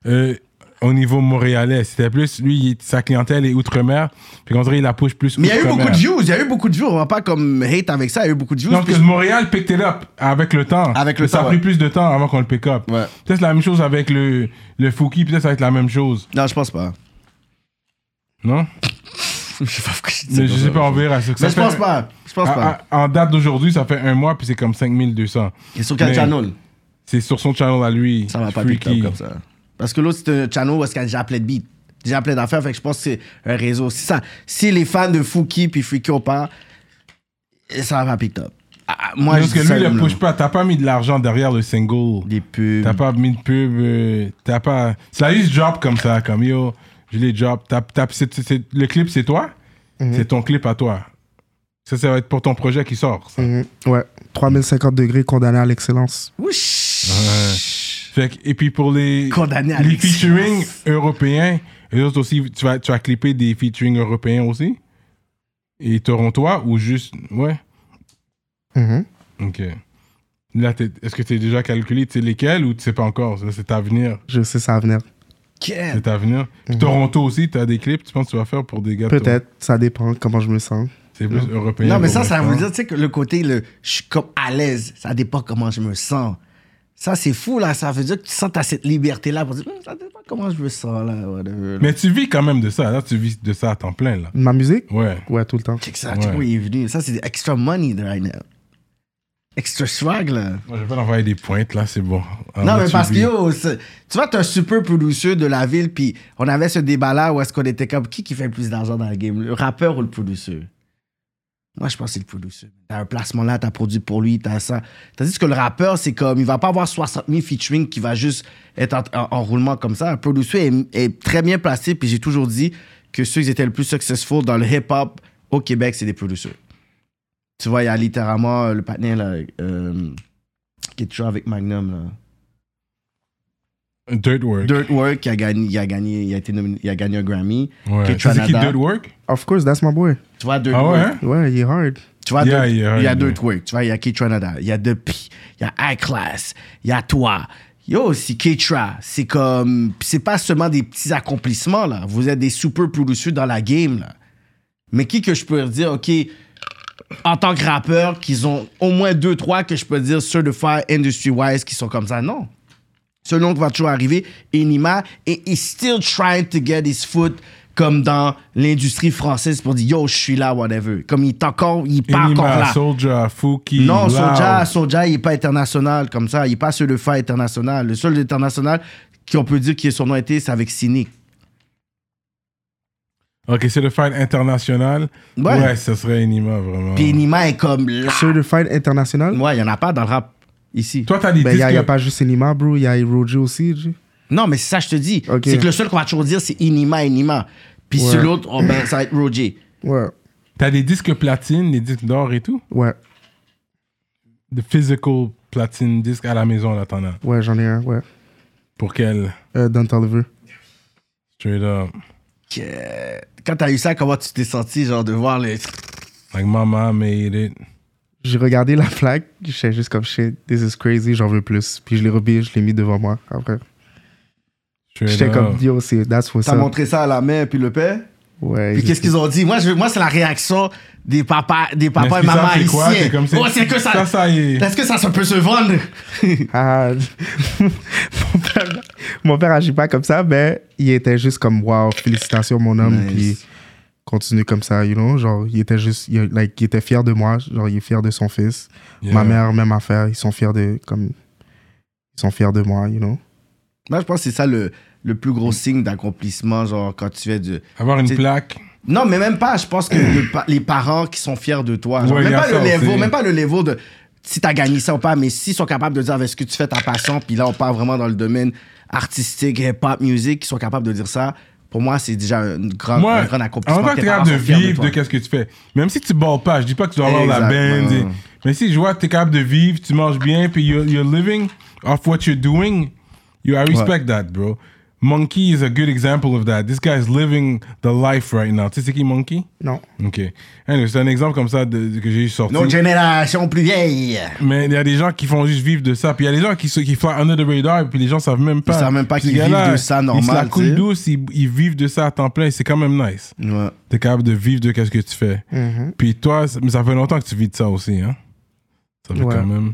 Speaker 1: euh, au niveau montréalais. C'était plus, lui, il- sa clientèle est outre-mer. Puis qu'on dirait, il la push plus
Speaker 3: Mais il y a eu
Speaker 1: outre-mer.
Speaker 3: beaucoup de views, il y a eu beaucoup de views. On va pas comme hate avec ça, il y a eu beaucoup de views.
Speaker 1: Non,
Speaker 3: puis-
Speaker 1: parce que Montréal picked it up avec le temps.
Speaker 3: Avec le
Speaker 1: ça
Speaker 3: temps,
Speaker 1: a pris
Speaker 3: ouais.
Speaker 1: plus de temps avant qu'on le pick up.
Speaker 3: Ouais.
Speaker 1: Peut-être la même chose avec le, le Fouki, peut-être ça va être la même chose.
Speaker 3: Non, je pense pas.
Speaker 1: Non?
Speaker 3: Je sais pas pourquoi je dis
Speaker 1: Mais je
Speaker 3: ça.
Speaker 1: sais pas, on verra. Ça
Speaker 3: Mais je
Speaker 1: fait- Ah,
Speaker 3: pense pas. Je pense
Speaker 1: à-
Speaker 3: pas.
Speaker 1: à- en date d'aujourd'hui, ça fait un mois, puis c'est comme 5200.
Speaker 3: Et sur quel
Speaker 1: Mais-
Speaker 3: channel
Speaker 1: C'est sur son channel à lui.
Speaker 3: Ça va pas
Speaker 1: Freaky.
Speaker 3: pick up comme ça. Parce que l'autre, c'est un channel où est-ce qu'il y a déjà plein de beats. Déjà plein d'affaires, fait que je pense que c'est un réseau. Si, ça, si les fans de Fouki puis Freaky on part, ça va pas pick up. Ah, moi,
Speaker 1: Parce
Speaker 3: je
Speaker 1: que
Speaker 3: dis
Speaker 1: lui,
Speaker 3: ça,
Speaker 1: il
Speaker 3: même,
Speaker 1: le
Speaker 3: là.
Speaker 1: push pas. T'as pas mis de l'argent derrière le single.
Speaker 3: Des pubs.
Speaker 1: T'as pas mis de pub. euh, T'as pas. Ça a juste drop comme ça, comme yo, je l'ai drop. T'as- t'as- c'est- c'est- c'est- le clip, c'est toi. C'est ton clip à toi. Ça, ça va être pour ton projet qui sort. ça.
Speaker 2: Mhm. Ouais, 3050 degrés condamné à l'excellence.
Speaker 3: Ouch.
Speaker 1: Fait que- et puis pour les,
Speaker 3: Condamné à
Speaker 1: les
Speaker 3: l'excellence.
Speaker 1: featuring européens, eux autres aussi, tu vas, tu vas clipper des featuring européens aussi Et torontois ou juste. Ouais.
Speaker 2: Mhm.
Speaker 1: Ok. Là, t'es- est-ce que tu es déjà calculé, tu sais lesquels ou tu sais pas encore Là, c'est à venir.
Speaker 2: Je sais ça va venir.
Speaker 3: Quel-
Speaker 1: C'est à venir. Puis Toronto aussi, tu as des clips, tu penses que tu vas faire pour des gars de
Speaker 2: Peut-être, ça dépend comment je me sens.
Speaker 1: C'est plus européen.
Speaker 3: Non, mais ça,
Speaker 1: pour
Speaker 3: ça
Speaker 1: l'instant.
Speaker 3: veut dire, tu sais, que le côté, le, je suis comme à l'aise. Ça dépend comment je me sens. Ça, c'est fou, là. Ça veut dire que tu sens que t'as cette liberté-là pour dire, Hum, ça dépend comment je me sens, là. whatever.
Speaker 1: Mais tu vis quand même de ça. Là, tu vis de ça à temps plein, là.
Speaker 2: Ma musique
Speaker 1: Ouais.
Speaker 2: Ouais, tout le temps.
Speaker 3: Check ça, check où il est venu. Ça, c'est des extra money right now. Extra swag, là.
Speaker 1: Moi, je vais pas t'envoyer des pointes, là, c'est bon. Alors,
Speaker 3: non,
Speaker 1: là,
Speaker 3: mais
Speaker 1: tu
Speaker 3: parce que,
Speaker 1: vis.
Speaker 3: yo, c'est- tu vois, t'es un super producteur de la ville, puis on avait ce débat-là où est-ce qu'on était comme, qui qui fait le plus d'argent dans le game, le rappeur ou le producteur? Moi, je pense que c'est le producteur. T'as un placement là, t'as produit pour lui, t'as ça. Tandis que le rappeur, c'est comme, il va pas avoir 60 000 featuring qui va juste être en, en- en roulement comme ça. Un producteur est, est très bien placé, puis j'ai toujours dit que ceux qui étaient le plus successful dans le hip-hop au Québec, c'est des producteurs. Tu vois, il y a littéralement euh, le patin, là, euh, qui est toujours avec Magnum, là.
Speaker 1: Dirt Work.
Speaker 3: Dirt Work, il a gagné, il a gagné, il a été nominé, il a gagné un Grammy.
Speaker 1: Ouais.
Speaker 3: Que
Speaker 1: Tu sais qui
Speaker 3: Canada.
Speaker 1: Dirt Work
Speaker 2: Of course, that's my boy.
Speaker 3: Tu vois Dirt
Speaker 1: Ah ouais,
Speaker 3: Work.
Speaker 1: hein?
Speaker 2: Ouais, il est hard.
Speaker 3: Tu vois
Speaker 1: Yeah,
Speaker 3: Dirt-
Speaker 1: yeah,
Speaker 3: il y a
Speaker 1: yeah.
Speaker 3: Dirt Work. Tu vois, il y a K-Tranada, il y a The P, il y a High Class, il y a toi. Yo, c'est K-Tra. C'est comme, pis c'est pas seulement des petits accomplissements là. Vous êtes des super producers dans la game là. Mais qui que je peux dire, ok, en tant que rappeur, qu'ils ont au moins deux trois que je peux dire certified industry wise qui sont comme ça. Non. Ce nom qui va toujours arriver, Enima, et he's still trying to get his foot comme dans l'industrie française pour dire yo, je suis là, whatever. Comme il est encore, il est pas encore
Speaker 1: Enima,
Speaker 3: là.
Speaker 1: Soldier, Fouki.
Speaker 3: Non,
Speaker 1: Loud.
Speaker 3: Soja, Soja, il n'est pas international comme ça. Il n'est pas sur le fa international. Le seul international qu'on peut dire qui est son nom été, c'est avec Cynic.
Speaker 1: Ok, c'est le fight international.
Speaker 3: Ouais.
Speaker 1: Ouais. ça serait Enima, vraiment.
Speaker 3: Puis Enima est comme là.
Speaker 2: Certified International
Speaker 3: Ouais, il n'y en a pas dans le rap ici.
Speaker 1: Toi, t'as des
Speaker 2: Ben, il n'y
Speaker 1: disques.
Speaker 2: a, y a pas juste Enima, bro. Il y a Roji aussi. G.
Speaker 3: Non, mais c'est ça, que je te dis.
Speaker 2: Ok.
Speaker 3: C'est que le seul qu'on va toujours dire, c'est Inima, Inima. Puis
Speaker 2: Ouais.
Speaker 3: sur l'autre, oh, ben, ça va être Roger.
Speaker 2: Ouais.
Speaker 1: T'as des disques platine, des disques d'or et tout.
Speaker 2: Ouais.
Speaker 1: De physical platine disques à la maison, là, t'en as.
Speaker 2: Ouais, j'en ai un. Ouais.
Speaker 1: Pour quel
Speaker 2: Euh, Don Toliver.
Speaker 1: Straight up.
Speaker 3: Que- Quand t'as eu ça, comment tu t'es senti, genre, de voir les.
Speaker 1: Like, mama made it.
Speaker 2: J'ai regardé la flag. J'étais juste comme shit. This is crazy. J'en veux plus. Puis je l'ai rebille. Je l'ai mis devant moi après.
Speaker 1: Straight
Speaker 2: J'étais
Speaker 1: up.
Speaker 2: comme yo, c'est that's what's
Speaker 3: T'as
Speaker 2: up.
Speaker 3: montré ça à la mère, puis le père.
Speaker 2: Ouais.
Speaker 3: Puis qu'est-ce qu'ils ont dit? Moi, je... veux- Moi c'est la réaction des papas, des papas
Speaker 1: Mais
Speaker 3: et
Speaker 1: est-ce que
Speaker 3: maman
Speaker 1: ça, c'est quoi?
Speaker 3: haïtiens.
Speaker 1: C'est comme ça-
Speaker 3: Oh, c'est que ça.
Speaker 1: Ça, ça est-
Speaker 3: Est-ce que ça, ça peut se vendre?
Speaker 2: Ah, mon, père, mon père agit pas comme ça, mais il était juste comme wow, félicitations mon homme,
Speaker 3: Nice.
Speaker 2: puis continue comme ça, you know, genre il était juste, il, like, il était fier de moi, genre il est fier de son fils,
Speaker 1: Yeah.
Speaker 2: ma mère même affaire, ils sont fiers de comme ils sont fiers de moi, you know.
Speaker 3: Moi, je pense que c'est ça le, le plus gros signe d'accomplissement, genre quand tu fais du.
Speaker 1: Avoir une
Speaker 3: C'est-
Speaker 1: plaque.
Speaker 3: Non, mais même pas. Je pense que le pa- les parents qui sont fiers de toi, genre,
Speaker 1: Ouais, il
Speaker 3: même,
Speaker 1: y a
Speaker 3: pas
Speaker 1: ça
Speaker 3: le niveau,
Speaker 1: aussi.
Speaker 3: même pas le niveau de si t'as gagné ça ou pas, mais s'ils sont capables de dire avec ce que tu fais ta passion, puis là on part vraiment dans le domaine artistique, hip-hop, musique, ils sont capables de dire ça. Pour moi, c'est déjà un grand,
Speaker 1: Moi,
Speaker 3: un grand accomplissement.
Speaker 1: en tant que
Speaker 3: tes
Speaker 1: t'es
Speaker 3: parents
Speaker 1: capable de
Speaker 3: sont fiers
Speaker 1: vivre
Speaker 3: toi.
Speaker 1: de, qu'est-ce que tu fais. Même si tu balles pas, je dis pas que tu dois avoir la
Speaker 3: Exactement.
Speaker 1: bande. et- Mais si je vois que t'es capable de vivre, tu manges bien, puis you're, you're living off what you're doing, you, I respect that, bro. Monkey is a good example of that. This guy's living the life right now. Tu sais c'est qui Monkey?
Speaker 2: Non.
Speaker 1: Ok. Anyway, c'est un exemple comme ça de, de- que j'ai sorti.
Speaker 3: Nos générations plus vieilles.
Speaker 1: Mais il y a des gens qui font juste vivre de ça. Puis il y a des gens qui, se- qui font under the radar et puis les gens savent même pas.
Speaker 3: savent même pas
Speaker 1: Ces
Speaker 3: qu'ils
Speaker 1: gars-là,
Speaker 3: vivent de ça
Speaker 1: Ils se la
Speaker 3: normal, tu
Speaker 1: coulent
Speaker 3: sais.
Speaker 1: douce, ils, ils vivent de ça à temps plein et c'est quand même nice.
Speaker 3: Ouais.
Speaker 1: T'es capable de vivre de qu'est-ce que tu fais. Puis toi, c- mais ça fait longtemps que tu vis de ça aussi, hein? Ça fait
Speaker 2: Ouais.
Speaker 1: quand même...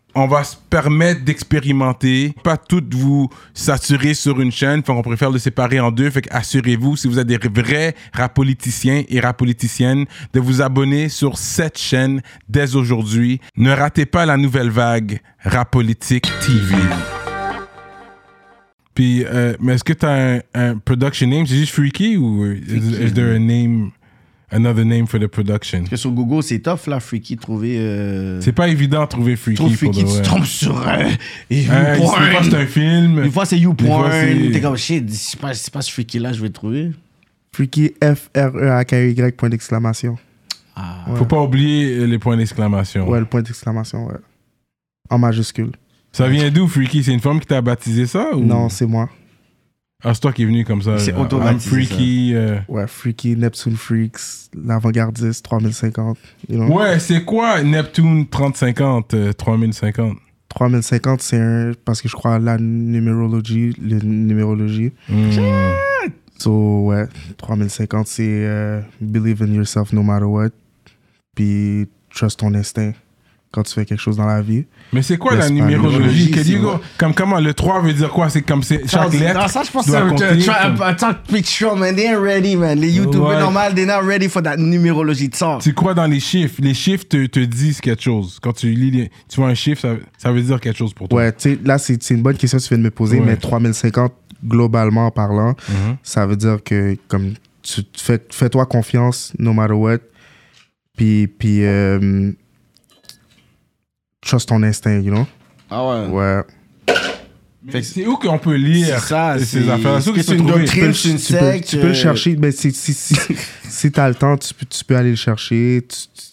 Speaker 1: On va se permettre d'expérimenter, pas toutes vous saturer sur une chaîne, fait qu'on préfère le séparer en deux, fait assurez-vous, si vous êtes des vrais rapoliticiens et rapoliticiennes, de vous abonner sur cette chaîne dès aujourd'hui. Ne ratez pas la nouvelle vague Rapolitique TV. Puis, euh, mais est-ce que tu as un, un production name? C'est juste Freaky ou is, is there a name, another name for the production?
Speaker 3: Parce que sur Google, c'est tough, là, Freaky, de trouver. Euh...
Speaker 1: C'est pas évident de trouver Freaky.
Speaker 3: Trop
Speaker 1: pour
Speaker 3: Freaky,
Speaker 1: de
Speaker 3: tu
Speaker 1: vrai.
Speaker 3: tombes sur. Euh,
Speaker 1: Hein,
Speaker 3: YouPorn.
Speaker 1: des fois, c'est un film.
Speaker 3: Des fois, c'est YouPorn.
Speaker 1: Des fois, c'est-
Speaker 3: T'es comme shit, je sais pas, je sais pas ce freaky là, je vais le trouver.
Speaker 2: Freaky E F-R-E-A-K-Y, point d'exclamation.
Speaker 3: Ah.
Speaker 2: Ouais.
Speaker 1: Faut pas oublier euh, les points d'exclamation.
Speaker 2: Ouais, le point d'exclamation, ouais. En majuscule.
Speaker 1: Ça vient d'où, Freaky? C'est une femme qui t'a baptisé ça? Ou...
Speaker 2: Non, c'est moi.
Speaker 1: Ah, c'est toi qui est venu comme ça.
Speaker 3: C'est
Speaker 1: genre,
Speaker 3: automatisé,
Speaker 1: I'm Freaky. euh.
Speaker 2: Ouais, Freaky, Neptune Freaks, l'avant-gardiste, 3050. you know.
Speaker 1: Ouais, c'est quoi Neptune 3050, euh, 3050?
Speaker 2: 3050, c'est un. Parce que je crois à la numérologie. Le numérologie.
Speaker 1: Hmm.
Speaker 2: So, ouais, 3050, c'est euh, believe in yourself no matter what. Puis trust ton instinct quand tu fais quelque chose dans la vie.
Speaker 1: Mais c'est quoi la
Speaker 2: L'espagnol.
Speaker 1: numérologie?
Speaker 3: Numérologie,
Speaker 1: Can you
Speaker 3: c'est
Speaker 1: go-
Speaker 3: vrai.
Speaker 1: Comme comment le 3 veut dire quoi? C'est comme c'est chaque lettre.
Speaker 3: Non, ça, je pense que c'est
Speaker 1: doit
Speaker 3: un
Speaker 1: compter,
Speaker 3: un tra-
Speaker 1: comme-
Speaker 3: un- un talk picture, man. They ain't ready, man. Les YouTubers
Speaker 1: Ouais.
Speaker 3: normal, they not ready for that numérologie de sang.
Speaker 1: Tu crois dans les chiffres. Les chiffres te, te disent quelque chose. Quand tu lis, les- tu vois un chiffre, ça, ça veut dire quelque chose pour toi.
Speaker 2: Ouais, tu sais, là, c'est c'est une bonne question que tu viens de me poser,
Speaker 1: Ouais.
Speaker 2: mais 3050, globalement en parlant, ça veut dire que, comme, tu tu fais- fais-toi confiance, no matter what, puis, puis euh, trust ton instinct, you know?
Speaker 3: Ah
Speaker 2: Ouais.
Speaker 1: Mais C'est où qu'on peut lire
Speaker 3: C'est ça,
Speaker 1: ces
Speaker 3: c'est-
Speaker 1: affaires?
Speaker 3: est-ce
Speaker 1: où
Speaker 3: que
Speaker 1: qu'on
Speaker 3: c'est
Speaker 1: peut
Speaker 3: une
Speaker 1: trouver?
Speaker 3: doctrine?
Speaker 2: Tu peux,
Speaker 3: Prince, une
Speaker 2: tu peux-
Speaker 3: secte,
Speaker 2: tu peux le
Speaker 3: euh,
Speaker 2: chercher, mais si, si, si, si t'as le temps, tu peux, tu peux aller le chercher, tu- tu-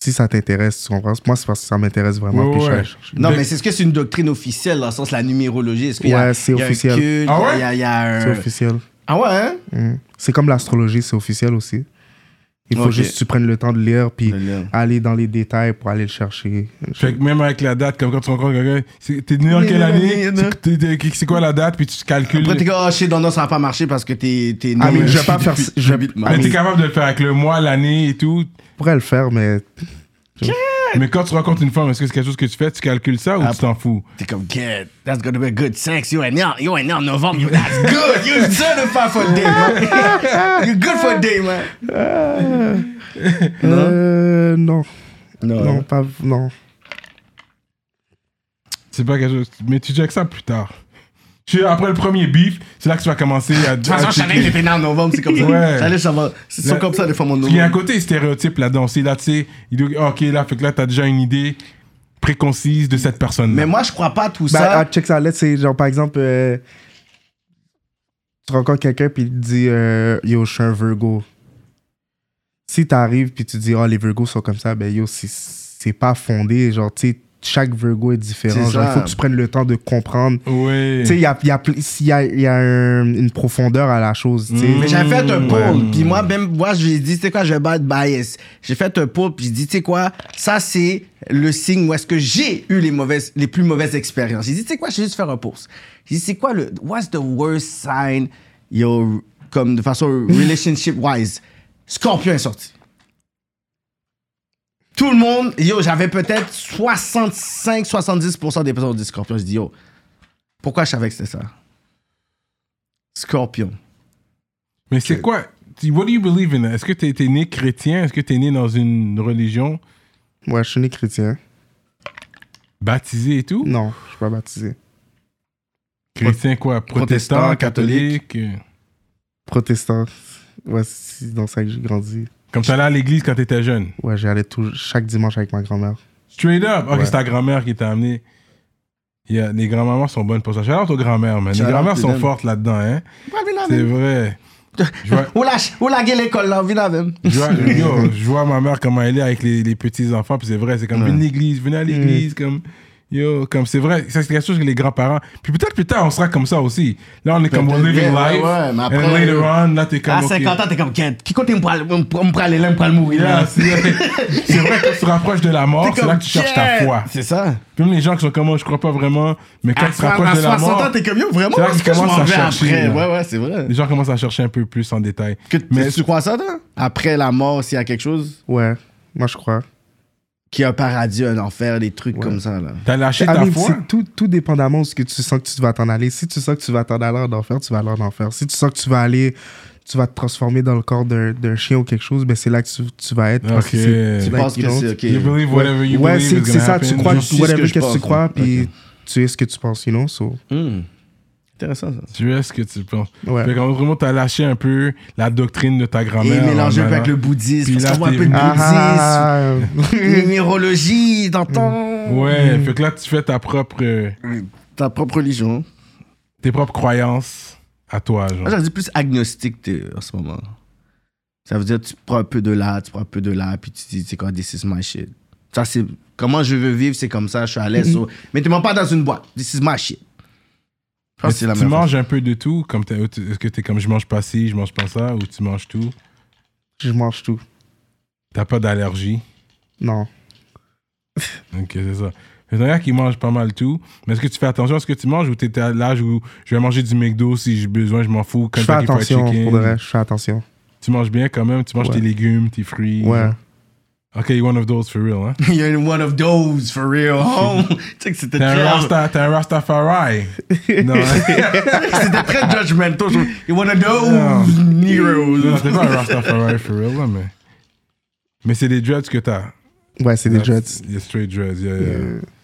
Speaker 2: si ça t'intéresse, tu comprends? Moi, c'est parce que ça m'intéresse vraiment,
Speaker 1: Ouais,
Speaker 2: puis je suis
Speaker 1: ouais.
Speaker 2: allé chercher.
Speaker 3: Non,
Speaker 1: Dec-
Speaker 3: mais c'est ce que c'est une doctrine officielle, dans le sens la numérologie. Est-ce qu'il y a,
Speaker 2: Ouais, c'est
Speaker 3: il y a un
Speaker 2: officiel.
Speaker 3: culte,
Speaker 1: Ah ouais?
Speaker 3: il y a, il y a un-
Speaker 2: C'est officiel.
Speaker 3: Ah ouais, hein?
Speaker 2: Mhm. C'est comme l'astrologie, c'est officiel aussi. Il faut
Speaker 3: Ok.
Speaker 2: juste que tu prennes le temps de lire puis
Speaker 3: De lire.
Speaker 2: aller dans les détails pour aller le chercher.
Speaker 1: Fait que même avec la date, comme quand tu rencontres quelqu'un, c'est- t'es né en
Speaker 3: Né
Speaker 1: quelle
Speaker 3: en
Speaker 1: année?
Speaker 3: année,
Speaker 1: C'est- t'es- t'es- C'est quoi la date? Puis tu calcules.
Speaker 3: Après, t'es comme, oh shit, non, non, ça va pas marcher parce que t'es. t'es Ah,
Speaker 2: Ah, mais
Speaker 3: né-
Speaker 2: je vais pas faire- je-
Speaker 3: depuis-
Speaker 2: mais
Speaker 1: Mais t'es
Speaker 2: Ami.
Speaker 1: capable de le faire avec le mois, l'année et tout.
Speaker 2: Je pourrais le faire, mais
Speaker 1: Mais quand tu rencontres une femme, est-ce que c'est quelque chose que tu fais? Tu calcules ça ou tu t'en fous?
Speaker 3: T'es comme, get, that's gonna be a good sex. You ain't now, you ain't now in November. You, that's good. You certified for a day, man. you good for a day, man.
Speaker 2: Euh, non.
Speaker 3: Non.
Speaker 2: non, pas non.
Speaker 1: C'est pas quelque chose. Mais tu checkes ça plus tard. Tu sais, après le premier beef, c'est là que tu vas commencer à.
Speaker 3: De toute façon, je savais que t'étais né en novembre, c'est comme ça.
Speaker 1: Ouais.
Speaker 3: J'allais savoir. Ils sont comme ça, des fois, mon
Speaker 1: Il y a un
Speaker 3: novembre.
Speaker 1: côté stéréotype là-dedans. C'est là, tu sais, il doit- ah, ok, là, fait que là, t'as déjà une idée préconcise de cette personne.
Speaker 3: Mais moi, je crois pas Bah, à tout
Speaker 2: Ben,
Speaker 3: ça.
Speaker 2: ah, check ça, let's say, genre par exemple, euh, tu rencontres quelqu'un puis il te dit euh, Yo, je suis un Virgo. Si t'arrives puis tu dis Oh, les Virgos sont comme ça, ben yo, c'est- c'est pas fondé. Genre, tu sais, chaque Virgo est différent.
Speaker 3: C'est
Speaker 2: Genre, il
Speaker 3: ça.
Speaker 2: faut que tu prennes le temps de comprendre
Speaker 1: ouais.
Speaker 2: Tu sais, il y a, il y a pl- s'il y a- il y a un- une profondeur à la chose. tu sais.
Speaker 3: Mm. Mais j'avais fait un
Speaker 1: Hmm, Ouais.
Speaker 3: poll, puis moi, même, moi, j'ai dit, tu sais quoi, je vais pas être bias. J'ai fait un poll, puis j'ai dit, tu sais quoi, ça, c'est le signe où est-ce que j'ai eu les mauvaises, les plus mauvaises expériences. J'ai dit, tu sais quoi, je vais juste faire un pause. J'ai dit, c'est quoi le, what's the worst sign, yo, comme de façon relationship-wise? Scorpion est sorti. tout le monde, yo, j'avais peut-être 65-70% des personnes qui ont dit Scorpion. Je dis, yo, pourquoi je savais que c'était ça? Scorpion.
Speaker 1: Mais c'est quoi? tu- What do you believe in? Est-ce que t'es t'es né chrétien? Est-ce que t'es né dans une religion
Speaker 2: Ouais, je suis né chrétien.
Speaker 1: baptisé et tout?
Speaker 2: Non, je suis pas baptisé.
Speaker 1: Chrétien quoi? Protestant,
Speaker 3: Protestant,
Speaker 1: catholique? euh,
Speaker 2: Protestant. Ouais, c'est dans ça que j'ai grandi.
Speaker 1: Comme t'allais à l'église quand t'étais jeune?
Speaker 2: Ouais, j'allais tout, chaque dimanche avec ma grand-mère.
Speaker 1: Straight up. Ok,
Speaker 2: Ouais.
Speaker 1: c'est ta grand-mère qui t'a amené. Yeah, les grands-mamans sont bonnes pour ça. Shout out aux grands-mères, man. Les
Speaker 3: Shout out
Speaker 1: grands-mères
Speaker 3: to
Speaker 1: sont
Speaker 3: them.
Speaker 1: fortes là-dedans, hein. C'est
Speaker 3: Où
Speaker 1: vrai. Je vois,
Speaker 3: la, où la gueule l'école, là, viens même.
Speaker 1: je vois- yo, je vois ma mère comment elle est avec les, les petits-enfants, puis c'est vrai, c'est comme
Speaker 3: Ouais.
Speaker 1: une église, venez à l'église, comme. Yo, comme c'est vrai, ça c'est quelque chose que les grands-parents. Puis peut-être plus tard, on sera comme ça aussi. Là, on est comme, we're
Speaker 3: Peut-être
Speaker 1: living
Speaker 3: bien, ouais,
Speaker 1: life.
Speaker 3: ouais, mais
Speaker 1: and
Speaker 3: après-
Speaker 1: later on, là, t'es comme.
Speaker 3: À
Speaker 1: ok.
Speaker 3: 50 ans, t'es comme, Ken, qui compte me prendre là, me prendre mourir
Speaker 1: Yeah,
Speaker 3: là?
Speaker 1: Ah, c'est c'est vrai que tu te rapproches de la mort,
Speaker 3: T'es
Speaker 1: c'est
Speaker 3: comme,
Speaker 1: là que tu cherches ta
Speaker 3: Ken!
Speaker 1: foi.
Speaker 3: C'est ça.
Speaker 1: Puis Même les gens qui sont comme, Oh, je crois pas vraiment, mais quand
Speaker 3: À
Speaker 1: tu te rapproches de la
Speaker 3: 60
Speaker 1: mort.
Speaker 3: ans, t'es comme, yo, vraiment,
Speaker 1: C'est là
Speaker 3: où est-ce
Speaker 1: que
Speaker 3: que je
Speaker 1: commence
Speaker 3: m'en
Speaker 1: à
Speaker 3: vais
Speaker 1: chercher,
Speaker 3: après?
Speaker 1: là.
Speaker 3: Ouais, ouais, c'est vrai.
Speaker 1: Les gens commencent à chercher un peu plus en détail.
Speaker 3: Que-
Speaker 1: Mais-
Speaker 3: tu crois ça, toi? Après la mort, s'il y a quelque chose,
Speaker 2: Ouais, moi je crois.
Speaker 3: qu'il y a un paradis, un enfer, des trucs comme ça, là.
Speaker 1: T'as lâché
Speaker 2: Ah,
Speaker 1: ta
Speaker 2: mais
Speaker 1: foi.
Speaker 2: c'est tout, tout dépendamment de ce que tu sens que tu vas t'en aller. Si tu sens que tu vas t'en aller en enfer, tu vas aller en enfer. Si tu sens que tu vas aller, tu vas te transformer dans le corps d'un d'un chien ou quelque chose, ben c'est là que tu, tu vas être. parce que
Speaker 1: Ok.
Speaker 2: c'est-
Speaker 3: Tu
Speaker 2: like,
Speaker 3: penses
Speaker 2: you
Speaker 3: que
Speaker 2: know,
Speaker 3: c'est
Speaker 1: You
Speaker 3: ok.
Speaker 1: believe whatever you
Speaker 2: ouais,
Speaker 1: believe
Speaker 2: c'est
Speaker 1: is
Speaker 2: c'est
Speaker 1: gonna
Speaker 2: ça, tu
Speaker 1: happen.
Speaker 2: crois,
Speaker 3: Je suis
Speaker 2: whatever
Speaker 3: ce que je
Speaker 2: qu'est-ce que tu
Speaker 3: pense,
Speaker 2: crois,
Speaker 3: ouais.
Speaker 2: puis tu es ce que tu penses, you know, so.
Speaker 3: Hmm. Intéressant, ça.
Speaker 1: Tu es ce que tu penses.
Speaker 2: Ouais.
Speaker 1: Fait qu'en gros, t'as lâché un peu la doctrine de ta
Speaker 3: Et
Speaker 1: grand-mère.
Speaker 3: mélanger un peu
Speaker 1: nanana.
Speaker 3: avec le bouddhisme,
Speaker 1: Puis
Speaker 3: parce
Speaker 1: là,
Speaker 3: qu'on voit un
Speaker 1: t'es-
Speaker 3: peu de
Speaker 2: Ah,
Speaker 3: bouddhisme,
Speaker 2: ah, ah.
Speaker 3: numérologie, t'entends?
Speaker 1: Ouais, fait que là, tu fais ta propre, euh,
Speaker 3: Ta propre religion.
Speaker 1: tes propres croyances à toi, genre.
Speaker 3: Moi, j'aurais dit plus agnostique t'es, en ce moment. Ça veut dire tu prends un peu de là, tu prends un peu de là, puis tu dis, c'est quoi, this is my shit. Ça, c'est comment je veux vivre, c'est comme ça, je suis à
Speaker 1: Mhm.
Speaker 3: l'aise. so- Mettez-moi pas dans une boîte, this is my shit. Je
Speaker 1: Mais
Speaker 3: pense que c'est la
Speaker 1: tu
Speaker 3: même chose.
Speaker 1: manges un peu de tout, comme t'es- est-ce que t'es comme je mange pas ci, je mange pas ça, ou tu manges tout.
Speaker 2: Je mange tout.
Speaker 1: T'as pas d'allergie.
Speaker 2: Non.
Speaker 1: Ok, c'est ça. C'est un gars qui mange pas mal tout. Mais est-ce que tu fais attention à ce que tu manges ou t'es à l'âge où je vais manger du McDo si j'ai besoin, je m'en fous.
Speaker 2: Je fais
Speaker 1: Kentucky Fried
Speaker 2: attention,
Speaker 1: Chicken.
Speaker 2: pour de vrai, je fais attention.
Speaker 1: Tu manges bien quand même, tu manges
Speaker 2: Ouais.
Speaker 1: tes légumes, tes fruits.
Speaker 2: Ouais.
Speaker 1: Ok, you're one of those for real, hein?
Speaker 3: You're in one of those, for real. Oh, tu sais que c'était
Speaker 1: T'es un,
Speaker 3: très,
Speaker 1: Rasta, t'es un Rastafari. non, hein?
Speaker 3: c'était très judgmental. je- You're one of
Speaker 1: Non.
Speaker 3: those,
Speaker 1: non,
Speaker 3: Nero's.
Speaker 1: t'es pas un Rastafari for real, là, mais. Mais c'est des dreads que t'as.
Speaker 2: Ouais, c'est des Jets.
Speaker 1: Des straight dreads. yeah, yeah.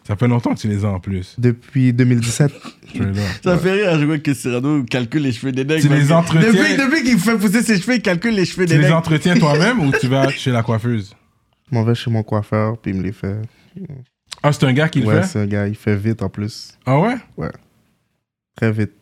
Speaker 1: Ça fait longtemps que tu les as en plus.
Speaker 2: Depuis 2017.
Speaker 1: straight up.
Speaker 3: Ça fait rire, je vois que Cyrano calcule les cheveux des nègres.
Speaker 1: Tu les
Speaker 3: parce que
Speaker 1: entretiens.
Speaker 3: Depuis, depuis qu'il fait pousser ses cheveux, il calcule les cheveux
Speaker 1: Tu
Speaker 3: des
Speaker 1: les
Speaker 3: nègres.
Speaker 1: entretiens toi-même ou tu vas chez la coiffeuse?
Speaker 2: Je m'en vais chez mon coiffeur, puis il me les fait.
Speaker 1: Ah, c'est un gars qui le
Speaker 2: ouais,
Speaker 1: fait?
Speaker 2: c'est un gars, il fait vite en plus.
Speaker 1: Ah ouais?
Speaker 2: Très vite.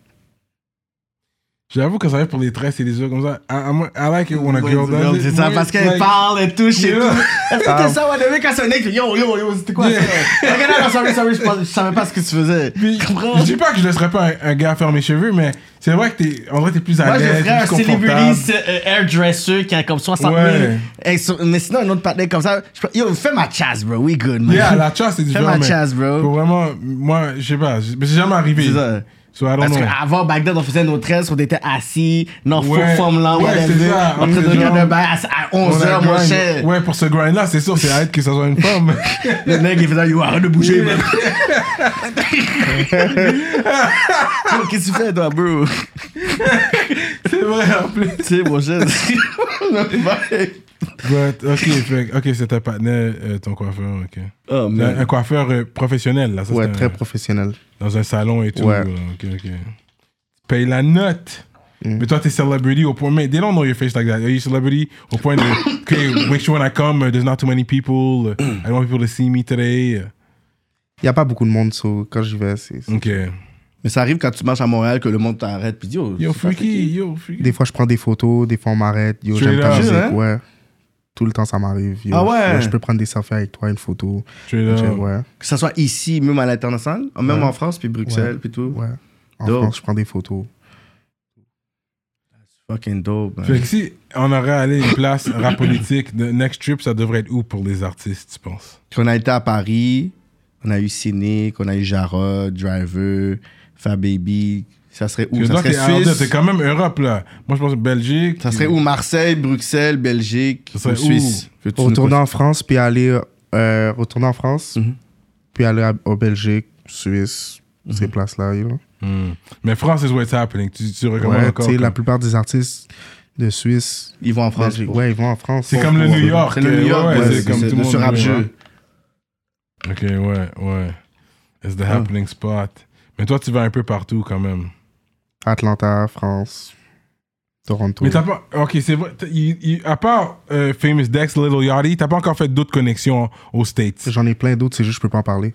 Speaker 1: J'avoue que ça arrive pour les tresses et les yeux comme ça. I, I'm- I like it when a girl does it.
Speaker 3: C'est ça,
Speaker 1: Weird,
Speaker 3: parce qu'elle
Speaker 1: like-
Speaker 3: parle, elle touche et
Speaker 1: Yeah. Um.
Speaker 3: tout. Est-ce que t'es ça, ouais, le mec, quand c'est un nègre, yo, yo, yo, c'était quoi
Speaker 1: Yeah.
Speaker 3: ça? Regarde, non, sorry, sorry, je pense- je savais pas ce que tu faisais.
Speaker 1: Puis,
Speaker 3: Comprends?
Speaker 1: je dis pas que je laisserais pas un, un gars faire mes cheveux, mais c'est vrai que t'es, en vrai, t'es plus à
Speaker 3: Moi, je
Speaker 1: l'aise,
Speaker 3: ferais un
Speaker 1: plus confortable.
Speaker 3: celebrity euh, hairdresser qui a comme 60 000.
Speaker 1: Ouais.
Speaker 3: Et sur- mais sinon, un autre partenaire comme ça, je peux- yo, fais ma chasse, bro. We good, man.
Speaker 1: Yeah, la chasse, c'est
Speaker 3: Fais
Speaker 1: différent.
Speaker 3: ma
Speaker 1: mais
Speaker 3: chasse,
Speaker 1: Faut
Speaker 3: bro.
Speaker 1: vraiment, moi, je sais pas, mais c'est jamais arrivé.
Speaker 3: C'est ça.
Speaker 1: So, I don't
Speaker 3: Parce
Speaker 1: know.
Speaker 3: qu'avant, back then, on faisait nos tresses, on était assis, dans
Speaker 1: Ouais.
Speaker 3: faux forme là,
Speaker 1: Ouais, c'est
Speaker 3: whatever.
Speaker 1: ça.
Speaker 3: On
Speaker 1: Entre
Speaker 3: faisait
Speaker 1: gens.
Speaker 3: regarder un bail à
Speaker 1: On a
Speaker 3: 11 h mon
Speaker 1: grind.
Speaker 3: cher.
Speaker 1: Ouais, pour ce grind-là, c'est sûr, c'est à être que ça soit une femme.
Speaker 3: Le mec, il faisait, yo, arrête de bouger, man. Yo, Qu'est-ce que tu fais, toi, bro?
Speaker 1: c'est vrai, en plus.
Speaker 3: tu sais, mon cher.
Speaker 1: But, ok, fait- ok, c'est un partenaire, euh, ton coiffeur, ok.
Speaker 3: oh,
Speaker 1: Un,
Speaker 3: man.
Speaker 1: un coiffeur euh, professionnel, là, ça,
Speaker 2: Ouais,
Speaker 1: c'est un-
Speaker 2: très professionnel.
Speaker 1: dans un salon et tout.
Speaker 2: Ouais.
Speaker 1: là. Ok, ok. Paye la note.
Speaker 3: Mm.
Speaker 1: Mais toi, t'es celebrity au point. Mais they don't know your face like that. Are you celebrity au point de. Okay, make sure when I come, uh, there's not too many people. Uh, I don't want people to see me today. Uh,
Speaker 2: Il n'y a pas beaucoup de monde, so quand j'y vais, c'est... c'est-
Speaker 1: Ok.
Speaker 3: Mais ça arrive quand tu marches à Montréal que le monde t'arrête puis dit, yo,
Speaker 1: Yo,
Speaker 3: c'est pas
Speaker 1: freaky, yo, freaky.
Speaker 2: Des fois, je prends des photos, des fois, on m'arrête. Yo,
Speaker 1: Straight
Speaker 2: j'aime ta
Speaker 1: up.
Speaker 2: musique,
Speaker 3: Sure, hein?
Speaker 2: ouais. Tout le temps, ça m'arrive. yo.
Speaker 3: Ah ouais?
Speaker 2: Je peux prendre des selfies avec toi, une photo.
Speaker 1: Straight
Speaker 2: Je-
Speaker 1: up.
Speaker 2: Ouais,
Speaker 3: Que ça soit ici, même à l'international, même en France, puis Bruxelles, puis tout.
Speaker 2: ouais. En
Speaker 3: Dope.
Speaker 2: France, je prends des photos.
Speaker 3: Fucking dope, man.
Speaker 1: Fait que si on aurait allé une place rap politique, the next trip, ça devrait être où pour les artistes, tu penses?
Speaker 3: On a été à Paris, on a eu Cynic, on a eu Jarod, Driver, Fab Baby. Ça serait où?
Speaker 1: Parce que toi,
Speaker 3: Ça
Speaker 1: t'es
Speaker 3: serait
Speaker 1: out there,
Speaker 3: Suisse.
Speaker 1: t'es quand même Europe, là. Moi, je pense Belgique.
Speaker 3: Ça serait où Marseille, Bruxelles, Belgique,
Speaker 1: Ça serait
Speaker 3: ou Suisse
Speaker 1: où
Speaker 3: Veux-tu nous
Speaker 2: Retourner
Speaker 3: conseiller?
Speaker 2: en France, puis aller euh, euh, retourner en France, puis aller à- en Belgique, Suisse, ces places-là. you know.
Speaker 1: Hmm. Mais France is what's happening. Tu, tu recommandes
Speaker 2: Ouais, tu
Speaker 1: encore.
Speaker 2: sais, la
Speaker 1: comme-
Speaker 2: plupart des artistes de Suisse,
Speaker 3: Ils vont en France.
Speaker 2: Belgique,
Speaker 3: pour-
Speaker 2: ouais, ils vont en France.
Speaker 1: C'est comme le
Speaker 2: Ouais.
Speaker 1: New York. euh,
Speaker 3: C'est le New York,
Speaker 1: Ouais,
Speaker 3: ouais,
Speaker 1: c'est
Speaker 3: c'est-
Speaker 1: comme
Speaker 3: c'est
Speaker 1: tout le
Speaker 3: de
Speaker 1: monde
Speaker 3: ce
Speaker 1: le
Speaker 3: rap-jeu.
Speaker 1: voit. Ok, ouais, ouais. It's the
Speaker 3: Ah.
Speaker 1: happening spot. Mais toi, tu vas un peu partout quand même.
Speaker 2: Atlanta, France, Toronto.
Speaker 1: Mais t'as pas. Ok, c'est vrai. t'as- il- il- à part euh, Famous Dex, Little Yachty, t'as pas encore fait d'autres connexions aux States.
Speaker 2: J'en ai plein d'autres, c'est juste que je peux pas en parler.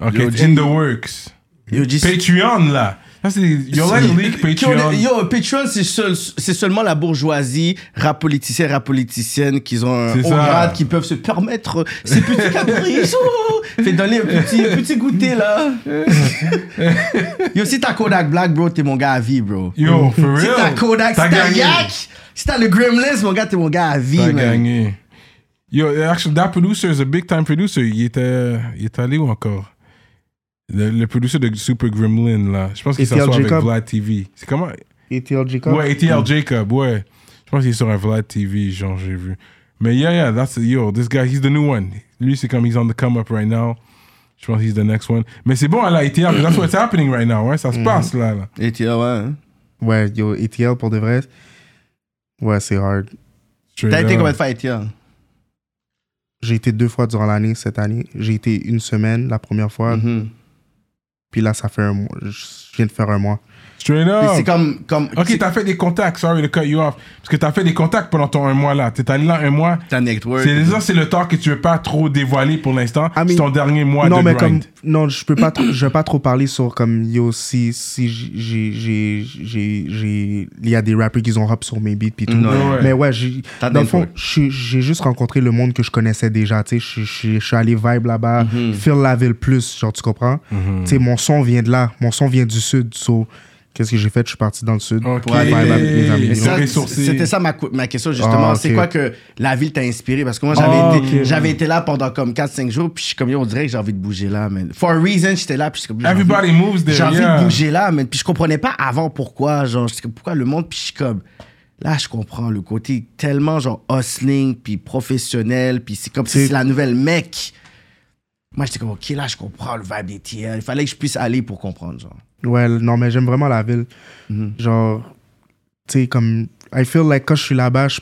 Speaker 1: Ok,
Speaker 3: Yo,
Speaker 1: it's
Speaker 3: G.
Speaker 1: in the works.
Speaker 3: Yo, JC
Speaker 1: Patreon, là. Ça, c'est. Yo, like leak Patreon.
Speaker 3: Yo, yo, Patreon, c'est seul- c'est seulement la bourgeoisie, rap politicien, rap politicienne, qui ont un
Speaker 1: C'est
Speaker 3: haut
Speaker 1: ça.
Speaker 3: grade, qui peuvent se permettre ces petits caprices. oh. Fais donner un petit, un petit goûter, là. yo, si t'as Kodak Black, bro, t'es mon gars à vie, bro.
Speaker 1: Yo, for
Speaker 3: si
Speaker 1: real.
Speaker 3: t'as Kodak, si
Speaker 1: T'as
Speaker 3: t'as
Speaker 1: gagné.
Speaker 3: Yak, si t'as le Gremlins, mon gars, t'es mon gars à vie,
Speaker 1: T'as
Speaker 3: man.
Speaker 1: gagné. Yo, actually, that producer is a big time producer. Il était, il est allé où encore? Le, le producer de Super Gremlin, là. Je pense qu'il
Speaker 2: ATL
Speaker 1: s'assoit avec
Speaker 2: Jacob.
Speaker 1: Vlad TV. C'est comment?
Speaker 2: ATL Jacob.
Speaker 1: Ouais, ATL Jacob, ouais. Je pense qu'il est sur un Vlad TV, genre, j'ai vu. Mais yeah, yeah, that's, yo, this guy, he's the new one. Lui, c'est comme, he's on the come up right now. Je pense he's the next one. Mais c'est bon, à la ATL, that's what's happening right now, ouais. Ça se passe, là, là.
Speaker 3: Et t'es, ouais. hein.
Speaker 2: Ouais, yo, ATL pour de vrai. Ouais, c'est hard.
Speaker 1: Straight
Speaker 3: T'as été
Speaker 1: up.
Speaker 3: combien de fois, Étienne?
Speaker 2: J'ai été deux fois durant l'année cette année. J'ai été une semaine la première
Speaker 1: Ah.
Speaker 2: fois,
Speaker 1: Mm-hmm.
Speaker 3: Mhm.
Speaker 2: puis là, ça fait un mois. Je viens de faire un mois.
Speaker 1: Straight
Speaker 3: Puis
Speaker 1: up.
Speaker 3: C'est comme. comme
Speaker 1: Ah, Ok,
Speaker 3: c'est-
Speaker 1: t'as fait des contacts, sorry to cut you off. Parce que t'as fait des contacts pendant ton un mois là. T'es allé là un mois.
Speaker 3: ta network.
Speaker 1: C'est ça, c'est le temps que tu veux pas trop dévoiler pour l'instant.
Speaker 2: Ah, mais-
Speaker 1: C'est ton dernier mois
Speaker 2: non,
Speaker 1: de
Speaker 2: mais
Speaker 1: grind.
Speaker 2: comme. Non, je peux pas trop, je vais pas trop parler sur comme yo, si, si j'ai- j'ai. j'ai- j'ai- Il y a des rappers qui ont rap sur mes beats, puis tout.
Speaker 3: Non,
Speaker 1: ouais.
Speaker 2: Mais ouais, j'ai-
Speaker 3: T'as
Speaker 2: dans le
Speaker 3: des
Speaker 2: fond,
Speaker 3: trucs.
Speaker 2: je suis- j'ai juste rencontré le monde que je connaissais déjà. Tu sais, je suis- je suis- je suis allé vibe là-bas,
Speaker 3: Mhm.
Speaker 2: feel la ville plus, genre, tu comprends?
Speaker 1: Mhm.
Speaker 2: Tu sais, mon son vient de là, mon son vient du sud. So, qu'est-ce que j'ai fait? Je suis parti dans le sud.
Speaker 1: Ok.
Speaker 2: pour aller vibe avec mes amis.
Speaker 1: Et
Speaker 3: Et
Speaker 1: se
Speaker 3: ça,
Speaker 1: ressourcer.
Speaker 3: C'était ça ma, cou- ma question justement.
Speaker 2: Ah, ok.
Speaker 3: C'est quoi que la ville t'a inspiré? Parce que moi,
Speaker 2: Ah,
Speaker 3: j'avais été,
Speaker 2: ok.
Speaker 3: j'avais été là pendant comme 4-5 jours, puis je suis comme, yo, on dirait que j'ai envie de bouger là, man. For a reason, j'étais là, puis je suis comme, j'ai envie-
Speaker 1: Everybody moves there.
Speaker 3: J'ai envie
Speaker 1: yeah.
Speaker 3: de bouger là, man. Puis je comprenais pas avant pourquoi, genre, j'étais comme, pourquoi le monde, puis je suis comme, là, je comprends le côté tellement, genre, hustling, puis professionnel, puis c'est comme si
Speaker 2: C'est-
Speaker 3: c'est la nouvelle mec. Moi, j'étais comme, ok, là, je comprends le vibe des TL. Il fallait que je puisse aller pour comprendre, genre.
Speaker 2: Ouais, non, mais j'aime vraiment la ville. Genre, tu sais, comme, I feel like quand je suis là-bas, je-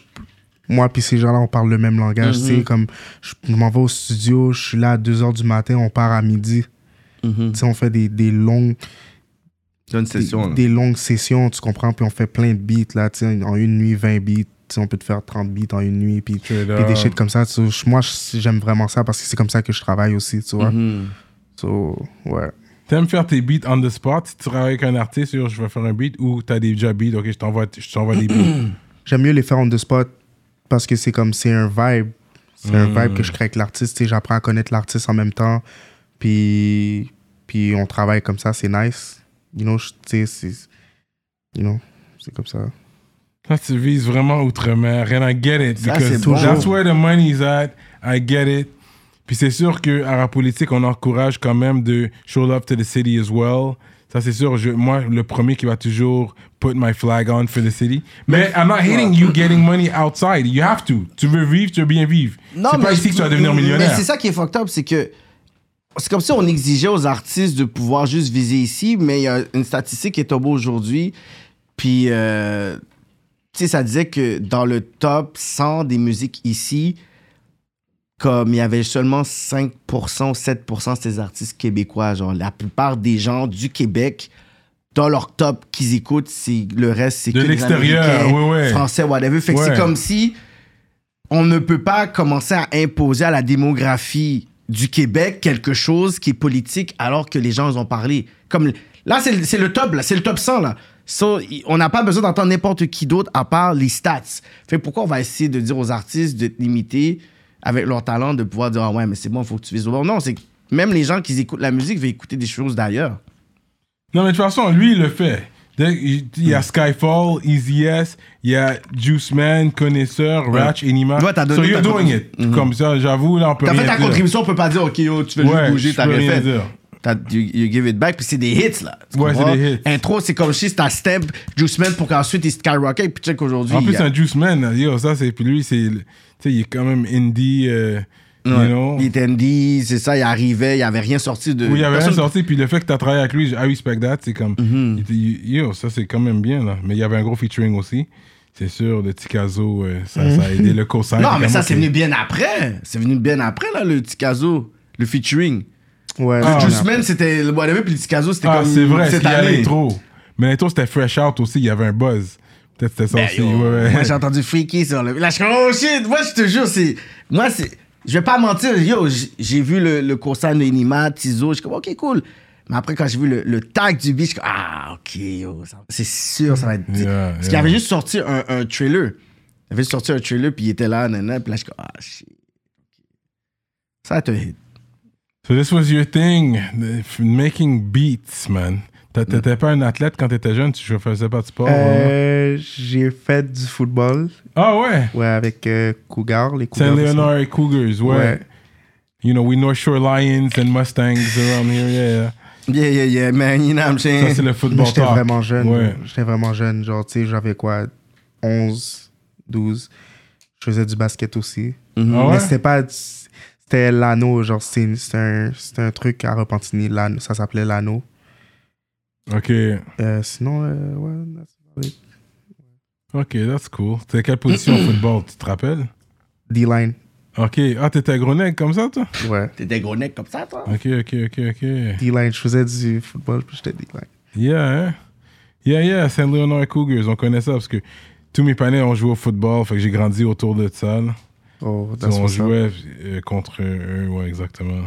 Speaker 2: moi puis ces gens-là, on parle le même langage. Tu sais, comme, je je m'en vais au studio, je suis là à 2 h du matin, on part à midi. Tu sais, on fait des, des longues
Speaker 3: une
Speaker 2: des- des, longues sessions, tu comprends, puis on fait plein de beats, là, tu sais, en une nuit, 20 beats. tu sais, on peut te faire 30 beats en une nuit, puis,
Speaker 1: Straight
Speaker 2: puis
Speaker 1: up.
Speaker 2: des shit comme ça. tu sais, moi, je- j'aime vraiment ça parce que c'est comme ça que je travaille aussi, tu vois.
Speaker 3: Mhm.
Speaker 2: So, ouais.
Speaker 1: T'aimes faire tes beats on the spot Si tu travailles avec un artiste, yo, je vais faire un beat ou t'as déjà beats, ok, je t'envoie je t'envoie des beats.
Speaker 2: j'aime mieux les faire on the spot parce que c'est comme c'est un vibe c'est
Speaker 1: Mm.
Speaker 2: un vibe que je crée avec l'artiste tu sais, j'apprends à connaître l'artiste en même temps puis puis on travaille comme ça c'est nice you know je- tu sais c'est you know c'est comme ça
Speaker 1: Là, tu vises vraiment outre-mer. And I get it.
Speaker 3: Ça,
Speaker 1: because
Speaker 3: c'est bon.
Speaker 1: That's where the money's at. I get it. Puis c'est sûr que à la politique, on encourage quand même de show love to the city as well. Ça, c'est sûr. Je, moi, le premier qui va toujours put my flag on for the city. Mais I'm not hating you getting money outside. You have to. Tu veux vivre, tu veux bien vivre. C'est pas ici que tu vas devenir
Speaker 3: Mais
Speaker 1: millionnaire.
Speaker 3: c'est ça qui est fucked up, c'est que c'est comme si on exigeait aux artistes de pouvoir juste viser ici, mais il y a une statistique qui est tombée aujourd'hui, puis euh, tu sais, ça disait que dans le top 100 des musiques ici, comme il y avait seulement 5% ou 7% c'était des artistes québécois, genre la plupart des gens du Québec dans leur top qu'ils écoutent, c'est le reste c'est
Speaker 1: De
Speaker 3: que des
Speaker 1: l'extérieur,
Speaker 3: Américains,
Speaker 1: ouais, ouais.
Speaker 3: français whatever. Fait que
Speaker 1: Ouais.
Speaker 3: c'est comme si on ne peut pas commencer à imposer à la démographie du Québec quelque chose qui est politique alors que les gens ils ont parlé. Comme là, c'est le- c'est le top, là, c'est le top 100 là. So, y- on n'a pas besoin d'entendre n'importe qui d'autre à part les stats. Fait que pourquoi on va essayer de dire aux artistes de te limiter avec leur talent de pouvoir dire ah ouais mais c'est bon faut que tu vises au bon. Non, c'est que même les gens qui écoutent la musique vont écouter des choses d'ailleurs.
Speaker 1: Non, mais de toute façon, lui, il le fait. Dès- Il il
Speaker 3: Hmm.
Speaker 1: y a Skyfall, Easy S, il y a Juice Man, Connaisseur, Ratch, Enima.
Speaker 3: Ouais, Hmm. t'as donné
Speaker 1: so you're
Speaker 3: ta
Speaker 1: doing
Speaker 3: contribution.
Speaker 1: it. Comme ça, j'avoue, là, on peut
Speaker 3: T'as fait
Speaker 1: rien
Speaker 3: ta
Speaker 1: dire.
Speaker 3: contribution, on peut pas dire ok yo tu veux
Speaker 1: Ouais,
Speaker 3: juste bouger,
Speaker 1: je
Speaker 3: t'as
Speaker 1: peux
Speaker 3: rien
Speaker 1: rien
Speaker 3: fait.
Speaker 1: dire.
Speaker 3: T'as- You, you give it back, puis c'est des hits, là. Tu
Speaker 1: Ouais,
Speaker 3: comprends?
Speaker 1: c'est des hits.
Speaker 3: Intro, c'est comme si c'était step, Juice Man, pour qu'ensuite il skyrocket, puis check aujourd'hui.
Speaker 1: En
Speaker 3: il
Speaker 1: plus,
Speaker 3: y a-
Speaker 1: un Juice Man, là, yo, ça, c'est. Puis lui, c'est. Tu sais, il est quand même indie. euh, You know?
Speaker 3: Il était indie, c'est ça, il arrivait, il avait rien sorti de.
Speaker 1: Oui, il avait rien
Speaker 3: Personne- Hmm.
Speaker 1: sorti, puis le fait que tu as travaillé avec lui, j- I respect that, c'est comme, il dit, yo, ça c'est quand même bien, là. Mais il y avait un gros featuring aussi, c'est sûr, de Tikazo, euh, ça, ça a aidé le cosign.
Speaker 3: Hmm. Non, mais
Speaker 1: Comme,
Speaker 3: ça,
Speaker 1: ok.
Speaker 3: c'est venu bien après. C'est venu bien après, là, le Ticazo, le featuring.
Speaker 2: Ouais,
Speaker 3: Le
Speaker 2: non,
Speaker 3: Juice
Speaker 2: non.
Speaker 3: Man, c'était le whatever, puis le Ticazo, c'était
Speaker 1: Ah,
Speaker 3: comme.
Speaker 1: c'est vrai,
Speaker 3: cette
Speaker 1: c'est
Speaker 3: année.
Speaker 1: l'intro. Mais l'intro, c'était Fresh Out aussi, il y avait un buzz. Peut-être que c'était ça
Speaker 3: Ben,
Speaker 1: aussi.
Speaker 3: yo,
Speaker 1: ouais, ouais.
Speaker 3: Moi, j'ai entendu Freaky sur le. Là, je suis comme, oh shit, moi, je te jure, c'est. Moi, c'est. Je vais pas mentir, yo, j- j'ai vu le, le concert de Nima, Tizo, je suis comme, ok, cool. Mais après, quand j'ai vu le, le tag du beat, je suis comme, ah, ok, yo, ça- c'est sûr, ça va être.
Speaker 1: Yeah,
Speaker 3: Parce
Speaker 1: yeah.
Speaker 3: qu'il avait juste sorti un, un trailer. Il avait sorti un trailer, puis il était là, nanana, puis là, je suis comme, ah, shit. Ça va être un hit.
Speaker 1: So this was your thing, the- f- making beats, man.
Speaker 3: Mm.
Speaker 1: T'a- T'étais pas un athlète quand t'étais jeune, tu faisais pas de sport? vraiment?
Speaker 2: Euh, J'ai fait du football,
Speaker 1: Ah ouais!
Speaker 2: ouais, avec euh, Cougar, les Cougars.
Speaker 1: Saint
Speaker 2: de Saint-
Speaker 1: Leonard Cougars, ouais.
Speaker 2: Ouais.
Speaker 1: You know, we North Shore Lions and Mustangs around here, yeah.
Speaker 3: Yeah, yeah, yeah, man, you know what I'm saying?
Speaker 1: Ça, c'est le football
Speaker 2: Mais J'étais
Speaker 1: talk.
Speaker 2: vraiment jeune. Mm,
Speaker 1: Ouais.
Speaker 2: J'étais vraiment jeune. Genre, tu sais, j'avais quoi, 11, 12. Je faisais du basket aussi.
Speaker 1: Ah ouais?
Speaker 2: Mais c'était pas. C'était l'anneau, genre, c'est une- c'est un, c'est un truc à Repentigny. l'anneau- Ça s'appelait l'anneau.
Speaker 1: OK.
Speaker 2: Euh, sinon, euh, ouais. that's about it.
Speaker 1: OK, that's cool. T'es quelle position au football, tu te rappelles?
Speaker 2: D-line.
Speaker 1: OK. Ah, t'étais gros nègre comme ça, toi?
Speaker 2: Ouais.
Speaker 3: T'es des gros necks comme ça, toi?
Speaker 1: OK, OK, OK, OK.
Speaker 2: D-line. Je faisais du football, puis j'étais D-line.
Speaker 1: Yeah, hein? Yeah, yeah, Saint Leonard Cougars, on connaît ça parce que tous mes panels ont joué au football, fait que j'ai grandi autour de ça, là.
Speaker 2: Oh, that's
Speaker 1: On
Speaker 2: what's up.
Speaker 1: jouait euh, contre eux, ouais, exactement.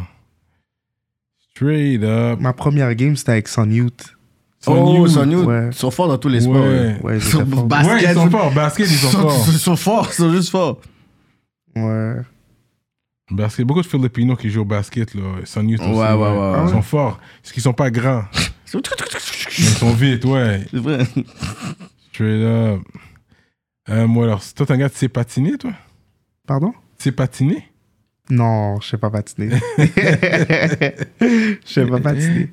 Speaker 1: Straight up.
Speaker 2: Ma première game, c'était avec Son Youth.
Speaker 1: Son
Speaker 3: oh,
Speaker 1: Youth.
Speaker 3: Son Youth,
Speaker 2: ouais.
Speaker 3: ils sont forts dans tous les
Speaker 1: Ouais.
Speaker 3: sports. eux.
Speaker 2: Ouais, ils
Speaker 3: Ils sont
Speaker 2: étaient forts.
Speaker 1: Ouais, ils
Speaker 3: basket,
Speaker 1: sont forts. Basket, ils
Speaker 3: Ils
Speaker 1: sont forts.
Speaker 3: ils sont forts, ils sont juste forts.
Speaker 2: Ouais.
Speaker 1: Basket, beaucoup de Filipinos qui jouent au basket, là. Son Youth
Speaker 3: Ouais,
Speaker 1: aussi,
Speaker 3: ouais, ouais, ouais.
Speaker 1: Ils sont forts. Parce qu'ils sont pas grands.
Speaker 3: C'est
Speaker 1: mais ils sont vite, ouais.
Speaker 3: vrai.
Speaker 1: Straight up. Euh, moi, alors, toi, t'es un gars, tu sais patiner, toi
Speaker 2: Pardon?
Speaker 1: Tu sais patiner
Speaker 2: Non, je sais pas patiner. Je sais pas patiner.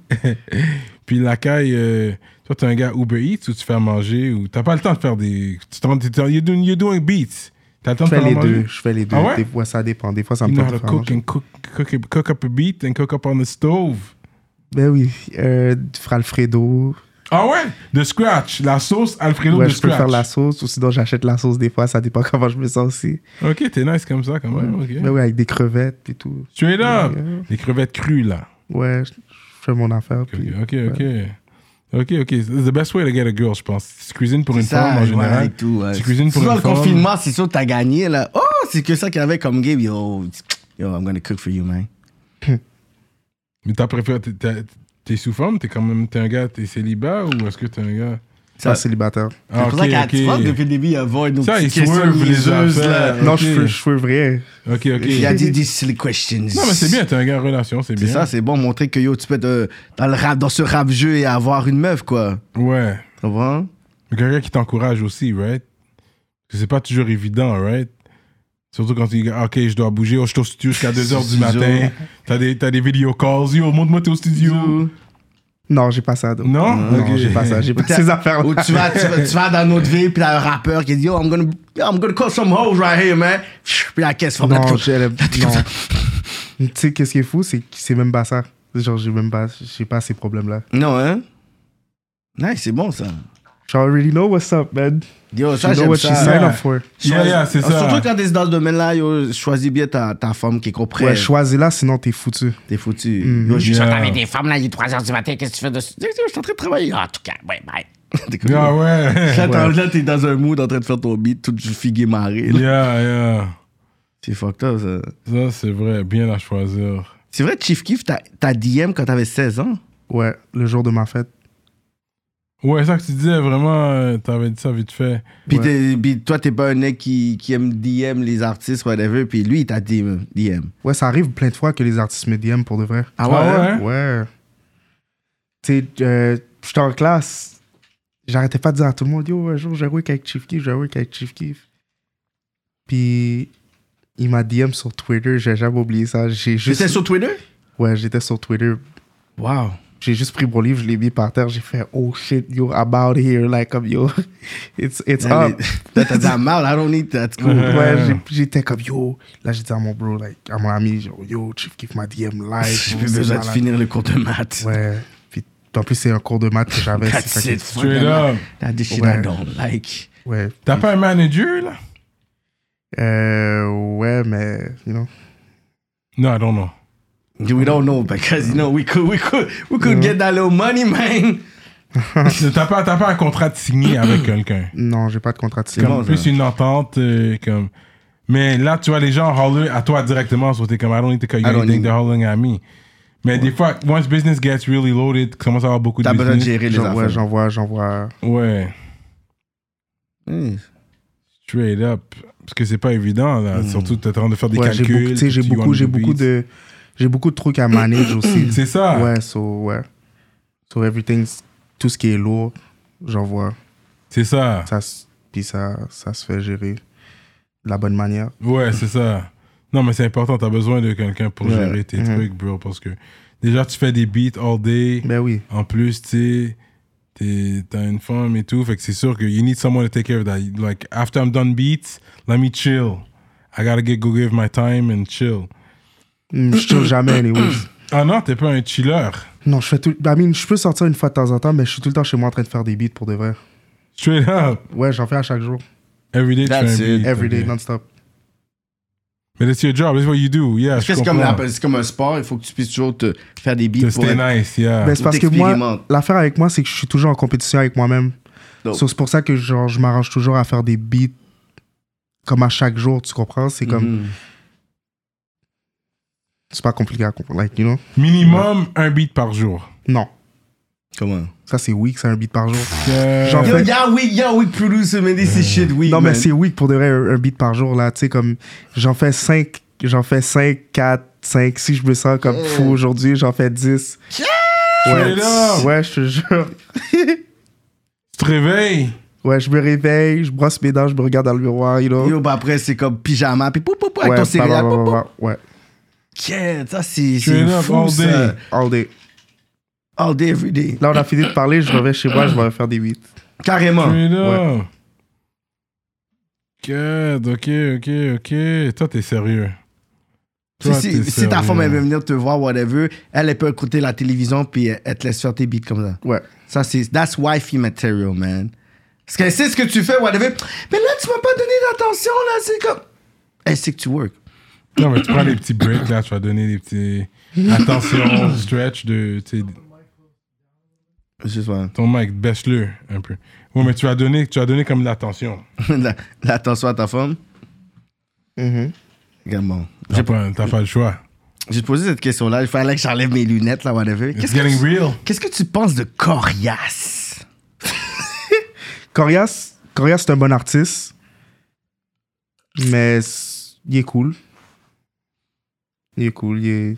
Speaker 1: Puis la caille, euh, toi, t'es un gars Uber Eats ou tu fais à manger ou t'as pas le temps de faire des. Tu t'en. t'es- t'es- You're doing, you're doing beats. T'as le temps
Speaker 2: Je
Speaker 1: de
Speaker 2: fais
Speaker 1: faire à
Speaker 2: les
Speaker 1: manger?
Speaker 2: deux. Je fais les deux.
Speaker 1: Ah ouais?
Speaker 2: Des fois, ça dépend. Des fois, ça
Speaker 1: You
Speaker 2: me
Speaker 1: know
Speaker 2: tente
Speaker 1: how
Speaker 2: de
Speaker 1: to
Speaker 2: faire
Speaker 1: cook
Speaker 2: manger.
Speaker 1: and cook, cook, it- cook up a beat and cook up on the stove.
Speaker 2: Ben oui. Euh, du frais Alfredo.
Speaker 1: Ah ouais? De scratch. La sauce Alfredo
Speaker 2: Ouais,
Speaker 1: de
Speaker 2: je peux
Speaker 1: scratch.
Speaker 2: faire la sauce. Ou sinon, j'achète la sauce des fois. Ça dépend comment je me sens aussi.
Speaker 1: Ok, t'es nice comme ça quand même. Ok.
Speaker 2: Ben oui, avec des crevettes et tout.
Speaker 1: Straight up.
Speaker 2: Yeah.
Speaker 1: Les crevettes crues là.
Speaker 2: Ouais, je je fais mon affaire.
Speaker 1: Ok,
Speaker 2: Puis,
Speaker 1: ok, ok. Ok, ok. It's the best way to get a girl, je pense. Si tu cuisines pour une femme en général. Tu cuisines pour
Speaker 3: Souvent,
Speaker 1: une
Speaker 3: le
Speaker 1: femme.
Speaker 3: confinement, c'est sûr que t'as gagné, là. Oh, c'est que ça qu'il y avait comme game. Yo, yo, I'm gonna cook for you, man.
Speaker 1: Mais t'as préféré. t'es- t'as- T'es sous forme? T'es quand même. T'es un gars. T'es célibat ou est-ce que t'es un gars.
Speaker 2: Ça, célibataire.
Speaker 3: C'est
Speaker 1: Ah,
Speaker 3: pour ça qu'à tu vois,
Speaker 1: ok.
Speaker 3: depuis le début, il avoid nos
Speaker 1: Ça,
Speaker 3: petites
Speaker 1: il
Speaker 3: questions
Speaker 1: swerve les
Speaker 3: niaiseuses, là.
Speaker 1: affaires.
Speaker 2: Non,
Speaker 1: Ok.
Speaker 2: je fais, je fais vrai.
Speaker 1: Ok, ok.
Speaker 3: Il a dit des silly questions.
Speaker 1: Non, mais c'est bien. T'es un gars en relation, c'est
Speaker 3: C'est
Speaker 1: bien.
Speaker 3: ça, c'est bon, montrer que yo, tu peux être euh, dans, le rap, dans ce rap-jeu et avoir une meuf, quoi.
Speaker 1: Ouais.
Speaker 3: Tu comprends?
Speaker 1: Mais quelqu'un qui t'encourage aussi, right? Parce que c'est pas toujours évident, right? Surtout quand tu dis, ah, OK, je dois bouger, oh, je suis au studio jusqu'à 2h du
Speaker 3: Studio.
Speaker 1: matin. T'as des, t'as des video calls, yo, montre-moi t'es au studio.
Speaker 2: Non, j'ai pas ça. donc.
Speaker 1: Non? Ok.
Speaker 2: j'ai pas ça. J'ai pas
Speaker 3: t'as-
Speaker 2: ces affaires-là.
Speaker 3: Ou tu vas, tu, vas, tu vas dans notre ville, puis t'as un rappeur qui dit Yo, I'm gonna, yo, I'm gonna call some hoes right here, man. Puis la caisse, faut
Speaker 2: Non, j'ai- elle- non. Tu sais, qu'est-ce qui est fou, c'est que c'est même pas ça. Genre, j'ai même pas, j'ai pas ces problèmes-là.
Speaker 3: Non, hein? Nice, c'est bon ça.
Speaker 2: I already know what's up, man.
Speaker 3: Yo,
Speaker 2: you
Speaker 3: ça,
Speaker 2: know
Speaker 3: j'aime
Speaker 2: what
Speaker 3: ça.
Speaker 2: she signed
Speaker 1: Yeah.
Speaker 2: up for.
Speaker 1: Ah. Yeah, yeah, c'est
Speaker 3: Surtout
Speaker 1: ça.
Speaker 3: quand t'es dans ce domaine-là, yo, choisis bien ta, ta femme qui comprend.
Speaker 2: Ouais, Mm-hmm. choisis-la, sinon t'es foutu.
Speaker 3: T'es foutu. Yo, je suis
Speaker 1: Yeah.
Speaker 3: sorti avec des femmes, là, il est 3 h du matin, qu'est-ce que tu fais dessus? Yo, Je suis en train de travailler. Ah, En tout cas, ouais, bye. T'es cool.
Speaker 1: Ah ouais.
Speaker 3: Là, t'es- là, t'es dans un mood en train de faire ton beat, tout figué marré. là.
Speaker 1: yeah, yeah.
Speaker 3: C'est fucked up ça.
Speaker 1: Ça, c'est vrai, bien à choisir.
Speaker 3: C'est vrai, Chief Keef, t'as t'as DM quand t'avais 16 ans?
Speaker 2: Ouais, le jour de ma fête.
Speaker 1: Ouais, ça que tu disais, vraiment, euh, t'avais dit ça vite fait.
Speaker 3: Puis,
Speaker 2: Ouais.
Speaker 3: t'es- puis toi, t'es pas un mec qui, qui aime DM les artistes, whatever. Puis lui, il t'a dit euh, DM.
Speaker 2: Ouais, ça arrive plein de fois que les artistes me DM pour de vrai.
Speaker 3: Ah
Speaker 1: ouais,
Speaker 3: ouais?
Speaker 1: hein?
Speaker 2: Ouais. Tu sais, euh, j'étais en classe. J'arrêtais pas de dire à tout le monde, yo, un jour, j'ai work avec Chief Keef, j'ai work avec Chief Keef. Puis, il m'a DM sur Twitter, j'ai jamais oublié ça. J'ai
Speaker 3: J'étais
Speaker 2: juste.
Speaker 3: sur Twitter?
Speaker 2: Ouais, j'étais sur Twitter.
Speaker 3: Wow.
Speaker 2: J'ai juste pris mon livre, je l'ai mis par terre, j'ai fait oh shit, yo, I'm out here, like comme yo, it's, it's
Speaker 3: Là,
Speaker 2: up.
Speaker 3: Ah, t'as dit, I'm out, I don't need that. Cool.
Speaker 2: Ouais, j'ai- j'étais comme yo. Là, j'ai dit à mon bro, like, à mon ami, genre, yo, tu kiffes ma DM live.
Speaker 3: J'ai
Speaker 2: bro,
Speaker 3: plus
Speaker 2: c'est
Speaker 3: besoin de
Speaker 2: malade.
Speaker 3: finir le cours de maths.
Speaker 2: Ouais. Puis, en plus, c'est un cours de maths que j'avais. c'est
Speaker 3: That's
Speaker 2: fait
Speaker 3: it.
Speaker 2: que-
Speaker 3: fuck
Speaker 1: Straight
Speaker 3: that.
Speaker 1: up.
Speaker 3: That is shit
Speaker 2: Ouais.
Speaker 3: I don't like.
Speaker 2: Ouais.
Speaker 1: T'as pas un manager, là?
Speaker 2: Euh, ouais, mais, you know.
Speaker 1: Non, I don't know.
Speaker 3: We don't know because you know we could we could we could get that little money, man.
Speaker 1: T'as pas, t'as pas un contrat de signé avec quelqu'un.
Speaker 2: Non, j'ai pas de contrat de
Speaker 1: Comme
Speaker 2: signature.
Speaker 1: plus une entente, euh, comme... Mais là, tu vois, les gens holler à toi directement, so t'es comme, I don't need to cut you
Speaker 3: I don't
Speaker 1: anything,
Speaker 3: need-
Speaker 1: they're hollering at me. Mais des fois, once business gets really loaded, tu commences à avoir beaucoup de
Speaker 3: T'as besoin de
Speaker 1: business.
Speaker 3: gérer les
Speaker 2: J'en- Ouais,
Speaker 3: affaires.
Speaker 2: j'envoie, j'envoie.
Speaker 1: Ouais,
Speaker 3: Hmm.
Speaker 1: straight up. Parce que c'est pas évident, là. Surtout, t'es en train de faire des
Speaker 2: Hmm. Ouais, j'ai
Speaker 1: calculs.
Speaker 2: beaucoup, tu sais, j'ai
Speaker 1: puis you
Speaker 2: beaucoup,
Speaker 1: wanna
Speaker 2: j'ai
Speaker 1: do
Speaker 2: beaucoup
Speaker 1: beats.
Speaker 2: de, j'ai beaucoup de trucs à manager aussi.
Speaker 1: C'est ça.
Speaker 2: Ouais, so, ouais. So, everything, tout ce qui est lourd, j'envoie.
Speaker 1: C'est ça.
Speaker 2: Ça, s- puis ça, ça se fait gérer de la bonne manière.
Speaker 1: Ouais, c'est ça. Non, mais c'est important. T'as besoin de quelqu'un pour
Speaker 3: Ouais.
Speaker 1: gérer tes
Speaker 2: Mm-hmm.
Speaker 1: trucs, bro. Parce que déjà, tu fais des beats all day.
Speaker 2: Ben oui.
Speaker 1: En plus, tu sais, t'es- t'as une femme et tout. Fait que c'est sûr que you need someone to take care of that. Like, after I'm done beats, let me chill. I gotta get go give my time and chill.
Speaker 2: Mm, Je chill jamais, anyways.
Speaker 1: Ah non, t'es pas un chiller.
Speaker 2: Non, je fais tout. I mean, je peux sortir une fois de temps en temps, mais je suis tout le temps chez moi en train de faire des beats pour de vrai.
Speaker 1: Straight up.
Speaker 2: Ouais, j'en fais à chaque jour.
Speaker 1: Every day, tu
Speaker 3: That's
Speaker 1: fais un
Speaker 3: it.
Speaker 1: beat.
Speaker 2: Every day,
Speaker 1: ok.
Speaker 2: non-stop.
Speaker 1: Mais that's your job. That's what you do. Yeah,
Speaker 3: Parce
Speaker 1: je
Speaker 3: que c'est comme,
Speaker 1: comprends.
Speaker 3: la- c'est comme un sport, il faut que tu puisses toujours te faire des beats
Speaker 1: To
Speaker 3: pour
Speaker 1: stay
Speaker 3: être...
Speaker 1: nice, yeah.
Speaker 2: Ben, c'est
Speaker 3: Ou
Speaker 2: parce que moi,
Speaker 3: t'expérimentes.
Speaker 2: l'affaire avec moi, c'est que je suis toujours en compétition avec moi-même.
Speaker 3: Donc.
Speaker 2: So, c'est pour ça que genre, je m'arrange toujours à faire des beats comme à chaque jour, tu comprends? C'est comme.
Speaker 3: Mhm. Mm-hmm.
Speaker 2: C'est pas compliqué à comprendre. Like, you know?
Speaker 1: Minimum un beat par jour.
Speaker 2: Non.
Speaker 3: Comment?
Speaker 2: Ça, c'est weak, c'est un beat par jour.
Speaker 1: Euh,
Speaker 2: J'en
Speaker 3: Yo,
Speaker 2: fais.
Speaker 3: yeah, we, yeah, we produce, man, this is shit, we,
Speaker 2: Non, mais
Speaker 3: man.
Speaker 2: c'est weak pour de vrai, un, un beat par jour, là. Tu sais, comme. J'en fais 5, j'en fais 5, 4, 5, si je me sens comme fou aujourd'hui, j'en fais 10.
Speaker 1: Straight up.
Speaker 2: Ouais, ouais, je te jure.
Speaker 1: Tu te réveilles.
Speaker 2: Ouais, je me réveille, je brosse mes dents, je me regarde dans le miroir, you know.
Speaker 3: Yo, bah après, c'est comme pyjama, puis pou, pou, pou, avec
Speaker 2: ouais,
Speaker 3: ton
Speaker 2: bah, bah,
Speaker 3: céréal,
Speaker 2: bah,
Speaker 3: pou, pou.
Speaker 2: bah, ouais,
Speaker 3: Yeah, ça, c'est
Speaker 1: Straight
Speaker 3: c'est
Speaker 1: up,
Speaker 3: fou,
Speaker 1: all
Speaker 3: ça.
Speaker 1: day.
Speaker 2: all day.
Speaker 3: All day, every day.
Speaker 2: Là, on a fini de parler, je reviens chez moi, je vais faire des beats.
Speaker 3: Carrément.
Speaker 1: Straight up. God, ok, ok, ok. Toi, t'es sérieux.
Speaker 3: Si,
Speaker 1: Toi,
Speaker 3: si,
Speaker 1: t'es
Speaker 3: si ta
Speaker 1: sérieux.
Speaker 3: femme elle veut venir te voir, whatever, elle, elle peut écouter la télévision puis elle, elle te laisse faire tes beats comme ça.
Speaker 2: Ouais.
Speaker 3: Ça, c'est. That's wifey material, man. Parce qu'elle sait ce que tu fais, whatever. Mais là, tu m'as pas donné d'attention, là. C'est comme. Elle sait que tu work.
Speaker 1: Non, mais tu prends des petits breaks là, tu vas donner des petits. Attention, stretch de. tu sais,
Speaker 3: Juste, ouais.
Speaker 1: Ton mic, baisse-le un peu. Ouais, mais tu vas donner, tu vas donner comme de l'attention.
Speaker 3: La- L'attention à ta femme.
Speaker 2: Mhm.
Speaker 3: Regarde, bon.
Speaker 1: T'as pas, t'as pas le choix.
Speaker 3: J'ai posé cette question-là. Il fallait que j'enlève mes lunettes, là, whatever.
Speaker 1: It's
Speaker 3: Qu'est-ce
Speaker 1: getting
Speaker 3: que, tu...
Speaker 1: real.
Speaker 3: qu'est-ce que tu penses de Corias?
Speaker 2: Corias, Corias, c'est un bon artiste, mais c'est- il est cool. Il est cool, il est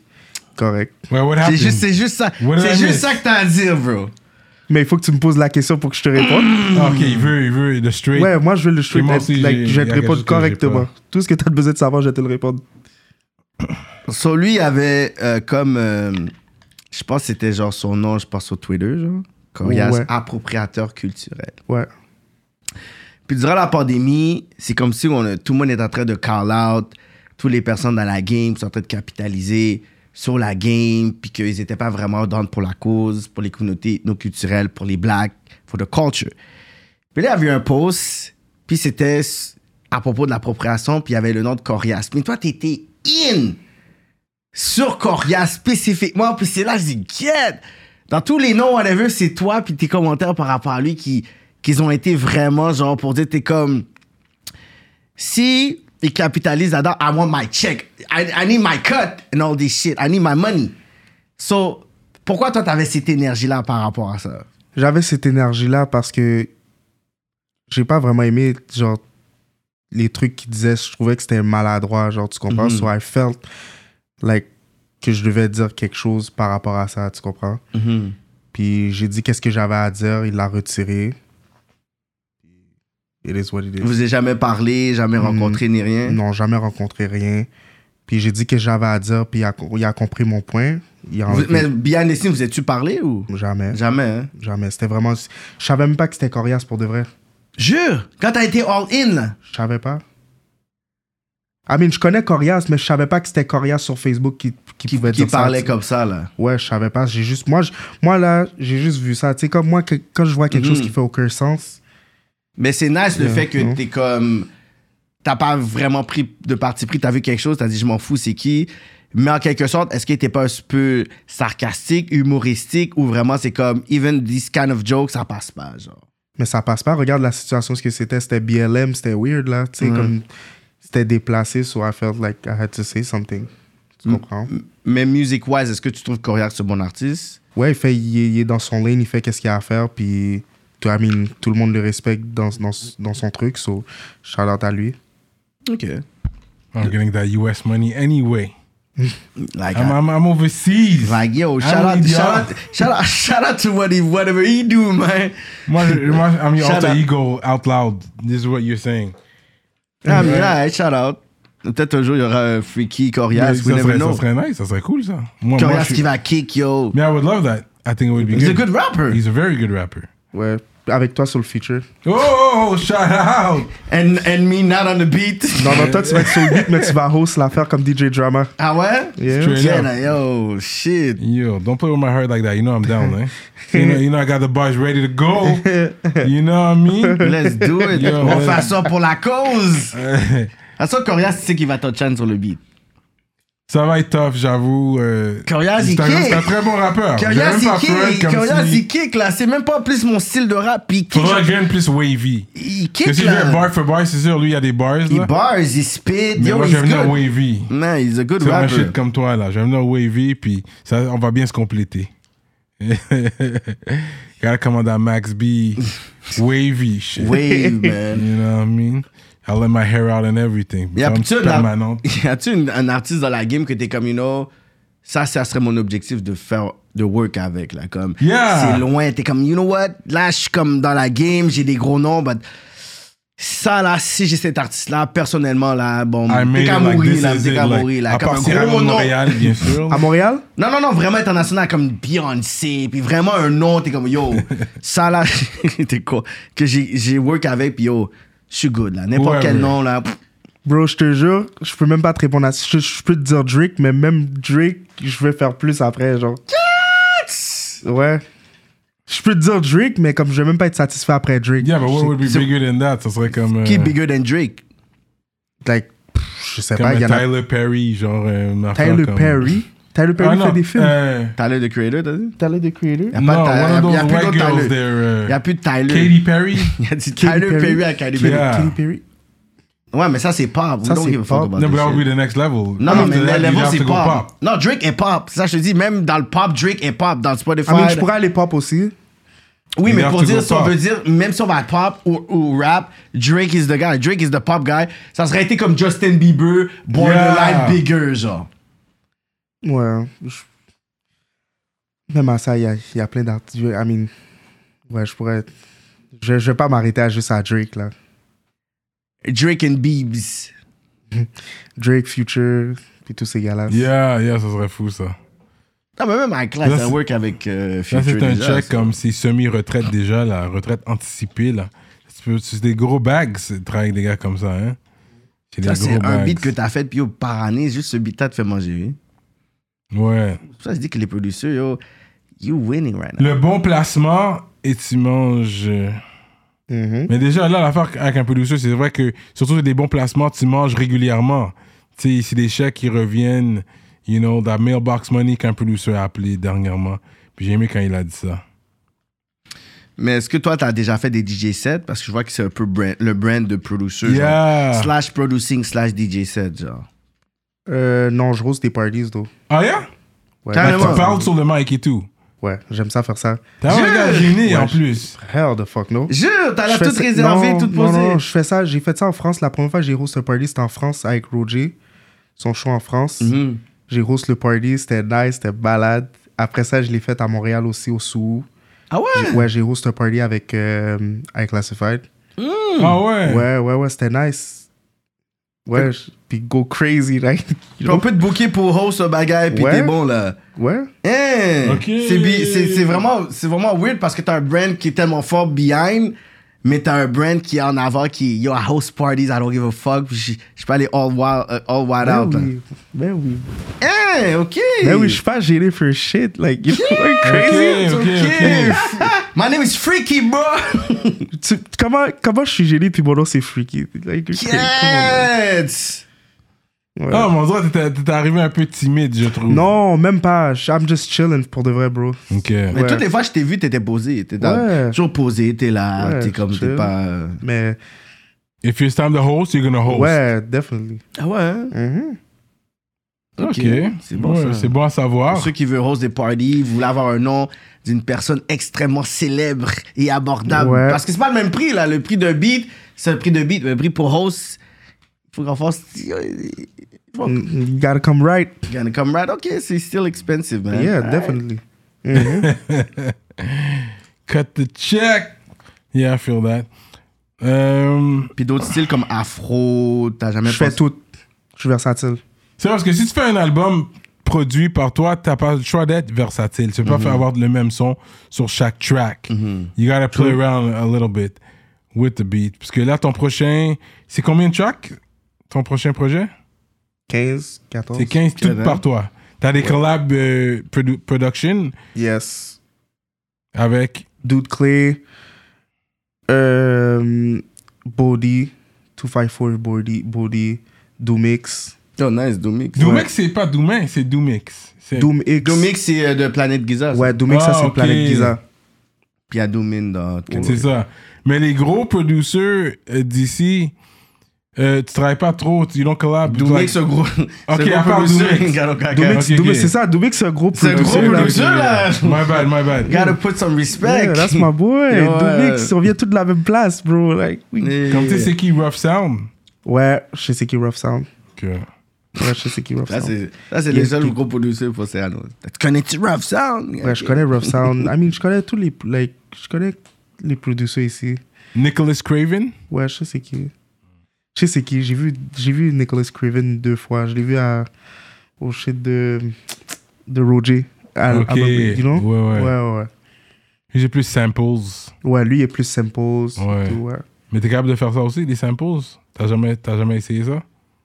Speaker 2: correct.
Speaker 1: Ouais, what
Speaker 3: C'est
Speaker 1: happened?
Speaker 3: juste, c'est juste ça.
Speaker 1: What did I
Speaker 3: C'est juste
Speaker 1: miss?
Speaker 3: ça que t'as à dire, bro.
Speaker 2: Mais il faut que tu me poses la question pour que je te réponde.
Speaker 1: Ah, ok, il veut, il veut le straight.
Speaker 2: Ouais, moi, je vais le je vais
Speaker 1: moi
Speaker 2: te-
Speaker 1: aussi, j'ai-
Speaker 2: like, je
Speaker 1: il
Speaker 2: vais
Speaker 1: y
Speaker 2: te
Speaker 1: a quelque chose
Speaker 2: répondre
Speaker 1: que j'ai
Speaker 2: correctement.
Speaker 1: pas.
Speaker 2: Tout ce que tu as besoin de savoir, je vais te le répondre.
Speaker 3: So, lui avait euh, comme. euh, je pense que c'était genre son nom, je pense sur Twitter, genre. Corias,
Speaker 2: Ouais.
Speaker 3: appropriateur culturel.
Speaker 2: Ouais.
Speaker 3: Puis durant la pandémie, c'est comme si on a- tout le monde est en train de call out, toutes les personnes dans la game sont en train de capitaliser sur la game, puis qu'ils n'étaient pas vraiment dans pour la cause, pour les communautés non culturelles, pour les blacks, pour the culture. Puis là, il y avait eu un post, puis c'était s- à propos de l'appropriation, puis il y avait le nom de Corias. Mais toi, t'étais in sur Corias spécifiquement, puis c'est là que j'ai dit, Get! Dans tous les noms, whatever, c'est toi, puis tes commentaires par rapport à lui qui, qu'ils ont été vraiment, genre, pour dire, t'es comme. Si ils capitalisent là-dedans, I want my check. I, I need my cut and all this shit. I need my money. So, pourquoi toi, t'avais cette énergie-là par rapport à ça?
Speaker 2: j'avais cette énergie là parce que j'ai pas vraiment aimé genre les trucs qu'ils disaient je trouvais que c'était maladroit genre tu comprends
Speaker 3: Mhm.
Speaker 2: so I felt like que je devais dire quelque chose par rapport à ça tu comprends puis j'ai dit qu'est-ce que j'avais à dire il l'a retiré it is what it is
Speaker 3: Vous avez jamais parlé, jamais rencontré, ni rien?
Speaker 2: non jamais rencontré rien Puis j'ai dit que j'avais à dire, puis il a, il a compris mon point. Il a
Speaker 3: Vous-
Speaker 2: enlevé-
Speaker 3: mais bien ici, vous êtes-tu parlé ou
Speaker 2: Jamais.
Speaker 3: Jamais, hein?
Speaker 2: Jamais. C'était vraiment. Je savais même pas que c'était coriace pour de vrai.
Speaker 3: Jure, quand t'as été all-in, là.
Speaker 2: Je savais pas. I mean, je connais Corias, mais je savais pas que c'était Corias sur Facebook qui, qui,
Speaker 3: qui,
Speaker 2: pouvait
Speaker 3: qui
Speaker 2: dire ça,
Speaker 3: parlait
Speaker 2: tu-
Speaker 3: comme ça, là.
Speaker 2: Ouais, je savais pas. J'ai juste, moi, je- moi là, j'ai juste vu ça. Tu sais, comme moi, que- quand je vois quelque chose
Speaker 3: Mhm.
Speaker 2: qui fait aucun sens,
Speaker 3: Mais c'est nice le
Speaker 2: Yeah,
Speaker 3: fait que
Speaker 1: Mm-hmm.
Speaker 2: non.
Speaker 3: t'es comme. T'as pas vraiment pris de parti pris, t'as vu quelque chose, t'as dit je m'en fous, c'est qui. Mais en quelque sorte, est-ce que t'es pas un petit peu sarcastique, humoristique, ou vraiment c'est comme even this kind of joke, ça passe pas, genre.
Speaker 2: mais ça passe pas. Regarde la situation, ce que c'était. C'était BLM, c'était weird, là. Tu sais, comme. C'était déplacé, so I felt like I had to say something. Tu comprends?
Speaker 3: Mais music-wise, est-ce que tu trouves Coria c'est un bon artiste?
Speaker 2: Ouais, il, fait, il, est, il est dans son lane, il fait qu'est-ce qu'il a à faire, puis tout, I mean, tout le monde le respecte dans, dans, dans son truc, so shout out à lui.
Speaker 3: Ok.
Speaker 1: I'm getting that US money anyway.
Speaker 3: Like,
Speaker 1: I'm, I'm, I'm overseas.
Speaker 3: like, yo, shout
Speaker 1: I'm
Speaker 3: out,
Speaker 1: India.
Speaker 3: shout out, shout out, shout out to what he, whatever he do, man.
Speaker 1: Moi, je- moi, I'm your
Speaker 3: Shout
Speaker 1: alter
Speaker 3: out.
Speaker 1: ego out loud. This is what you're saying.
Speaker 3: Ah, mais ouais, shout out. Peut-être un jour, il y aura un freaky Corias,
Speaker 1: Mais
Speaker 3: we
Speaker 1: ça,
Speaker 3: never
Speaker 1: serait, ça
Speaker 3: know.
Speaker 1: serait nice, ça serait cool ça. Moi, moi,
Speaker 3: Corias
Speaker 1: je suis-
Speaker 3: qui va kick, yo.
Speaker 1: Mais I would love that. I think it would be
Speaker 3: He's a
Speaker 1: good.
Speaker 3: good rapper.
Speaker 1: He's a very good rapper.
Speaker 2: Ouais, avec toi sur le feature.
Speaker 1: Oh, oh, oh, shout out!
Speaker 3: And, and me not on the beat.
Speaker 2: Non, non, toi, tu vas être sur le beat, mais tu vas host l'affaire comme DJ Drama.
Speaker 3: Ah ouais?
Speaker 2: Yeah.
Speaker 1: Straight
Speaker 3: Yeah,
Speaker 1: up.
Speaker 3: nah, yo, shit.
Speaker 1: Yo, don't play with my heart like that. You know I'm down, man. You know, you know I got the bars ready to go. You know what I mean?
Speaker 3: Let's do it.
Speaker 1: Yo,
Speaker 3: On
Speaker 1: ouais.
Speaker 3: fait ça pour la cause. À ça, Corias, tu sais qu'il va toucher sur le beat.
Speaker 1: Ça va être tough, j'avoue. euh,
Speaker 3: Corias,
Speaker 1: c'est
Speaker 3: il
Speaker 1: un, c'est un
Speaker 3: kick.
Speaker 1: très bon rappeur. J'ai
Speaker 3: Corias,
Speaker 1: même
Speaker 3: il
Speaker 1: pas peur
Speaker 3: kick.
Speaker 1: comme
Speaker 3: Corias,
Speaker 1: si-
Speaker 3: il kick, là. C'est même pas plus mon style de rap. Il kick.
Speaker 1: Faudrait que je vienne plus wavy.
Speaker 3: Il
Speaker 1: Que
Speaker 3: kick,
Speaker 1: si je viens
Speaker 3: là.
Speaker 1: bar for bar, c'est sûr, lui, il y a des bars,
Speaker 3: Il
Speaker 1: là.
Speaker 3: bars, il spit.
Speaker 1: Mais
Speaker 3: Yo,
Speaker 1: moi, je
Speaker 3: he's
Speaker 1: vais venir
Speaker 3: good.
Speaker 1: wavy.
Speaker 3: Man, he's a good
Speaker 1: C'est un
Speaker 3: rapper.
Speaker 1: shit comme toi, là. Je vais venir wavy, puis ça, on va bien se compléter. Gotta commande à Max B. Wavy shit.
Speaker 3: Wave, man.
Speaker 1: You know what I mean? I let my hair out and everything.
Speaker 3: Y a
Speaker 1: Comme
Speaker 3: plus
Speaker 1: permanente.
Speaker 3: Y a-tu une- un artiste dans la game que t'es comme, you know, ça, ça serait mon objectif de faire, de work avec, là, comme.
Speaker 1: Yeah.
Speaker 3: C'est loin, t'es comme, you know what, là, je suis comme dans la game, j'ai des gros noms, but ça, là, si j'ai cet artiste-là, personnellement, là, bon,
Speaker 1: I
Speaker 3: t'es
Speaker 1: made
Speaker 3: qu'à
Speaker 1: it like
Speaker 3: mourir,
Speaker 1: this
Speaker 3: là,
Speaker 1: is
Speaker 3: t'es
Speaker 1: it,
Speaker 3: qu'à
Speaker 1: like,
Speaker 3: mourir, là,
Speaker 1: à
Speaker 3: comme
Speaker 1: part
Speaker 3: un
Speaker 1: Cyrano
Speaker 3: gros
Speaker 1: de
Speaker 3: nom.
Speaker 1: Montréal, bien sûr.
Speaker 2: À Montréal?
Speaker 3: Non, non, non, vraiment international, comme Beyoncé, puis vraiment un nom, t'es comme, yo, ça, là, t'es quoi, que j'ai j'ai work avec, puis yo, je suis good, là, n'importe quel
Speaker 1: Whoever.
Speaker 3: nom, là, pff,
Speaker 2: Bro, je te jure, je peux même pas te répondre à je, je peux te dire Drake, mais même Drake, je vais faire plus après, genre. Ouais. Je peux te dire Drake, mais comme je vais même pas être satisfait après Drake.
Speaker 1: Yeah, bah but what
Speaker 2: Je-
Speaker 1: would be bigger than that? Ça serait comme,
Speaker 3: qui est
Speaker 1: euh,
Speaker 3: bigger than Drake?
Speaker 2: like, pff, je sais
Speaker 1: comme
Speaker 2: pas, il y
Speaker 1: un
Speaker 2: en a.
Speaker 1: Tyler Perry, genre. euh, une affaire
Speaker 2: Tyler
Speaker 1: comme-
Speaker 2: Perry. Tyler
Speaker 1: Ah,
Speaker 2: Perry
Speaker 1: non,
Speaker 2: fait des films.
Speaker 1: euh,
Speaker 3: Tyler, the creator, t'as dit?
Speaker 2: Tyler, the creator.
Speaker 3: Y a
Speaker 1: no,
Speaker 3: pas de-
Speaker 1: one of
Speaker 3: y a- y a
Speaker 1: those
Speaker 3: plus
Speaker 1: white
Speaker 3: d'autres
Speaker 1: girls
Speaker 3: Tyler.
Speaker 1: there.
Speaker 3: Il n'y a
Speaker 1: euh,
Speaker 3: plus de Tyler.
Speaker 1: Katy Perry.
Speaker 3: Il y a du
Speaker 2: Katy
Speaker 3: Tyler
Speaker 2: Perry.
Speaker 3: Perry à Katy Perry.
Speaker 1: Yeah.
Speaker 2: Katy Perry.
Speaker 3: Ouais, mais ça, c'est pop. We
Speaker 2: Ça,
Speaker 3: don't
Speaker 2: c'est
Speaker 3: give a fuck
Speaker 2: pop.
Speaker 3: about
Speaker 1: No,
Speaker 3: that
Speaker 1: but that would be
Speaker 3: shit.
Speaker 1: the next level.
Speaker 3: Non, non,
Speaker 1: After
Speaker 3: mais
Speaker 1: that,
Speaker 3: le
Speaker 1: you'd
Speaker 3: level,
Speaker 1: have
Speaker 3: c'est
Speaker 1: to go
Speaker 3: pop. Non, Drake est pop. Ça, je te dis, même dans le pop, Drake est pop. Dans Spotify.
Speaker 2: Ah, mais je pourrais aller pop aussi.
Speaker 3: Oui,
Speaker 1: Il
Speaker 3: mais
Speaker 1: a
Speaker 3: pour
Speaker 1: tout go
Speaker 3: dire, si on
Speaker 1: pop.
Speaker 3: veut dire, même si on va à pop ou, ou rap, Drake is the guy. Drake is the pop guy. Ça serait été comme Justin Bieber, Borderline
Speaker 1: Yeah.
Speaker 3: Bigger, genre.
Speaker 2: Ouais. je- Même à ça, il y a, il y a plein d'artistes. I mean, ouais, je pourrais. Je, je vais pas m'arrêter à juste à Drake, là.
Speaker 3: Drake and Biebs.
Speaker 2: Drake, Future, puis tous ces gars-là.
Speaker 1: Yeah, yeah, ça serait fou ça.
Speaker 3: Non, mais même à classe,
Speaker 1: Là,
Speaker 3: ça
Speaker 1: c'est-
Speaker 3: work avec euh,
Speaker 1: Là,
Speaker 3: Future.
Speaker 1: c'est un
Speaker 3: déjà,
Speaker 1: check
Speaker 3: ça.
Speaker 1: comme c'est semi-retraite déjà, la retraite anticipée là. Tu peux- C'est des gros bags, c'est de travailler avec des gars comme ça, hein. C'est des
Speaker 3: Ça, c'est
Speaker 1: gros
Speaker 3: un
Speaker 1: bags.
Speaker 3: beat que t'as fait, puis yo, par année, juste ce beat-là te fait manger. oui.
Speaker 1: Ouais.
Speaker 3: C'est pour ça que je dis que les producteurs, yo, you winning right now.
Speaker 1: Le bon placement et tu manges. euh.
Speaker 3: Mm-hmm.
Speaker 2: Mhm.
Speaker 1: Mais déjà, là, l'affaire avec un peu douceur, c'est vrai que surtout des bons placements, tu manges régulièrement. Tu sais, c'est des chèques qui reviennent, you know, that mailbox money qu'un peu douceur a appelé dernièrement. Puis j'ai aimé quand il a dit ça.
Speaker 3: Mais est-ce que toi, t'as déjà fait des DJ sets? Parce que je vois que c'est un peu brand- le brand de producer. genre.
Speaker 1: Yeah!
Speaker 3: Slash producing, slash DJ set, genre.
Speaker 2: Euh, non, je rose des parties, though.
Speaker 1: Ah, yeah?
Speaker 2: Ouais,
Speaker 1: Bah,
Speaker 3: Carrément.
Speaker 1: tu parles sur le mic et tout.
Speaker 2: ouais j'aime ça faire ça.
Speaker 1: T'as un gars gêné en plus.
Speaker 2: Hell the fuck, no.
Speaker 3: Jure, t'as
Speaker 2: Je
Speaker 3: l'air
Speaker 2: fais
Speaker 3: toute
Speaker 2: ça-
Speaker 3: réservée,
Speaker 2: non,
Speaker 3: toute
Speaker 2: non,
Speaker 3: posée.
Speaker 2: non, je fais ça. J'ai fait ça en France. La première fois que j'ai host un party, c'était en France avec Roger. Son show en France.
Speaker 3: Mhm.
Speaker 2: J'ai host le party. C'était nice, c'était balade. Après ça, je l'ai fait à Montréal aussi, au Sous.
Speaker 3: Ah ouais?
Speaker 2: Ouais, j'ai host un party avec, euh, avec Classified.
Speaker 1: Ah ouais?
Speaker 2: Ouais, ouais, ouais, c'était nice. Ouais, je- puis go crazy, like. you
Speaker 3: On
Speaker 2: know?
Speaker 3: peut te booker pour host un bagage puis
Speaker 2: Ouais.
Speaker 3: t'es bon là.
Speaker 2: Ouais.
Speaker 3: Hein?
Speaker 1: Ok.
Speaker 3: C'est bi- C'est c'est vraiment, c'est vraiment weird parce que t'as un brand qui est tellement fort behind, mais t'as un brand qui est en avant qui yo I host parties, I don't give a fuck, puis je je peux aller all wild, euh, all wild
Speaker 2: Ben
Speaker 3: out. là.
Speaker 2: oui. Ben oui.
Speaker 3: Hein? Ok.
Speaker 2: Ben oui, je suis pas géré for shit. Like, you're crazy.
Speaker 1: Ok, ok,
Speaker 3: Okay. My name is Freaky bro.
Speaker 2: Tu- comment, comment je suis gêné, puis bon, non, c'est freaky. Like, you're crazy.
Speaker 3: Yes.
Speaker 2: Come on, man.
Speaker 1: Ah,
Speaker 2: Ouais.
Speaker 1: mon dieu, t'es t'es arrivé un peu timide, je trouve.
Speaker 2: Non, même pas. I'm just chilling pour de vrai, bro.
Speaker 1: Ok.
Speaker 3: Mais
Speaker 2: Ouais.
Speaker 3: toutes les fois que je t'ai vu, t'étais posé, t'étais
Speaker 2: Ouais.
Speaker 3: toujours posé, t'es là,
Speaker 2: Ouais,
Speaker 3: t'es comme t'es
Speaker 2: chill.
Speaker 3: pas.
Speaker 2: Mais,
Speaker 1: If it's time to host, you're gonna host.
Speaker 2: ouais, definitely.
Speaker 3: Ah ouais.
Speaker 2: Mhm.
Speaker 1: Ok.
Speaker 3: C'est bon
Speaker 1: Ouais,
Speaker 3: ça.
Speaker 1: C'est bon à savoir.
Speaker 3: Pour ceux qui veulent host des parties, vous voulez avoir un nom d'une personne extrêmement célèbre et abordable.
Speaker 2: Ouais.
Speaker 3: Parce que c'est pas le même prix, là. Le prix d'un beat, c'est le prix de beat. Le prix pour host, il faut qu'on fasse.
Speaker 2: Mm, You gotta come right.
Speaker 3: Gonna come right. OK, c'est still expensive, man.
Speaker 2: Yeah,
Speaker 3: Alright.
Speaker 2: definitely. Mhm.
Speaker 1: Cut the check. Yeah, I feel that. Euh,
Speaker 3: Puis d'autres styles comme afro, t'as jamais
Speaker 2: Je fais
Speaker 3: pensé-
Speaker 2: tout. Je suis versatile.
Speaker 1: C'est vrai, parce que si tu fais un album produit par toi, t'as pas le choix d'être versatile. Tu peux pas faire avoir le même son sur chaque track. You gotta play around a little bit with the beat. Parce que là, ton prochain... C'est combien de tracks, ton prochain projet?
Speaker 2: 15, 14.
Speaker 1: C'est 15, tout
Speaker 3: Quel
Speaker 1: par
Speaker 3: âge?
Speaker 1: toi. T'as des collabs euh, produ- production
Speaker 2: Yes.
Speaker 1: avec...
Speaker 2: Dude Clay, euh, Body, 254 Body, Body, Doomix.
Speaker 3: Oh, nice, Doomix.
Speaker 1: Doomix, c'est pas Doomix, c'est Doomix. C'est-
Speaker 2: Doom X.
Speaker 3: Doomix, c'est euh, de Planète Giza. ça.
Speaker 2: Ouais, Doomix,
Speaker 1: Eh, Ah,
Speaker 2: ça c'est
Speaker 1: ok.
Speaker 2: Planète Giza.
Speaker 3: Puis il y a Doomin dans.
Speaker 1: C'est ça. Mais les gros producers euh, d'ici, euh, tu travailles pas trop, tu don't collab.
Speaker 3: Doomix,
Speaker 1: Like-
Speaker 3: ce gros.
Speaker 1: Ok, à part Doomix.
Speaker 3: Doomix.
Speaker 2: Doomix,
Speaker 1: ok,
Speaker 2: Doomix,
Speaker 1: ok.
Speaker 2: c'est ça, Doomix c'est un gros
Speaker 3: C'est un gros
Speaker 2: là.
Speaker 3: producer, là.
Speaker 1: My bad, my bad.
Speaker 3: Gotta put some respect.
Speaker 2: Yeah, that's my boy.
Speaker 3: Yeah, ouais.
Speaker 2: Doomix, on vient tous de la même place, bro. Like, we-
Speaker 1: Comme tu sais, c'est qui Rough Sound?
Speaker 2: Ouais, je sais qui Rough Sound.
Speaker 1: Que-
Speaker 2: Ouais, je sais qui Rough
Speaker 3: Là,
Speaker 2: Sound.
Speaker 3: c'est là, c'est les
Speaker 2: Il-
Speaker 3: seuls
Speaker 2: il-
Speaker 3: gros producteurs pour Céano. Tu connais-tu Rough Sound?
Speaker 2: Ouais, je connais Rough Sound. I mean, je connais tous les, like, je connais les producers ici.
Speaker 1: Nicholas Craven?
Speaker 2: Ouais, je sais qui. Je sais qui. J'ai vu, j'ai vu Nicholas Craven deux fois. Je l'ai vu à, au shit de, de Roger. À, à
Speaker 1: Ok.
Speaker 2: Burberry, you know?
Speaker 1: Ouais, ouais.
Speaker 2: ouais, ouais.
Speaker 1: J'ai plus samples.
Speaker 2: Ouais, lui, il est plus samples.
Speaker 1: Ouais.
Speaker 2: Ouais. Tout, ouais.
Speaker 1: Mais t'es capable de faire ça aussi, des samples? T'as jamais, t'as jamais essayé ça?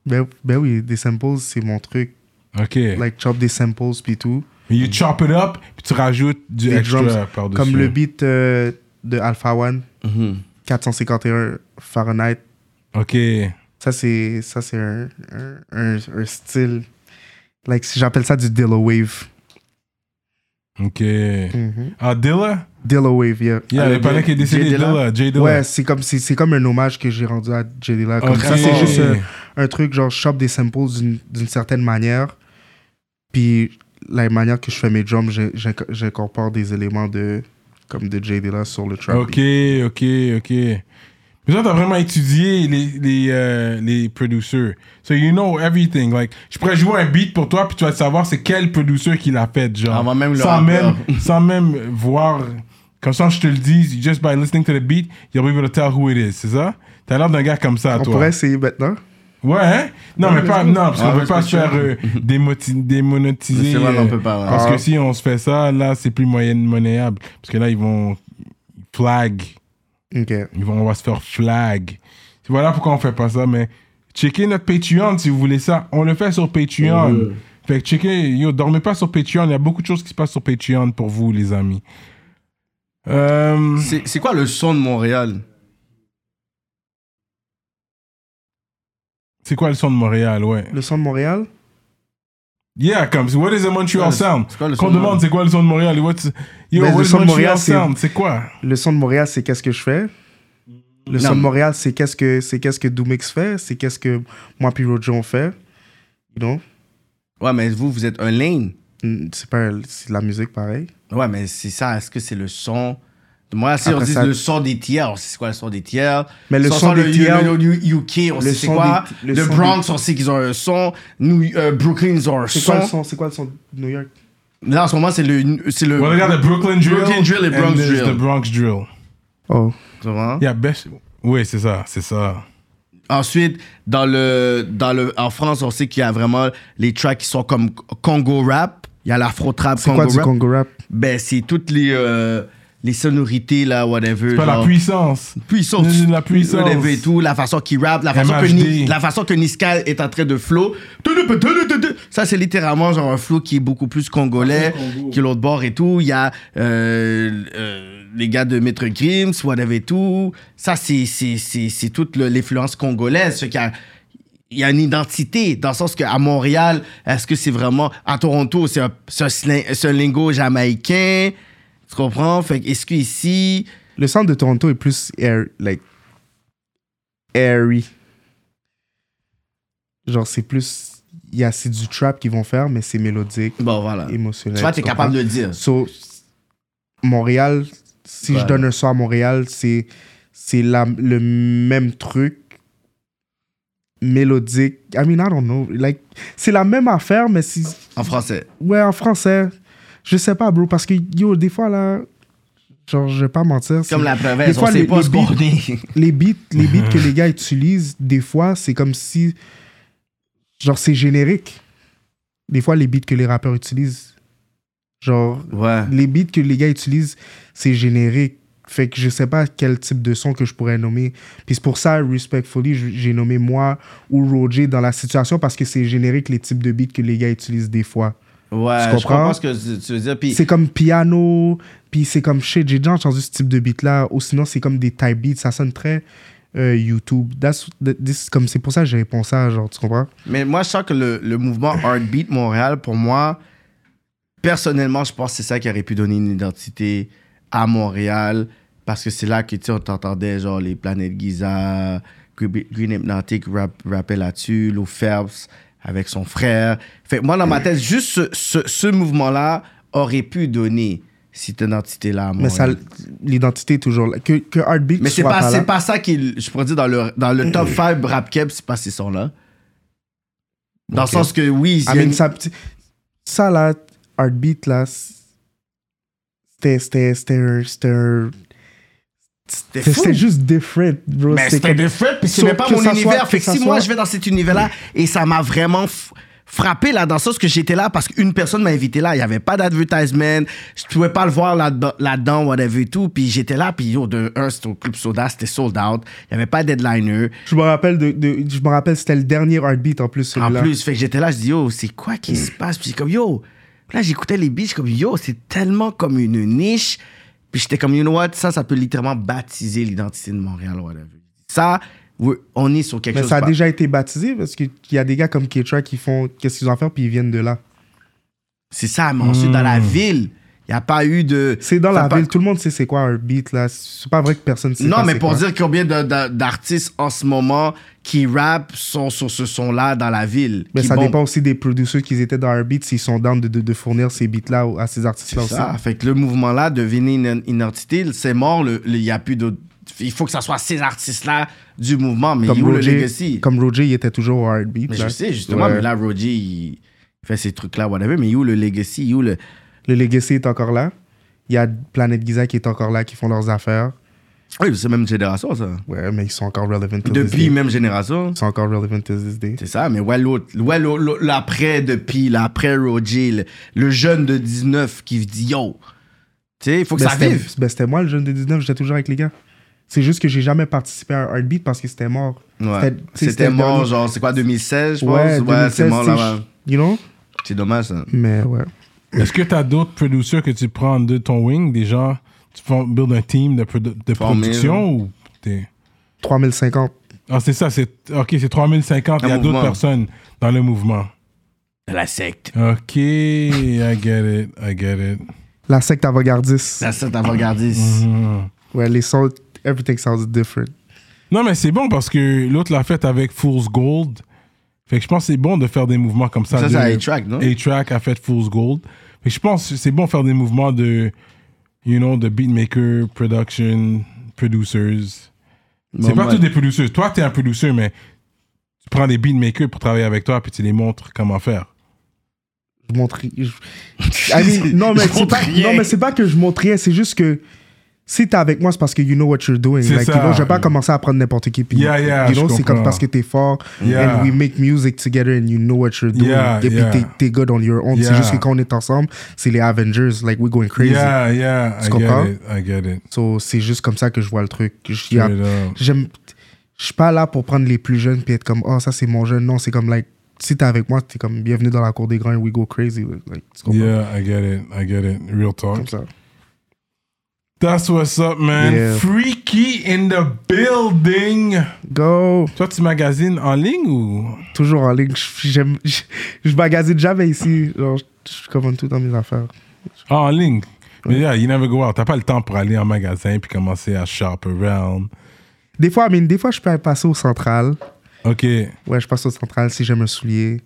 Speaker 2: Ben, ben oui, des samples, c'est mon truc.
Speaker 1: Ok. Mais
Speaker 2: Like, chop des samples, puis tout.
Speaker 1: you chop it up, puis tu rajoutes du
Speaker 2: Des
Speaker 1: extra
Speaker 2: drums,
Speaker 1: par-dessus.
Speaker 2: Comme le beat euh, de Alpha One,
Speaker 3: Mm-hmm.
Speaker 2: 451 Fahrenheit.
Speaker 1: Ok.
Speaker 2: Ça, c'est, ça, c'est un, un, un, un style. Like, si j'appelle ça du Dillo Wave.
Speaker 1: Ok. Ah, Dilla?
Speaker 2: Dillo Wave, yeah. Euh,
Speaker 1: Yeah, le palais qui est décédé,
Speaker 3: Jay
Speaker 1: Dilla.
Speaker 3: Dilla?
Speaker 1: Jay Dilla.
Speaker 2: Ouais, c'est comme, c'est, c'est comme un hommage que j'ai rendu à Jelila. Comme
Speaker 1: Ok.
Speaker 2: ça, c'est juste euh, un, truc, genre, je chope des samples d'une, d'une certaine manière. Puis, la manière que je fais mes drums, j'ai- j'ai- j'incorpore des éléments de, comme de Jelila sur le track.
Speaker 1: Ok, ok, ok. Mais toi, t'as vraiment étudié les, les, euh, les producers. So you know everything. Like, je pourrais jouer un beat pour toi, puis tu vas savoir c'est quel producer qui l'a fait, genre.
Speaker 3: Avant Ah, même le
Speaker 1: sans, même,
Speaker 3: rappeur.
Speaker 1: sans même voir. Comme ça, je te le dis, just by listening to the beat, you'll be able to tell who it is, c'est ça? T'as l'air d'un gars comme ça,
Speaker 2: On
Speaker 1: toi.
Speaker 2: pourrait essayer maintenant.
Speaker 1: Ouais, hein? Non, mais pas. Non, parce qu'on
Speaker 3: Ah,
Speaker 1: veut
Speaker 3: ouais,
Speaker 1: pas
Speaker 3: c'est
Speaker 1: se faire euh, démoti- démonétiser.
Speaker 3: C'est vrai,
Speaker 1: euh,
Speaker 3: on peut pas, ouais.
Speaker 1: Parce
Speaker 2: Ah.
Speaker 1: que si on se fait ça, là, c'est plus moyenne monnayable. Parce que là, ils vont flag.
Speaker 2: Ok.
Speaker 1: Ils vont, on va se faire flag. Voilà pourquoi on fait pas ça, mais checkez notre Patreon si vous voulez ça. On le fait sur Patreon. Fait que checkez, yo, dormez pas sur Patreon. Il y a beaucoup de choses qui se passent sur Patreon pour vous, les amis. Euh,
Speaker 3: C'est c'est quoi le son de Montréal?
Speaker 1: c'est quoi le son de Montréal, ouais.
Speaker 2: Le son de Montréal.
Speaker 1: Yeah, comme, what is the Montreal
Speaker 3: C'est quoi le-
Speaker 1: sound?
Speaker 3: c'est quoi le
Speaker 1: Qu'on
Speaker 3: son de
Speaker 1: demande,
Speaker 3: Montréal?
Speaker 1: c'est quoi le son de Montréal? What's- yo,
Speaker 2: Mais
Speaker 1: what
Speaker 2: le
Speaker 1: is
Speaker 2: son de
Speaker 1: Montreal
Speaker 2: Montréal, c'est-
Speaker 1: sound? C'est quoi?
Speaker 2: Le son de Montréal, c'est qu'est-ce que je fais. Le son
Speaker 3: Non.
Speaker 2: de Montréal, c'est qu'est-ce que c'est qu'est-ce que Doomix fait, c'est qu'est-ce que moi puis Roger on fait. You know?
Speaker 3: Ouais, mais vous, vous êtes un lane.
Speaker 2: Mm, C'est pas c'est de la musique pareil.
Speaker 3: Ouais, mais c'est ça. Est-ce que c'est le son? de Montréal si on
Speaker 2: Après
Speaker 3: dit
Speaker 2: ça-
Speaker 3: le son des tiers, on sait c'est quoi le son des tiers.
Speaker 2: Mais le son des
Speaker 3: de-
Speaker 2: tiers-
Speaker 3: le- le- le UK, on
Speaker 2: Le
Speaker 3: sait c'est
Speaker 2: son
Speaker 3: quoi.
Speaker 2: des- le
Speaker 3: Le
Speaker 2: son
Speaker 3: Bronx, on sait qu'ils ont un son. New, euh, Brooklyn, ils ont un
Speaker 2: C'est quoi
Speaker 3: son.
Speaker 2: le son C'est quoi le son de New York
Speaker 3: Là, en ce moment, c'est le. c'est le
Speaker 1: Well, they got the Brooklyn drill,
Speaker 3: Brooklyn drill et
Speaker 1: and
Speaker 3: Bronx
Speaker 1: there's
Speaker 3: drill.
Speaker 1: the Bronx drill.
Speaker 2: Oh,
Speaker 3: Tu vois?
Speaker 1: Yeah, best... Oui, c'est ça, c'est ça.
Speaker 3: Ensuite, dans le, dans le, en France, on sait qu'il y a vraiment les tracks qui sont comme Congo rap. Il y a l'afro-trap,
Speaker 2: C'est
Speaker 3: Congo
Speaker 2: quoi du
Speaker 3: rap.
Speaker 2: Congo rap?
Speaker 3: Ben, c'est toutes les, euh, les sonorités, là, whatever.
Speaker 1: Pas la
Speaker 3: genre,
Speaker 1: puissance.
Speaker 3: puissance.
Speaker 1: C'est de la puissance.
Speaker 3: whatever et tout, la façon qu'il rappe, la façon, que
Speaker 1: MHD.
Speaker 3: Ni- la façon que Niska est en train de flow. Ça, c'est littéralement genre un flow qui est beaucoup plus
Speaker 1: Ah,
Speaker 3: congolais que l'autre bord et tout. Il y a euh, euh, les gars de Maître Grims, whatever et tout. Ça, c'est c'est- c'est- c'est toute le- l'influence congolaise, ce qui a il y a une identité, dans le sens qu'à Montréal, est-ce que c'est vraiment. À Toronto, c'est un, c'est un sling- c'est un lingo jamaïcain. Tu comprends? Fait que est-ce qu'ici.
Speaker 2: Le centre de Toronto est plus air, like, airy. Genre, c'est plus. Il y a c'est du trap qu'ils vont faire, mais c'est mélodique,
Speaker 3: Bon, voilà.
Speaker 2: émotionnel.
Speaker 3: Tu vois, t'es capable de le dire.
Speaker 2: So, Montréal, si
Speaker 3: Ouais.
Speaker 2: je donne un son à Montréal, c'est c'est la- le même truc mélodique. I mean, I don't know. Like, c'est la même affaire, mais si
Speaker 3: En français.
Speaker 2: Ouais, en français. Je sais pas, bro, parce que, yo, des fois, là, genre, je vais pas mentir. c'est-
Speaker 3: Comme la
Speaker 2: Des
Speaker 3: province, on
Speaker 2: fois,
Speaker 3: sait
Speaker 2: les-
Speaker 3: pas
Speaker 2: les
Speaker 3: ce
Speaker 2: beats-
Speaker 3: qu'on est.
Speaker 2: les beats, les beats que les gars utilisent, des fois, c'est comme si. Genre, c'est générique. Des fois, les beats que les rappeurs utilisent. Genre,
Speaker 3: Ouais.
Speaker 2: les beats que les gars utilisent, c'est générique. Fait que je sais pas quel type de son que je pourrais nommer. Puis c'est pour ça, respectfully, j- j'ai nommé moi ou Roger dans la situation parce que c'est générique les types de beats que les gars utilisent des fois.
Speaker 3: Ouais,
Speaker 2: Tu
Speaker 3: je
Speaker 2: comprends?
Speaker 3: comprends ce que tu veux dire. Puis,
Speaker 2: C'est comme piano, puis c'est comme shit. J'ai déjà entendu ce type de beat là, ou sinon c'est comme des type beats. Ça sonne très euh, YouTube. That's- th- this- comme c'est pour ça que j'ai répondu ça, genre tu comprends?
Speaker 3: mais moi, je sens que le, le mouvement Heartbeat Montréal, pour moi, personnellement, je pense que c'est ça qui aurait pu donner une identité à Montréal. Parce que c'est là que, tu sais, on t'entendait, genre, les Planètes Giza, Green Green Hypnotic rap, rappait là-dessus, Lou Phelps avec son frère. Fait que moi, dans ma tête, juste ce, ce- ce mouvement-là aurait pu donner cette identité-là à
Speaker 2: Mais ça,
Speaker 3: Montréal.
Speaker 2: l'identité est toujours là. Que, que Heartbeat
Speaker 3: Mais c'est
Speaker 2: soit
Speaker 3: pas,
Speaker 2: là. Mm.
Speaker 3: c'est pas ça qui. Je pourrais dire dans le, dans le top 5 rap cap, c'est pas ces sons-là. Dans
Speaker 2: Ok.
Speaker 3: le sens que oui,
Speaker 2: I
Speaker 3: il y a
Speaker 2: mean,
Speaker 3: une-
Speaker 2: ça, ça, là, Heartbeat, là, c'était- c'était c'était un- c'était un-
Speaker 3: c'était fou.
Speaker 2: c'était juste different, bro.
Speaker 3: Mais
Speaker 2: C'est
Speaker 3: c'était
Speaker 2: comme-
Speaker 3: des frais, puis c'est
Speaker 2: Sauf
Speaker 3: même pas
Speaker 2: que
Speaker 3: mon
Speaker 2: ça soit-
Speaker 3: univers.
Speaker 2: que
Speaker 3: fait que
Speaker 2: ça
Speaker 3: si moi
Speaker 2: soit-
Speaker 3: je vais dans cet univers-là, et ça m'a vraiment f- frappé là, dans le sens que j'étais là parce qu'une personne m'a invité là. Il n'y avait pas d'advertisement, je pouvais pas le voir là-dedans, là-dedans, whatever et tout. Puis j'étais là, puis yo, de un, c'était au Club Soda, c'était sold out. Il n'y avait pas de deadliner.
Speaker 2: Je me rappelle, de, de- je me rappelle, c'était le dernier Heartbeat en plus,
Speaker 3: En
Speaker 2: celui-là.
Speaker 3: plus, fait que j'étais là, je dis yo, c'est quoi qui se passe? Puis j'ai comme yo, là j'écoutais les beats, je suis comme yo, c'est tellement comme une niche. Puis j'étais comme you know what, ça, ça peut littéralement baptiser l'identité de Montréal, whatever. Ça, oui, on est sur quelque
Speaker 2: Mais
Speaker 3: chose.
Speaker 2: ça a
Speaker 3: pas-
Speaker 2: déjà été baptisé parce que- qu'il y a des gars comme Ketra qui font qu'est-ce qu'ils ont à faire puis ils viennent de là.
Speaker 3: C'est ça, mais ensuite dans la ville, il n'y a pas eu de.
Speaker 2: Hmm. C'est dans
Speaker 3: ça
Speaker 2: la
Speaker 3: pas-
Speaker 2: ville, tout le monde sait c'est quoi un beat là. C'est pas vrai que personne sait.
Speaker 3: Non,
Speaker 2: pas
Speaker 3: mais
Speaker 2: c'est
Speaker 3: pour
Speaker 2: quoi.
Speaker 3: dire combien de- de- d'artistes en ce moment qui rappent sont sur ce son-là dans la ville.
Speaker 2: Mais
Speaker 3: qui
Speaker 2: ça
Speaker 3: bombent.
Speaker 2: dépend aussi des producers qui étaient dans un beat s'ils sont down de, de, de fournir ces beats là à ces artistes là
Speaker 3: C'est
Speaker 2: aussi.
Speaker 3: ça. Fait que le mouvement-là devenait une une identité. C'est mort. le- le- Il y a plus d'autres. Il faut que ça soit ces artistes-là du mouvement. Mais
Speaker 2: Comme
Speaker 3: il est où le
Speaker 2: Roger,
Speaker 3: legacy?
Speaker 2: comme Roger, il était toujours au heartbeat.
Speaker 3: Mais
Speaker 2: là.
Speaker 3: je sais, justement.
Speaker 2: Ouais.
Speaker 3: Mais là, Roger, il fait ces trucs-là, whatever. Mais il est où le legacy? Il est où le.
Speaker 2: Le Legacy est encore là. Il y a Planète Giza qui est encore là, qui font leurs affaires.
Speaker 3: Oui, c'est même génération, ça.
Speaker 2: Ouais, mais ils sont encore relevant to this
Speaker 3: Depuis,
Speaker 2: day.
Speaker 3: même génération.
Speaker 2: Ils sont encore relevant to this day.
Speaker 3: C'est ça, mais ouais, l'autre, ouais, l'au- l'au- l'après depuis, l'après Roger, le, le jeune de 19 qui dit yo, tu sais, il faut que
Speaker 2: Ben,
Speaker 3: ça
Speaker 2: c'était-
Speaker 3: vive.
Speaker 2: ben, c'était moi, le jeune de 19, j'étais toujours avec les gars. C'est juste que j'ai jamais participé à un heartbeat parce que c'était mort.
Speaker 3: Ouais.
Speaker 2: C'était- tu sais,
Speaker 3: C'était
Speaker 2: le
Speaker 3: mort,
Speaker 2: dernier-
Speaker 3: genre, c'est quoi, 2016, je pense?
Speaker 2: Ouais,
Speaker 3: c'est
Speaker 2: 2016,
Speaker 3: mort
Speaker 2: c'est-
Speaker 3: là-bas.
Speaker 2: You know?
Speaker 3: C'est dommage, ça.
Speaker 2: Mais ouais.
Speaker 1: Est-ce que tu as d'autres producers que tu prends de ton wing Déjà, tu fais build un team de, produ- de
Speaker 3: Former,
Speaker 1: production ou t'es-
Speaker 2: 3050.
Speaker 1: Ah, c'est ça, c'est. Ok, c'est 3050. Il y a
Speaker 3: Un
Speaker 1: d'autres
Speaker 3: mouvement.
Speaker 1: personnes dans le mouvement.
Speaker 3: La secte.
Speaker 1: Ok, I get it, I get it.
Speaker 2: La secte avant-gardiste.
Speaker 3: La secte avant-gardiste.
Speaker 1: Mhm.
Speaker 2: Ouais, les sons, everything sounds different.
Speaker 1: Non, mais c'est bon parce que l'autre l'a fait avec Fool's Gold. Fait que je pense que c'est bon de faire des mouvements comme ça.
Speaker 3: Ça,
Speaker 1: de-
Speaker 3: c'est A-Track, non?
Speaker 1: A-Track a fait Fool's Gold. Fait que je pense que c'est bon de faire des mouvements de, you know, de beatmaker, production, producers. C'est
Speaker 3: Bon,
Speaker 1: pas
Speaker 3: ouais.
Speaker 1: tous des producers. Toi, t'es un producer, mais tu prends des beatmakers pour travailler avec toi, puis tu les montres comment faire.
Speaker 2: Je montre. je- I mean, non, mais
Speaker 3: Je
Speaker 2: c'est
Speaker 3: montre
Speaker 2: pas,
Speaker 3: rien.
Speaker 2: non, mais c'est pas que je montre rien, c'est juste que si t'es avec moi, c'est parce que you know what you're doing.
Speaker 1: C'est
Speaker 2: Like, you
Speaker 1: ça.
Speaker 2: know, je vais pas commencer à prendre n'importe qui. Puis,
Speaker 1: Yeah, yeah,
Speaker 2: you know,
Speaker 1: je
Speaker 2: c'est comme
Speaker 1: comprends.
Speaker 2: parce que t'es fort.
Speaker 1: Yeah.
Speaker 2: And we make music together and you know what you're doing.
Speaker 1: Yeah,
Speaker 2: et puis
Speaker 1: yeah.
Speaker 2: t'es- t'es good on your own.
Speaker 1: Yeah.
Speaker 2: C'est juste que quand on est ensemble, c'est les Avengers. Like, we're going crazy.
Speaker 1: Yeah, yeah, I
Speaker 2: Tu
Speaker 1: get
Speaker 2: comprends?
Speaker 1: it, I get it.
Speaker 2: So, c'est juste comme ça que je vois le truc. Je- y a-
Speaker 1: Straight up.
Speaker 2: J'aime. Je suis pas là pour prendre les plus jeunes puis être comme, oh, ça c'est mon jeune. Non, c'est comme, like, si t'es avec moi, t'es comme, bienvenue dans la cour des grands, we go crazy. Like, tu comprends?
Speaker 1: Yeah, I get it, I get it. Real
Speaker 2: Comme
Speaker 1: talk.
Speaker 2: ça.
Speaker 1: That's what's up, man.
Speaker 2: Yeah.
Speaker 1: Freaky in the building.
Speaker 2: Go!
Speaker 1: Toi, tu magasines en ligne ou
Speaker 2: Toujours en ligne. Je- J'aime. Je, je magasine jamais ici. Genre, je, je commande tout dans mes affaires.
Speaker 1: Ah, en ligne? Mais yeah, you never go out. T'as pas le temps pour aller en magasin puis commencer à shop around.
Speaker 2: Des fois, I mean, des fois, je peux passer au central.
Speaker 1: Ok.
Speaker 2: Ouais, je passe au central si j'aime un soulier,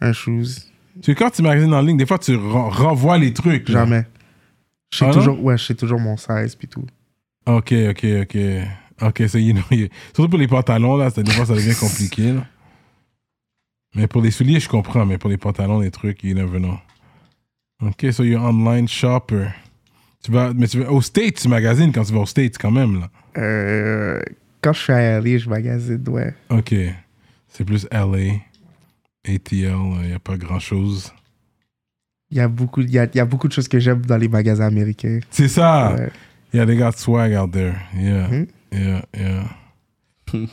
Speaker 2: un shoes.
Speaker 1: Tu quand tu magasines en ligne, des fois tu ren- renvoies les trucs. là.
Speaker 2: Jamais. Je
Speaker 1: Ah
Speaker 2: sais
Speaker 1: non?
Speaker 2: toujours, ouais, je sais toujours mon size puis tout.
Speaker 1: Ok, ok, ok. Ok, so you know, you- surtout pour les pantalons, là, ça, des fois ça devient compliqué. là. Mais pour les souliers, je comprends, mais pour les pantalons, les trucs, you never know. Ok, so you're online shopper. Tu vas, mais tu vas au States, tu magasines quand tu vas au States quand même, là.
Speaker 2: Euh, quand je suis à LA, je magasine, ouais.
Speaker 1: Ok. C'est plus LA, ATL, il n'y a pas grand chose.
Speaker 2: Il y, a beaucoup, il, y a, il y a beaucoup de choses que j'aime dans les magasins américains.
Speaker 1: C'est ça!
Speaker 2: Ouais.
Speaker 1: Yeah, they got swag out there. Yeah,
Speaker 2: Mhm.
Speaker 1: yeah, yeah.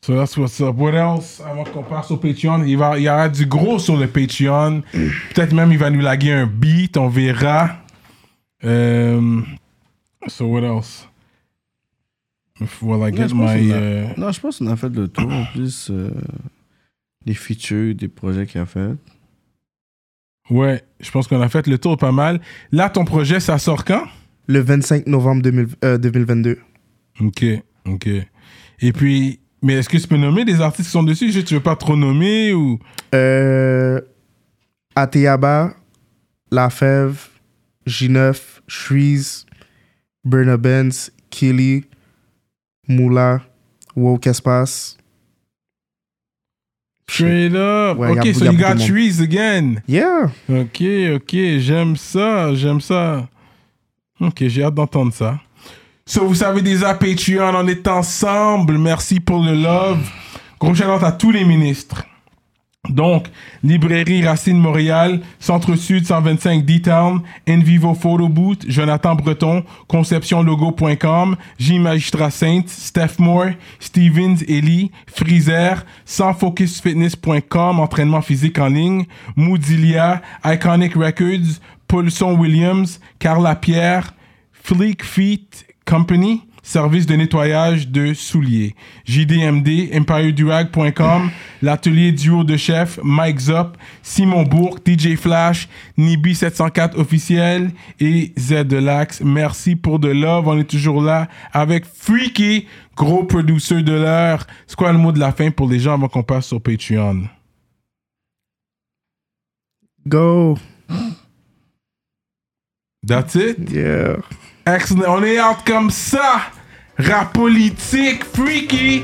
Speaker 1: so that's what's up. What else? Avant qu'on passe au Patreon, il, va, il y aura du gros sur le Patreon. Peut-être même il va nous laguer un beat, on verra. Euh, so what else? If- Well, I
Speaker 3: Ouais,
Speaker 1: get
Speaker 3: je pense
Speaker 1: my...
Speaker 3: qu'on a-
Speaker 1: euh,
Speaker 3: Non, je pense qu'on a fait le tour. En plus, euh, les features, des projets qu'il a fait.
Speaker 1: ouais, je pense qu'on a fait le tour pas mal. Là, ton projet, ça sort quand?
Speaker 2: Le 25 novembre 2000 euh, 2022.
Speaker 1: Ok, ok. Et puis, mais est-ce que tu peux nommer des artistes qui sont dessus? Je- Tu veux pas trop nommer ou...
Speaker 2: Euh, Ateyaba, La Fève, G9, Shreeze, Burna Benz, Killy, Moula, Woke Espace.
Speaker 1: Straight up.
Speaker 2: Ouais, y a
Speaker 1: ok,
Speaker 2: beaucoup-
Speaker 1: so
Speaker 2: y a
Speaker 1: you
Speaker 2: beaucoup
Speaker 1: got
Speaker 2: de monde.
Speaker 1: trees again.
Speaker 2: Yeah!
Speaker 1: Ok, ok, j'aime ça, j'aime ça. Ok, j'ai hâte d'entendre ça. So, vous savez déjà, Patreon, on est ensemble. Merci pour le love. Gros shout à tous les ministres. Donc, Librairie Racine Montréal, Centre-Sud 125 D-Town, Envivo Photo Boot, Jonathan Breton, ConceptionLogo.com, J Magistrat Saint, Steph Moore, Stevens Ellie, Freezer, SansFocusFitness.com, entraînement physique en ligne, Moodilia, Iconic Records, Paulson Williams, Carla Pierre, Fleek Feet Company, service de nettoyage de souliers. JDMD, EmpireDurag.com, l'atelier duo de chef, Mike Zop, Simon Bourg, DJ Flash, Nibi704 officiel et Z de l'Axe. Merci pour de love. On est toujours là avec Freaky, gros producer de l'heure. C'est quoi le mot de la fin pour les gens avant qu'on passe sur Patreon?
Speaker 2: Go!
Speaker 1: That's it?
Speaker 2: Yeah!
Speaker 1: Excellent. On est out comme ça. Rap politique, freaky.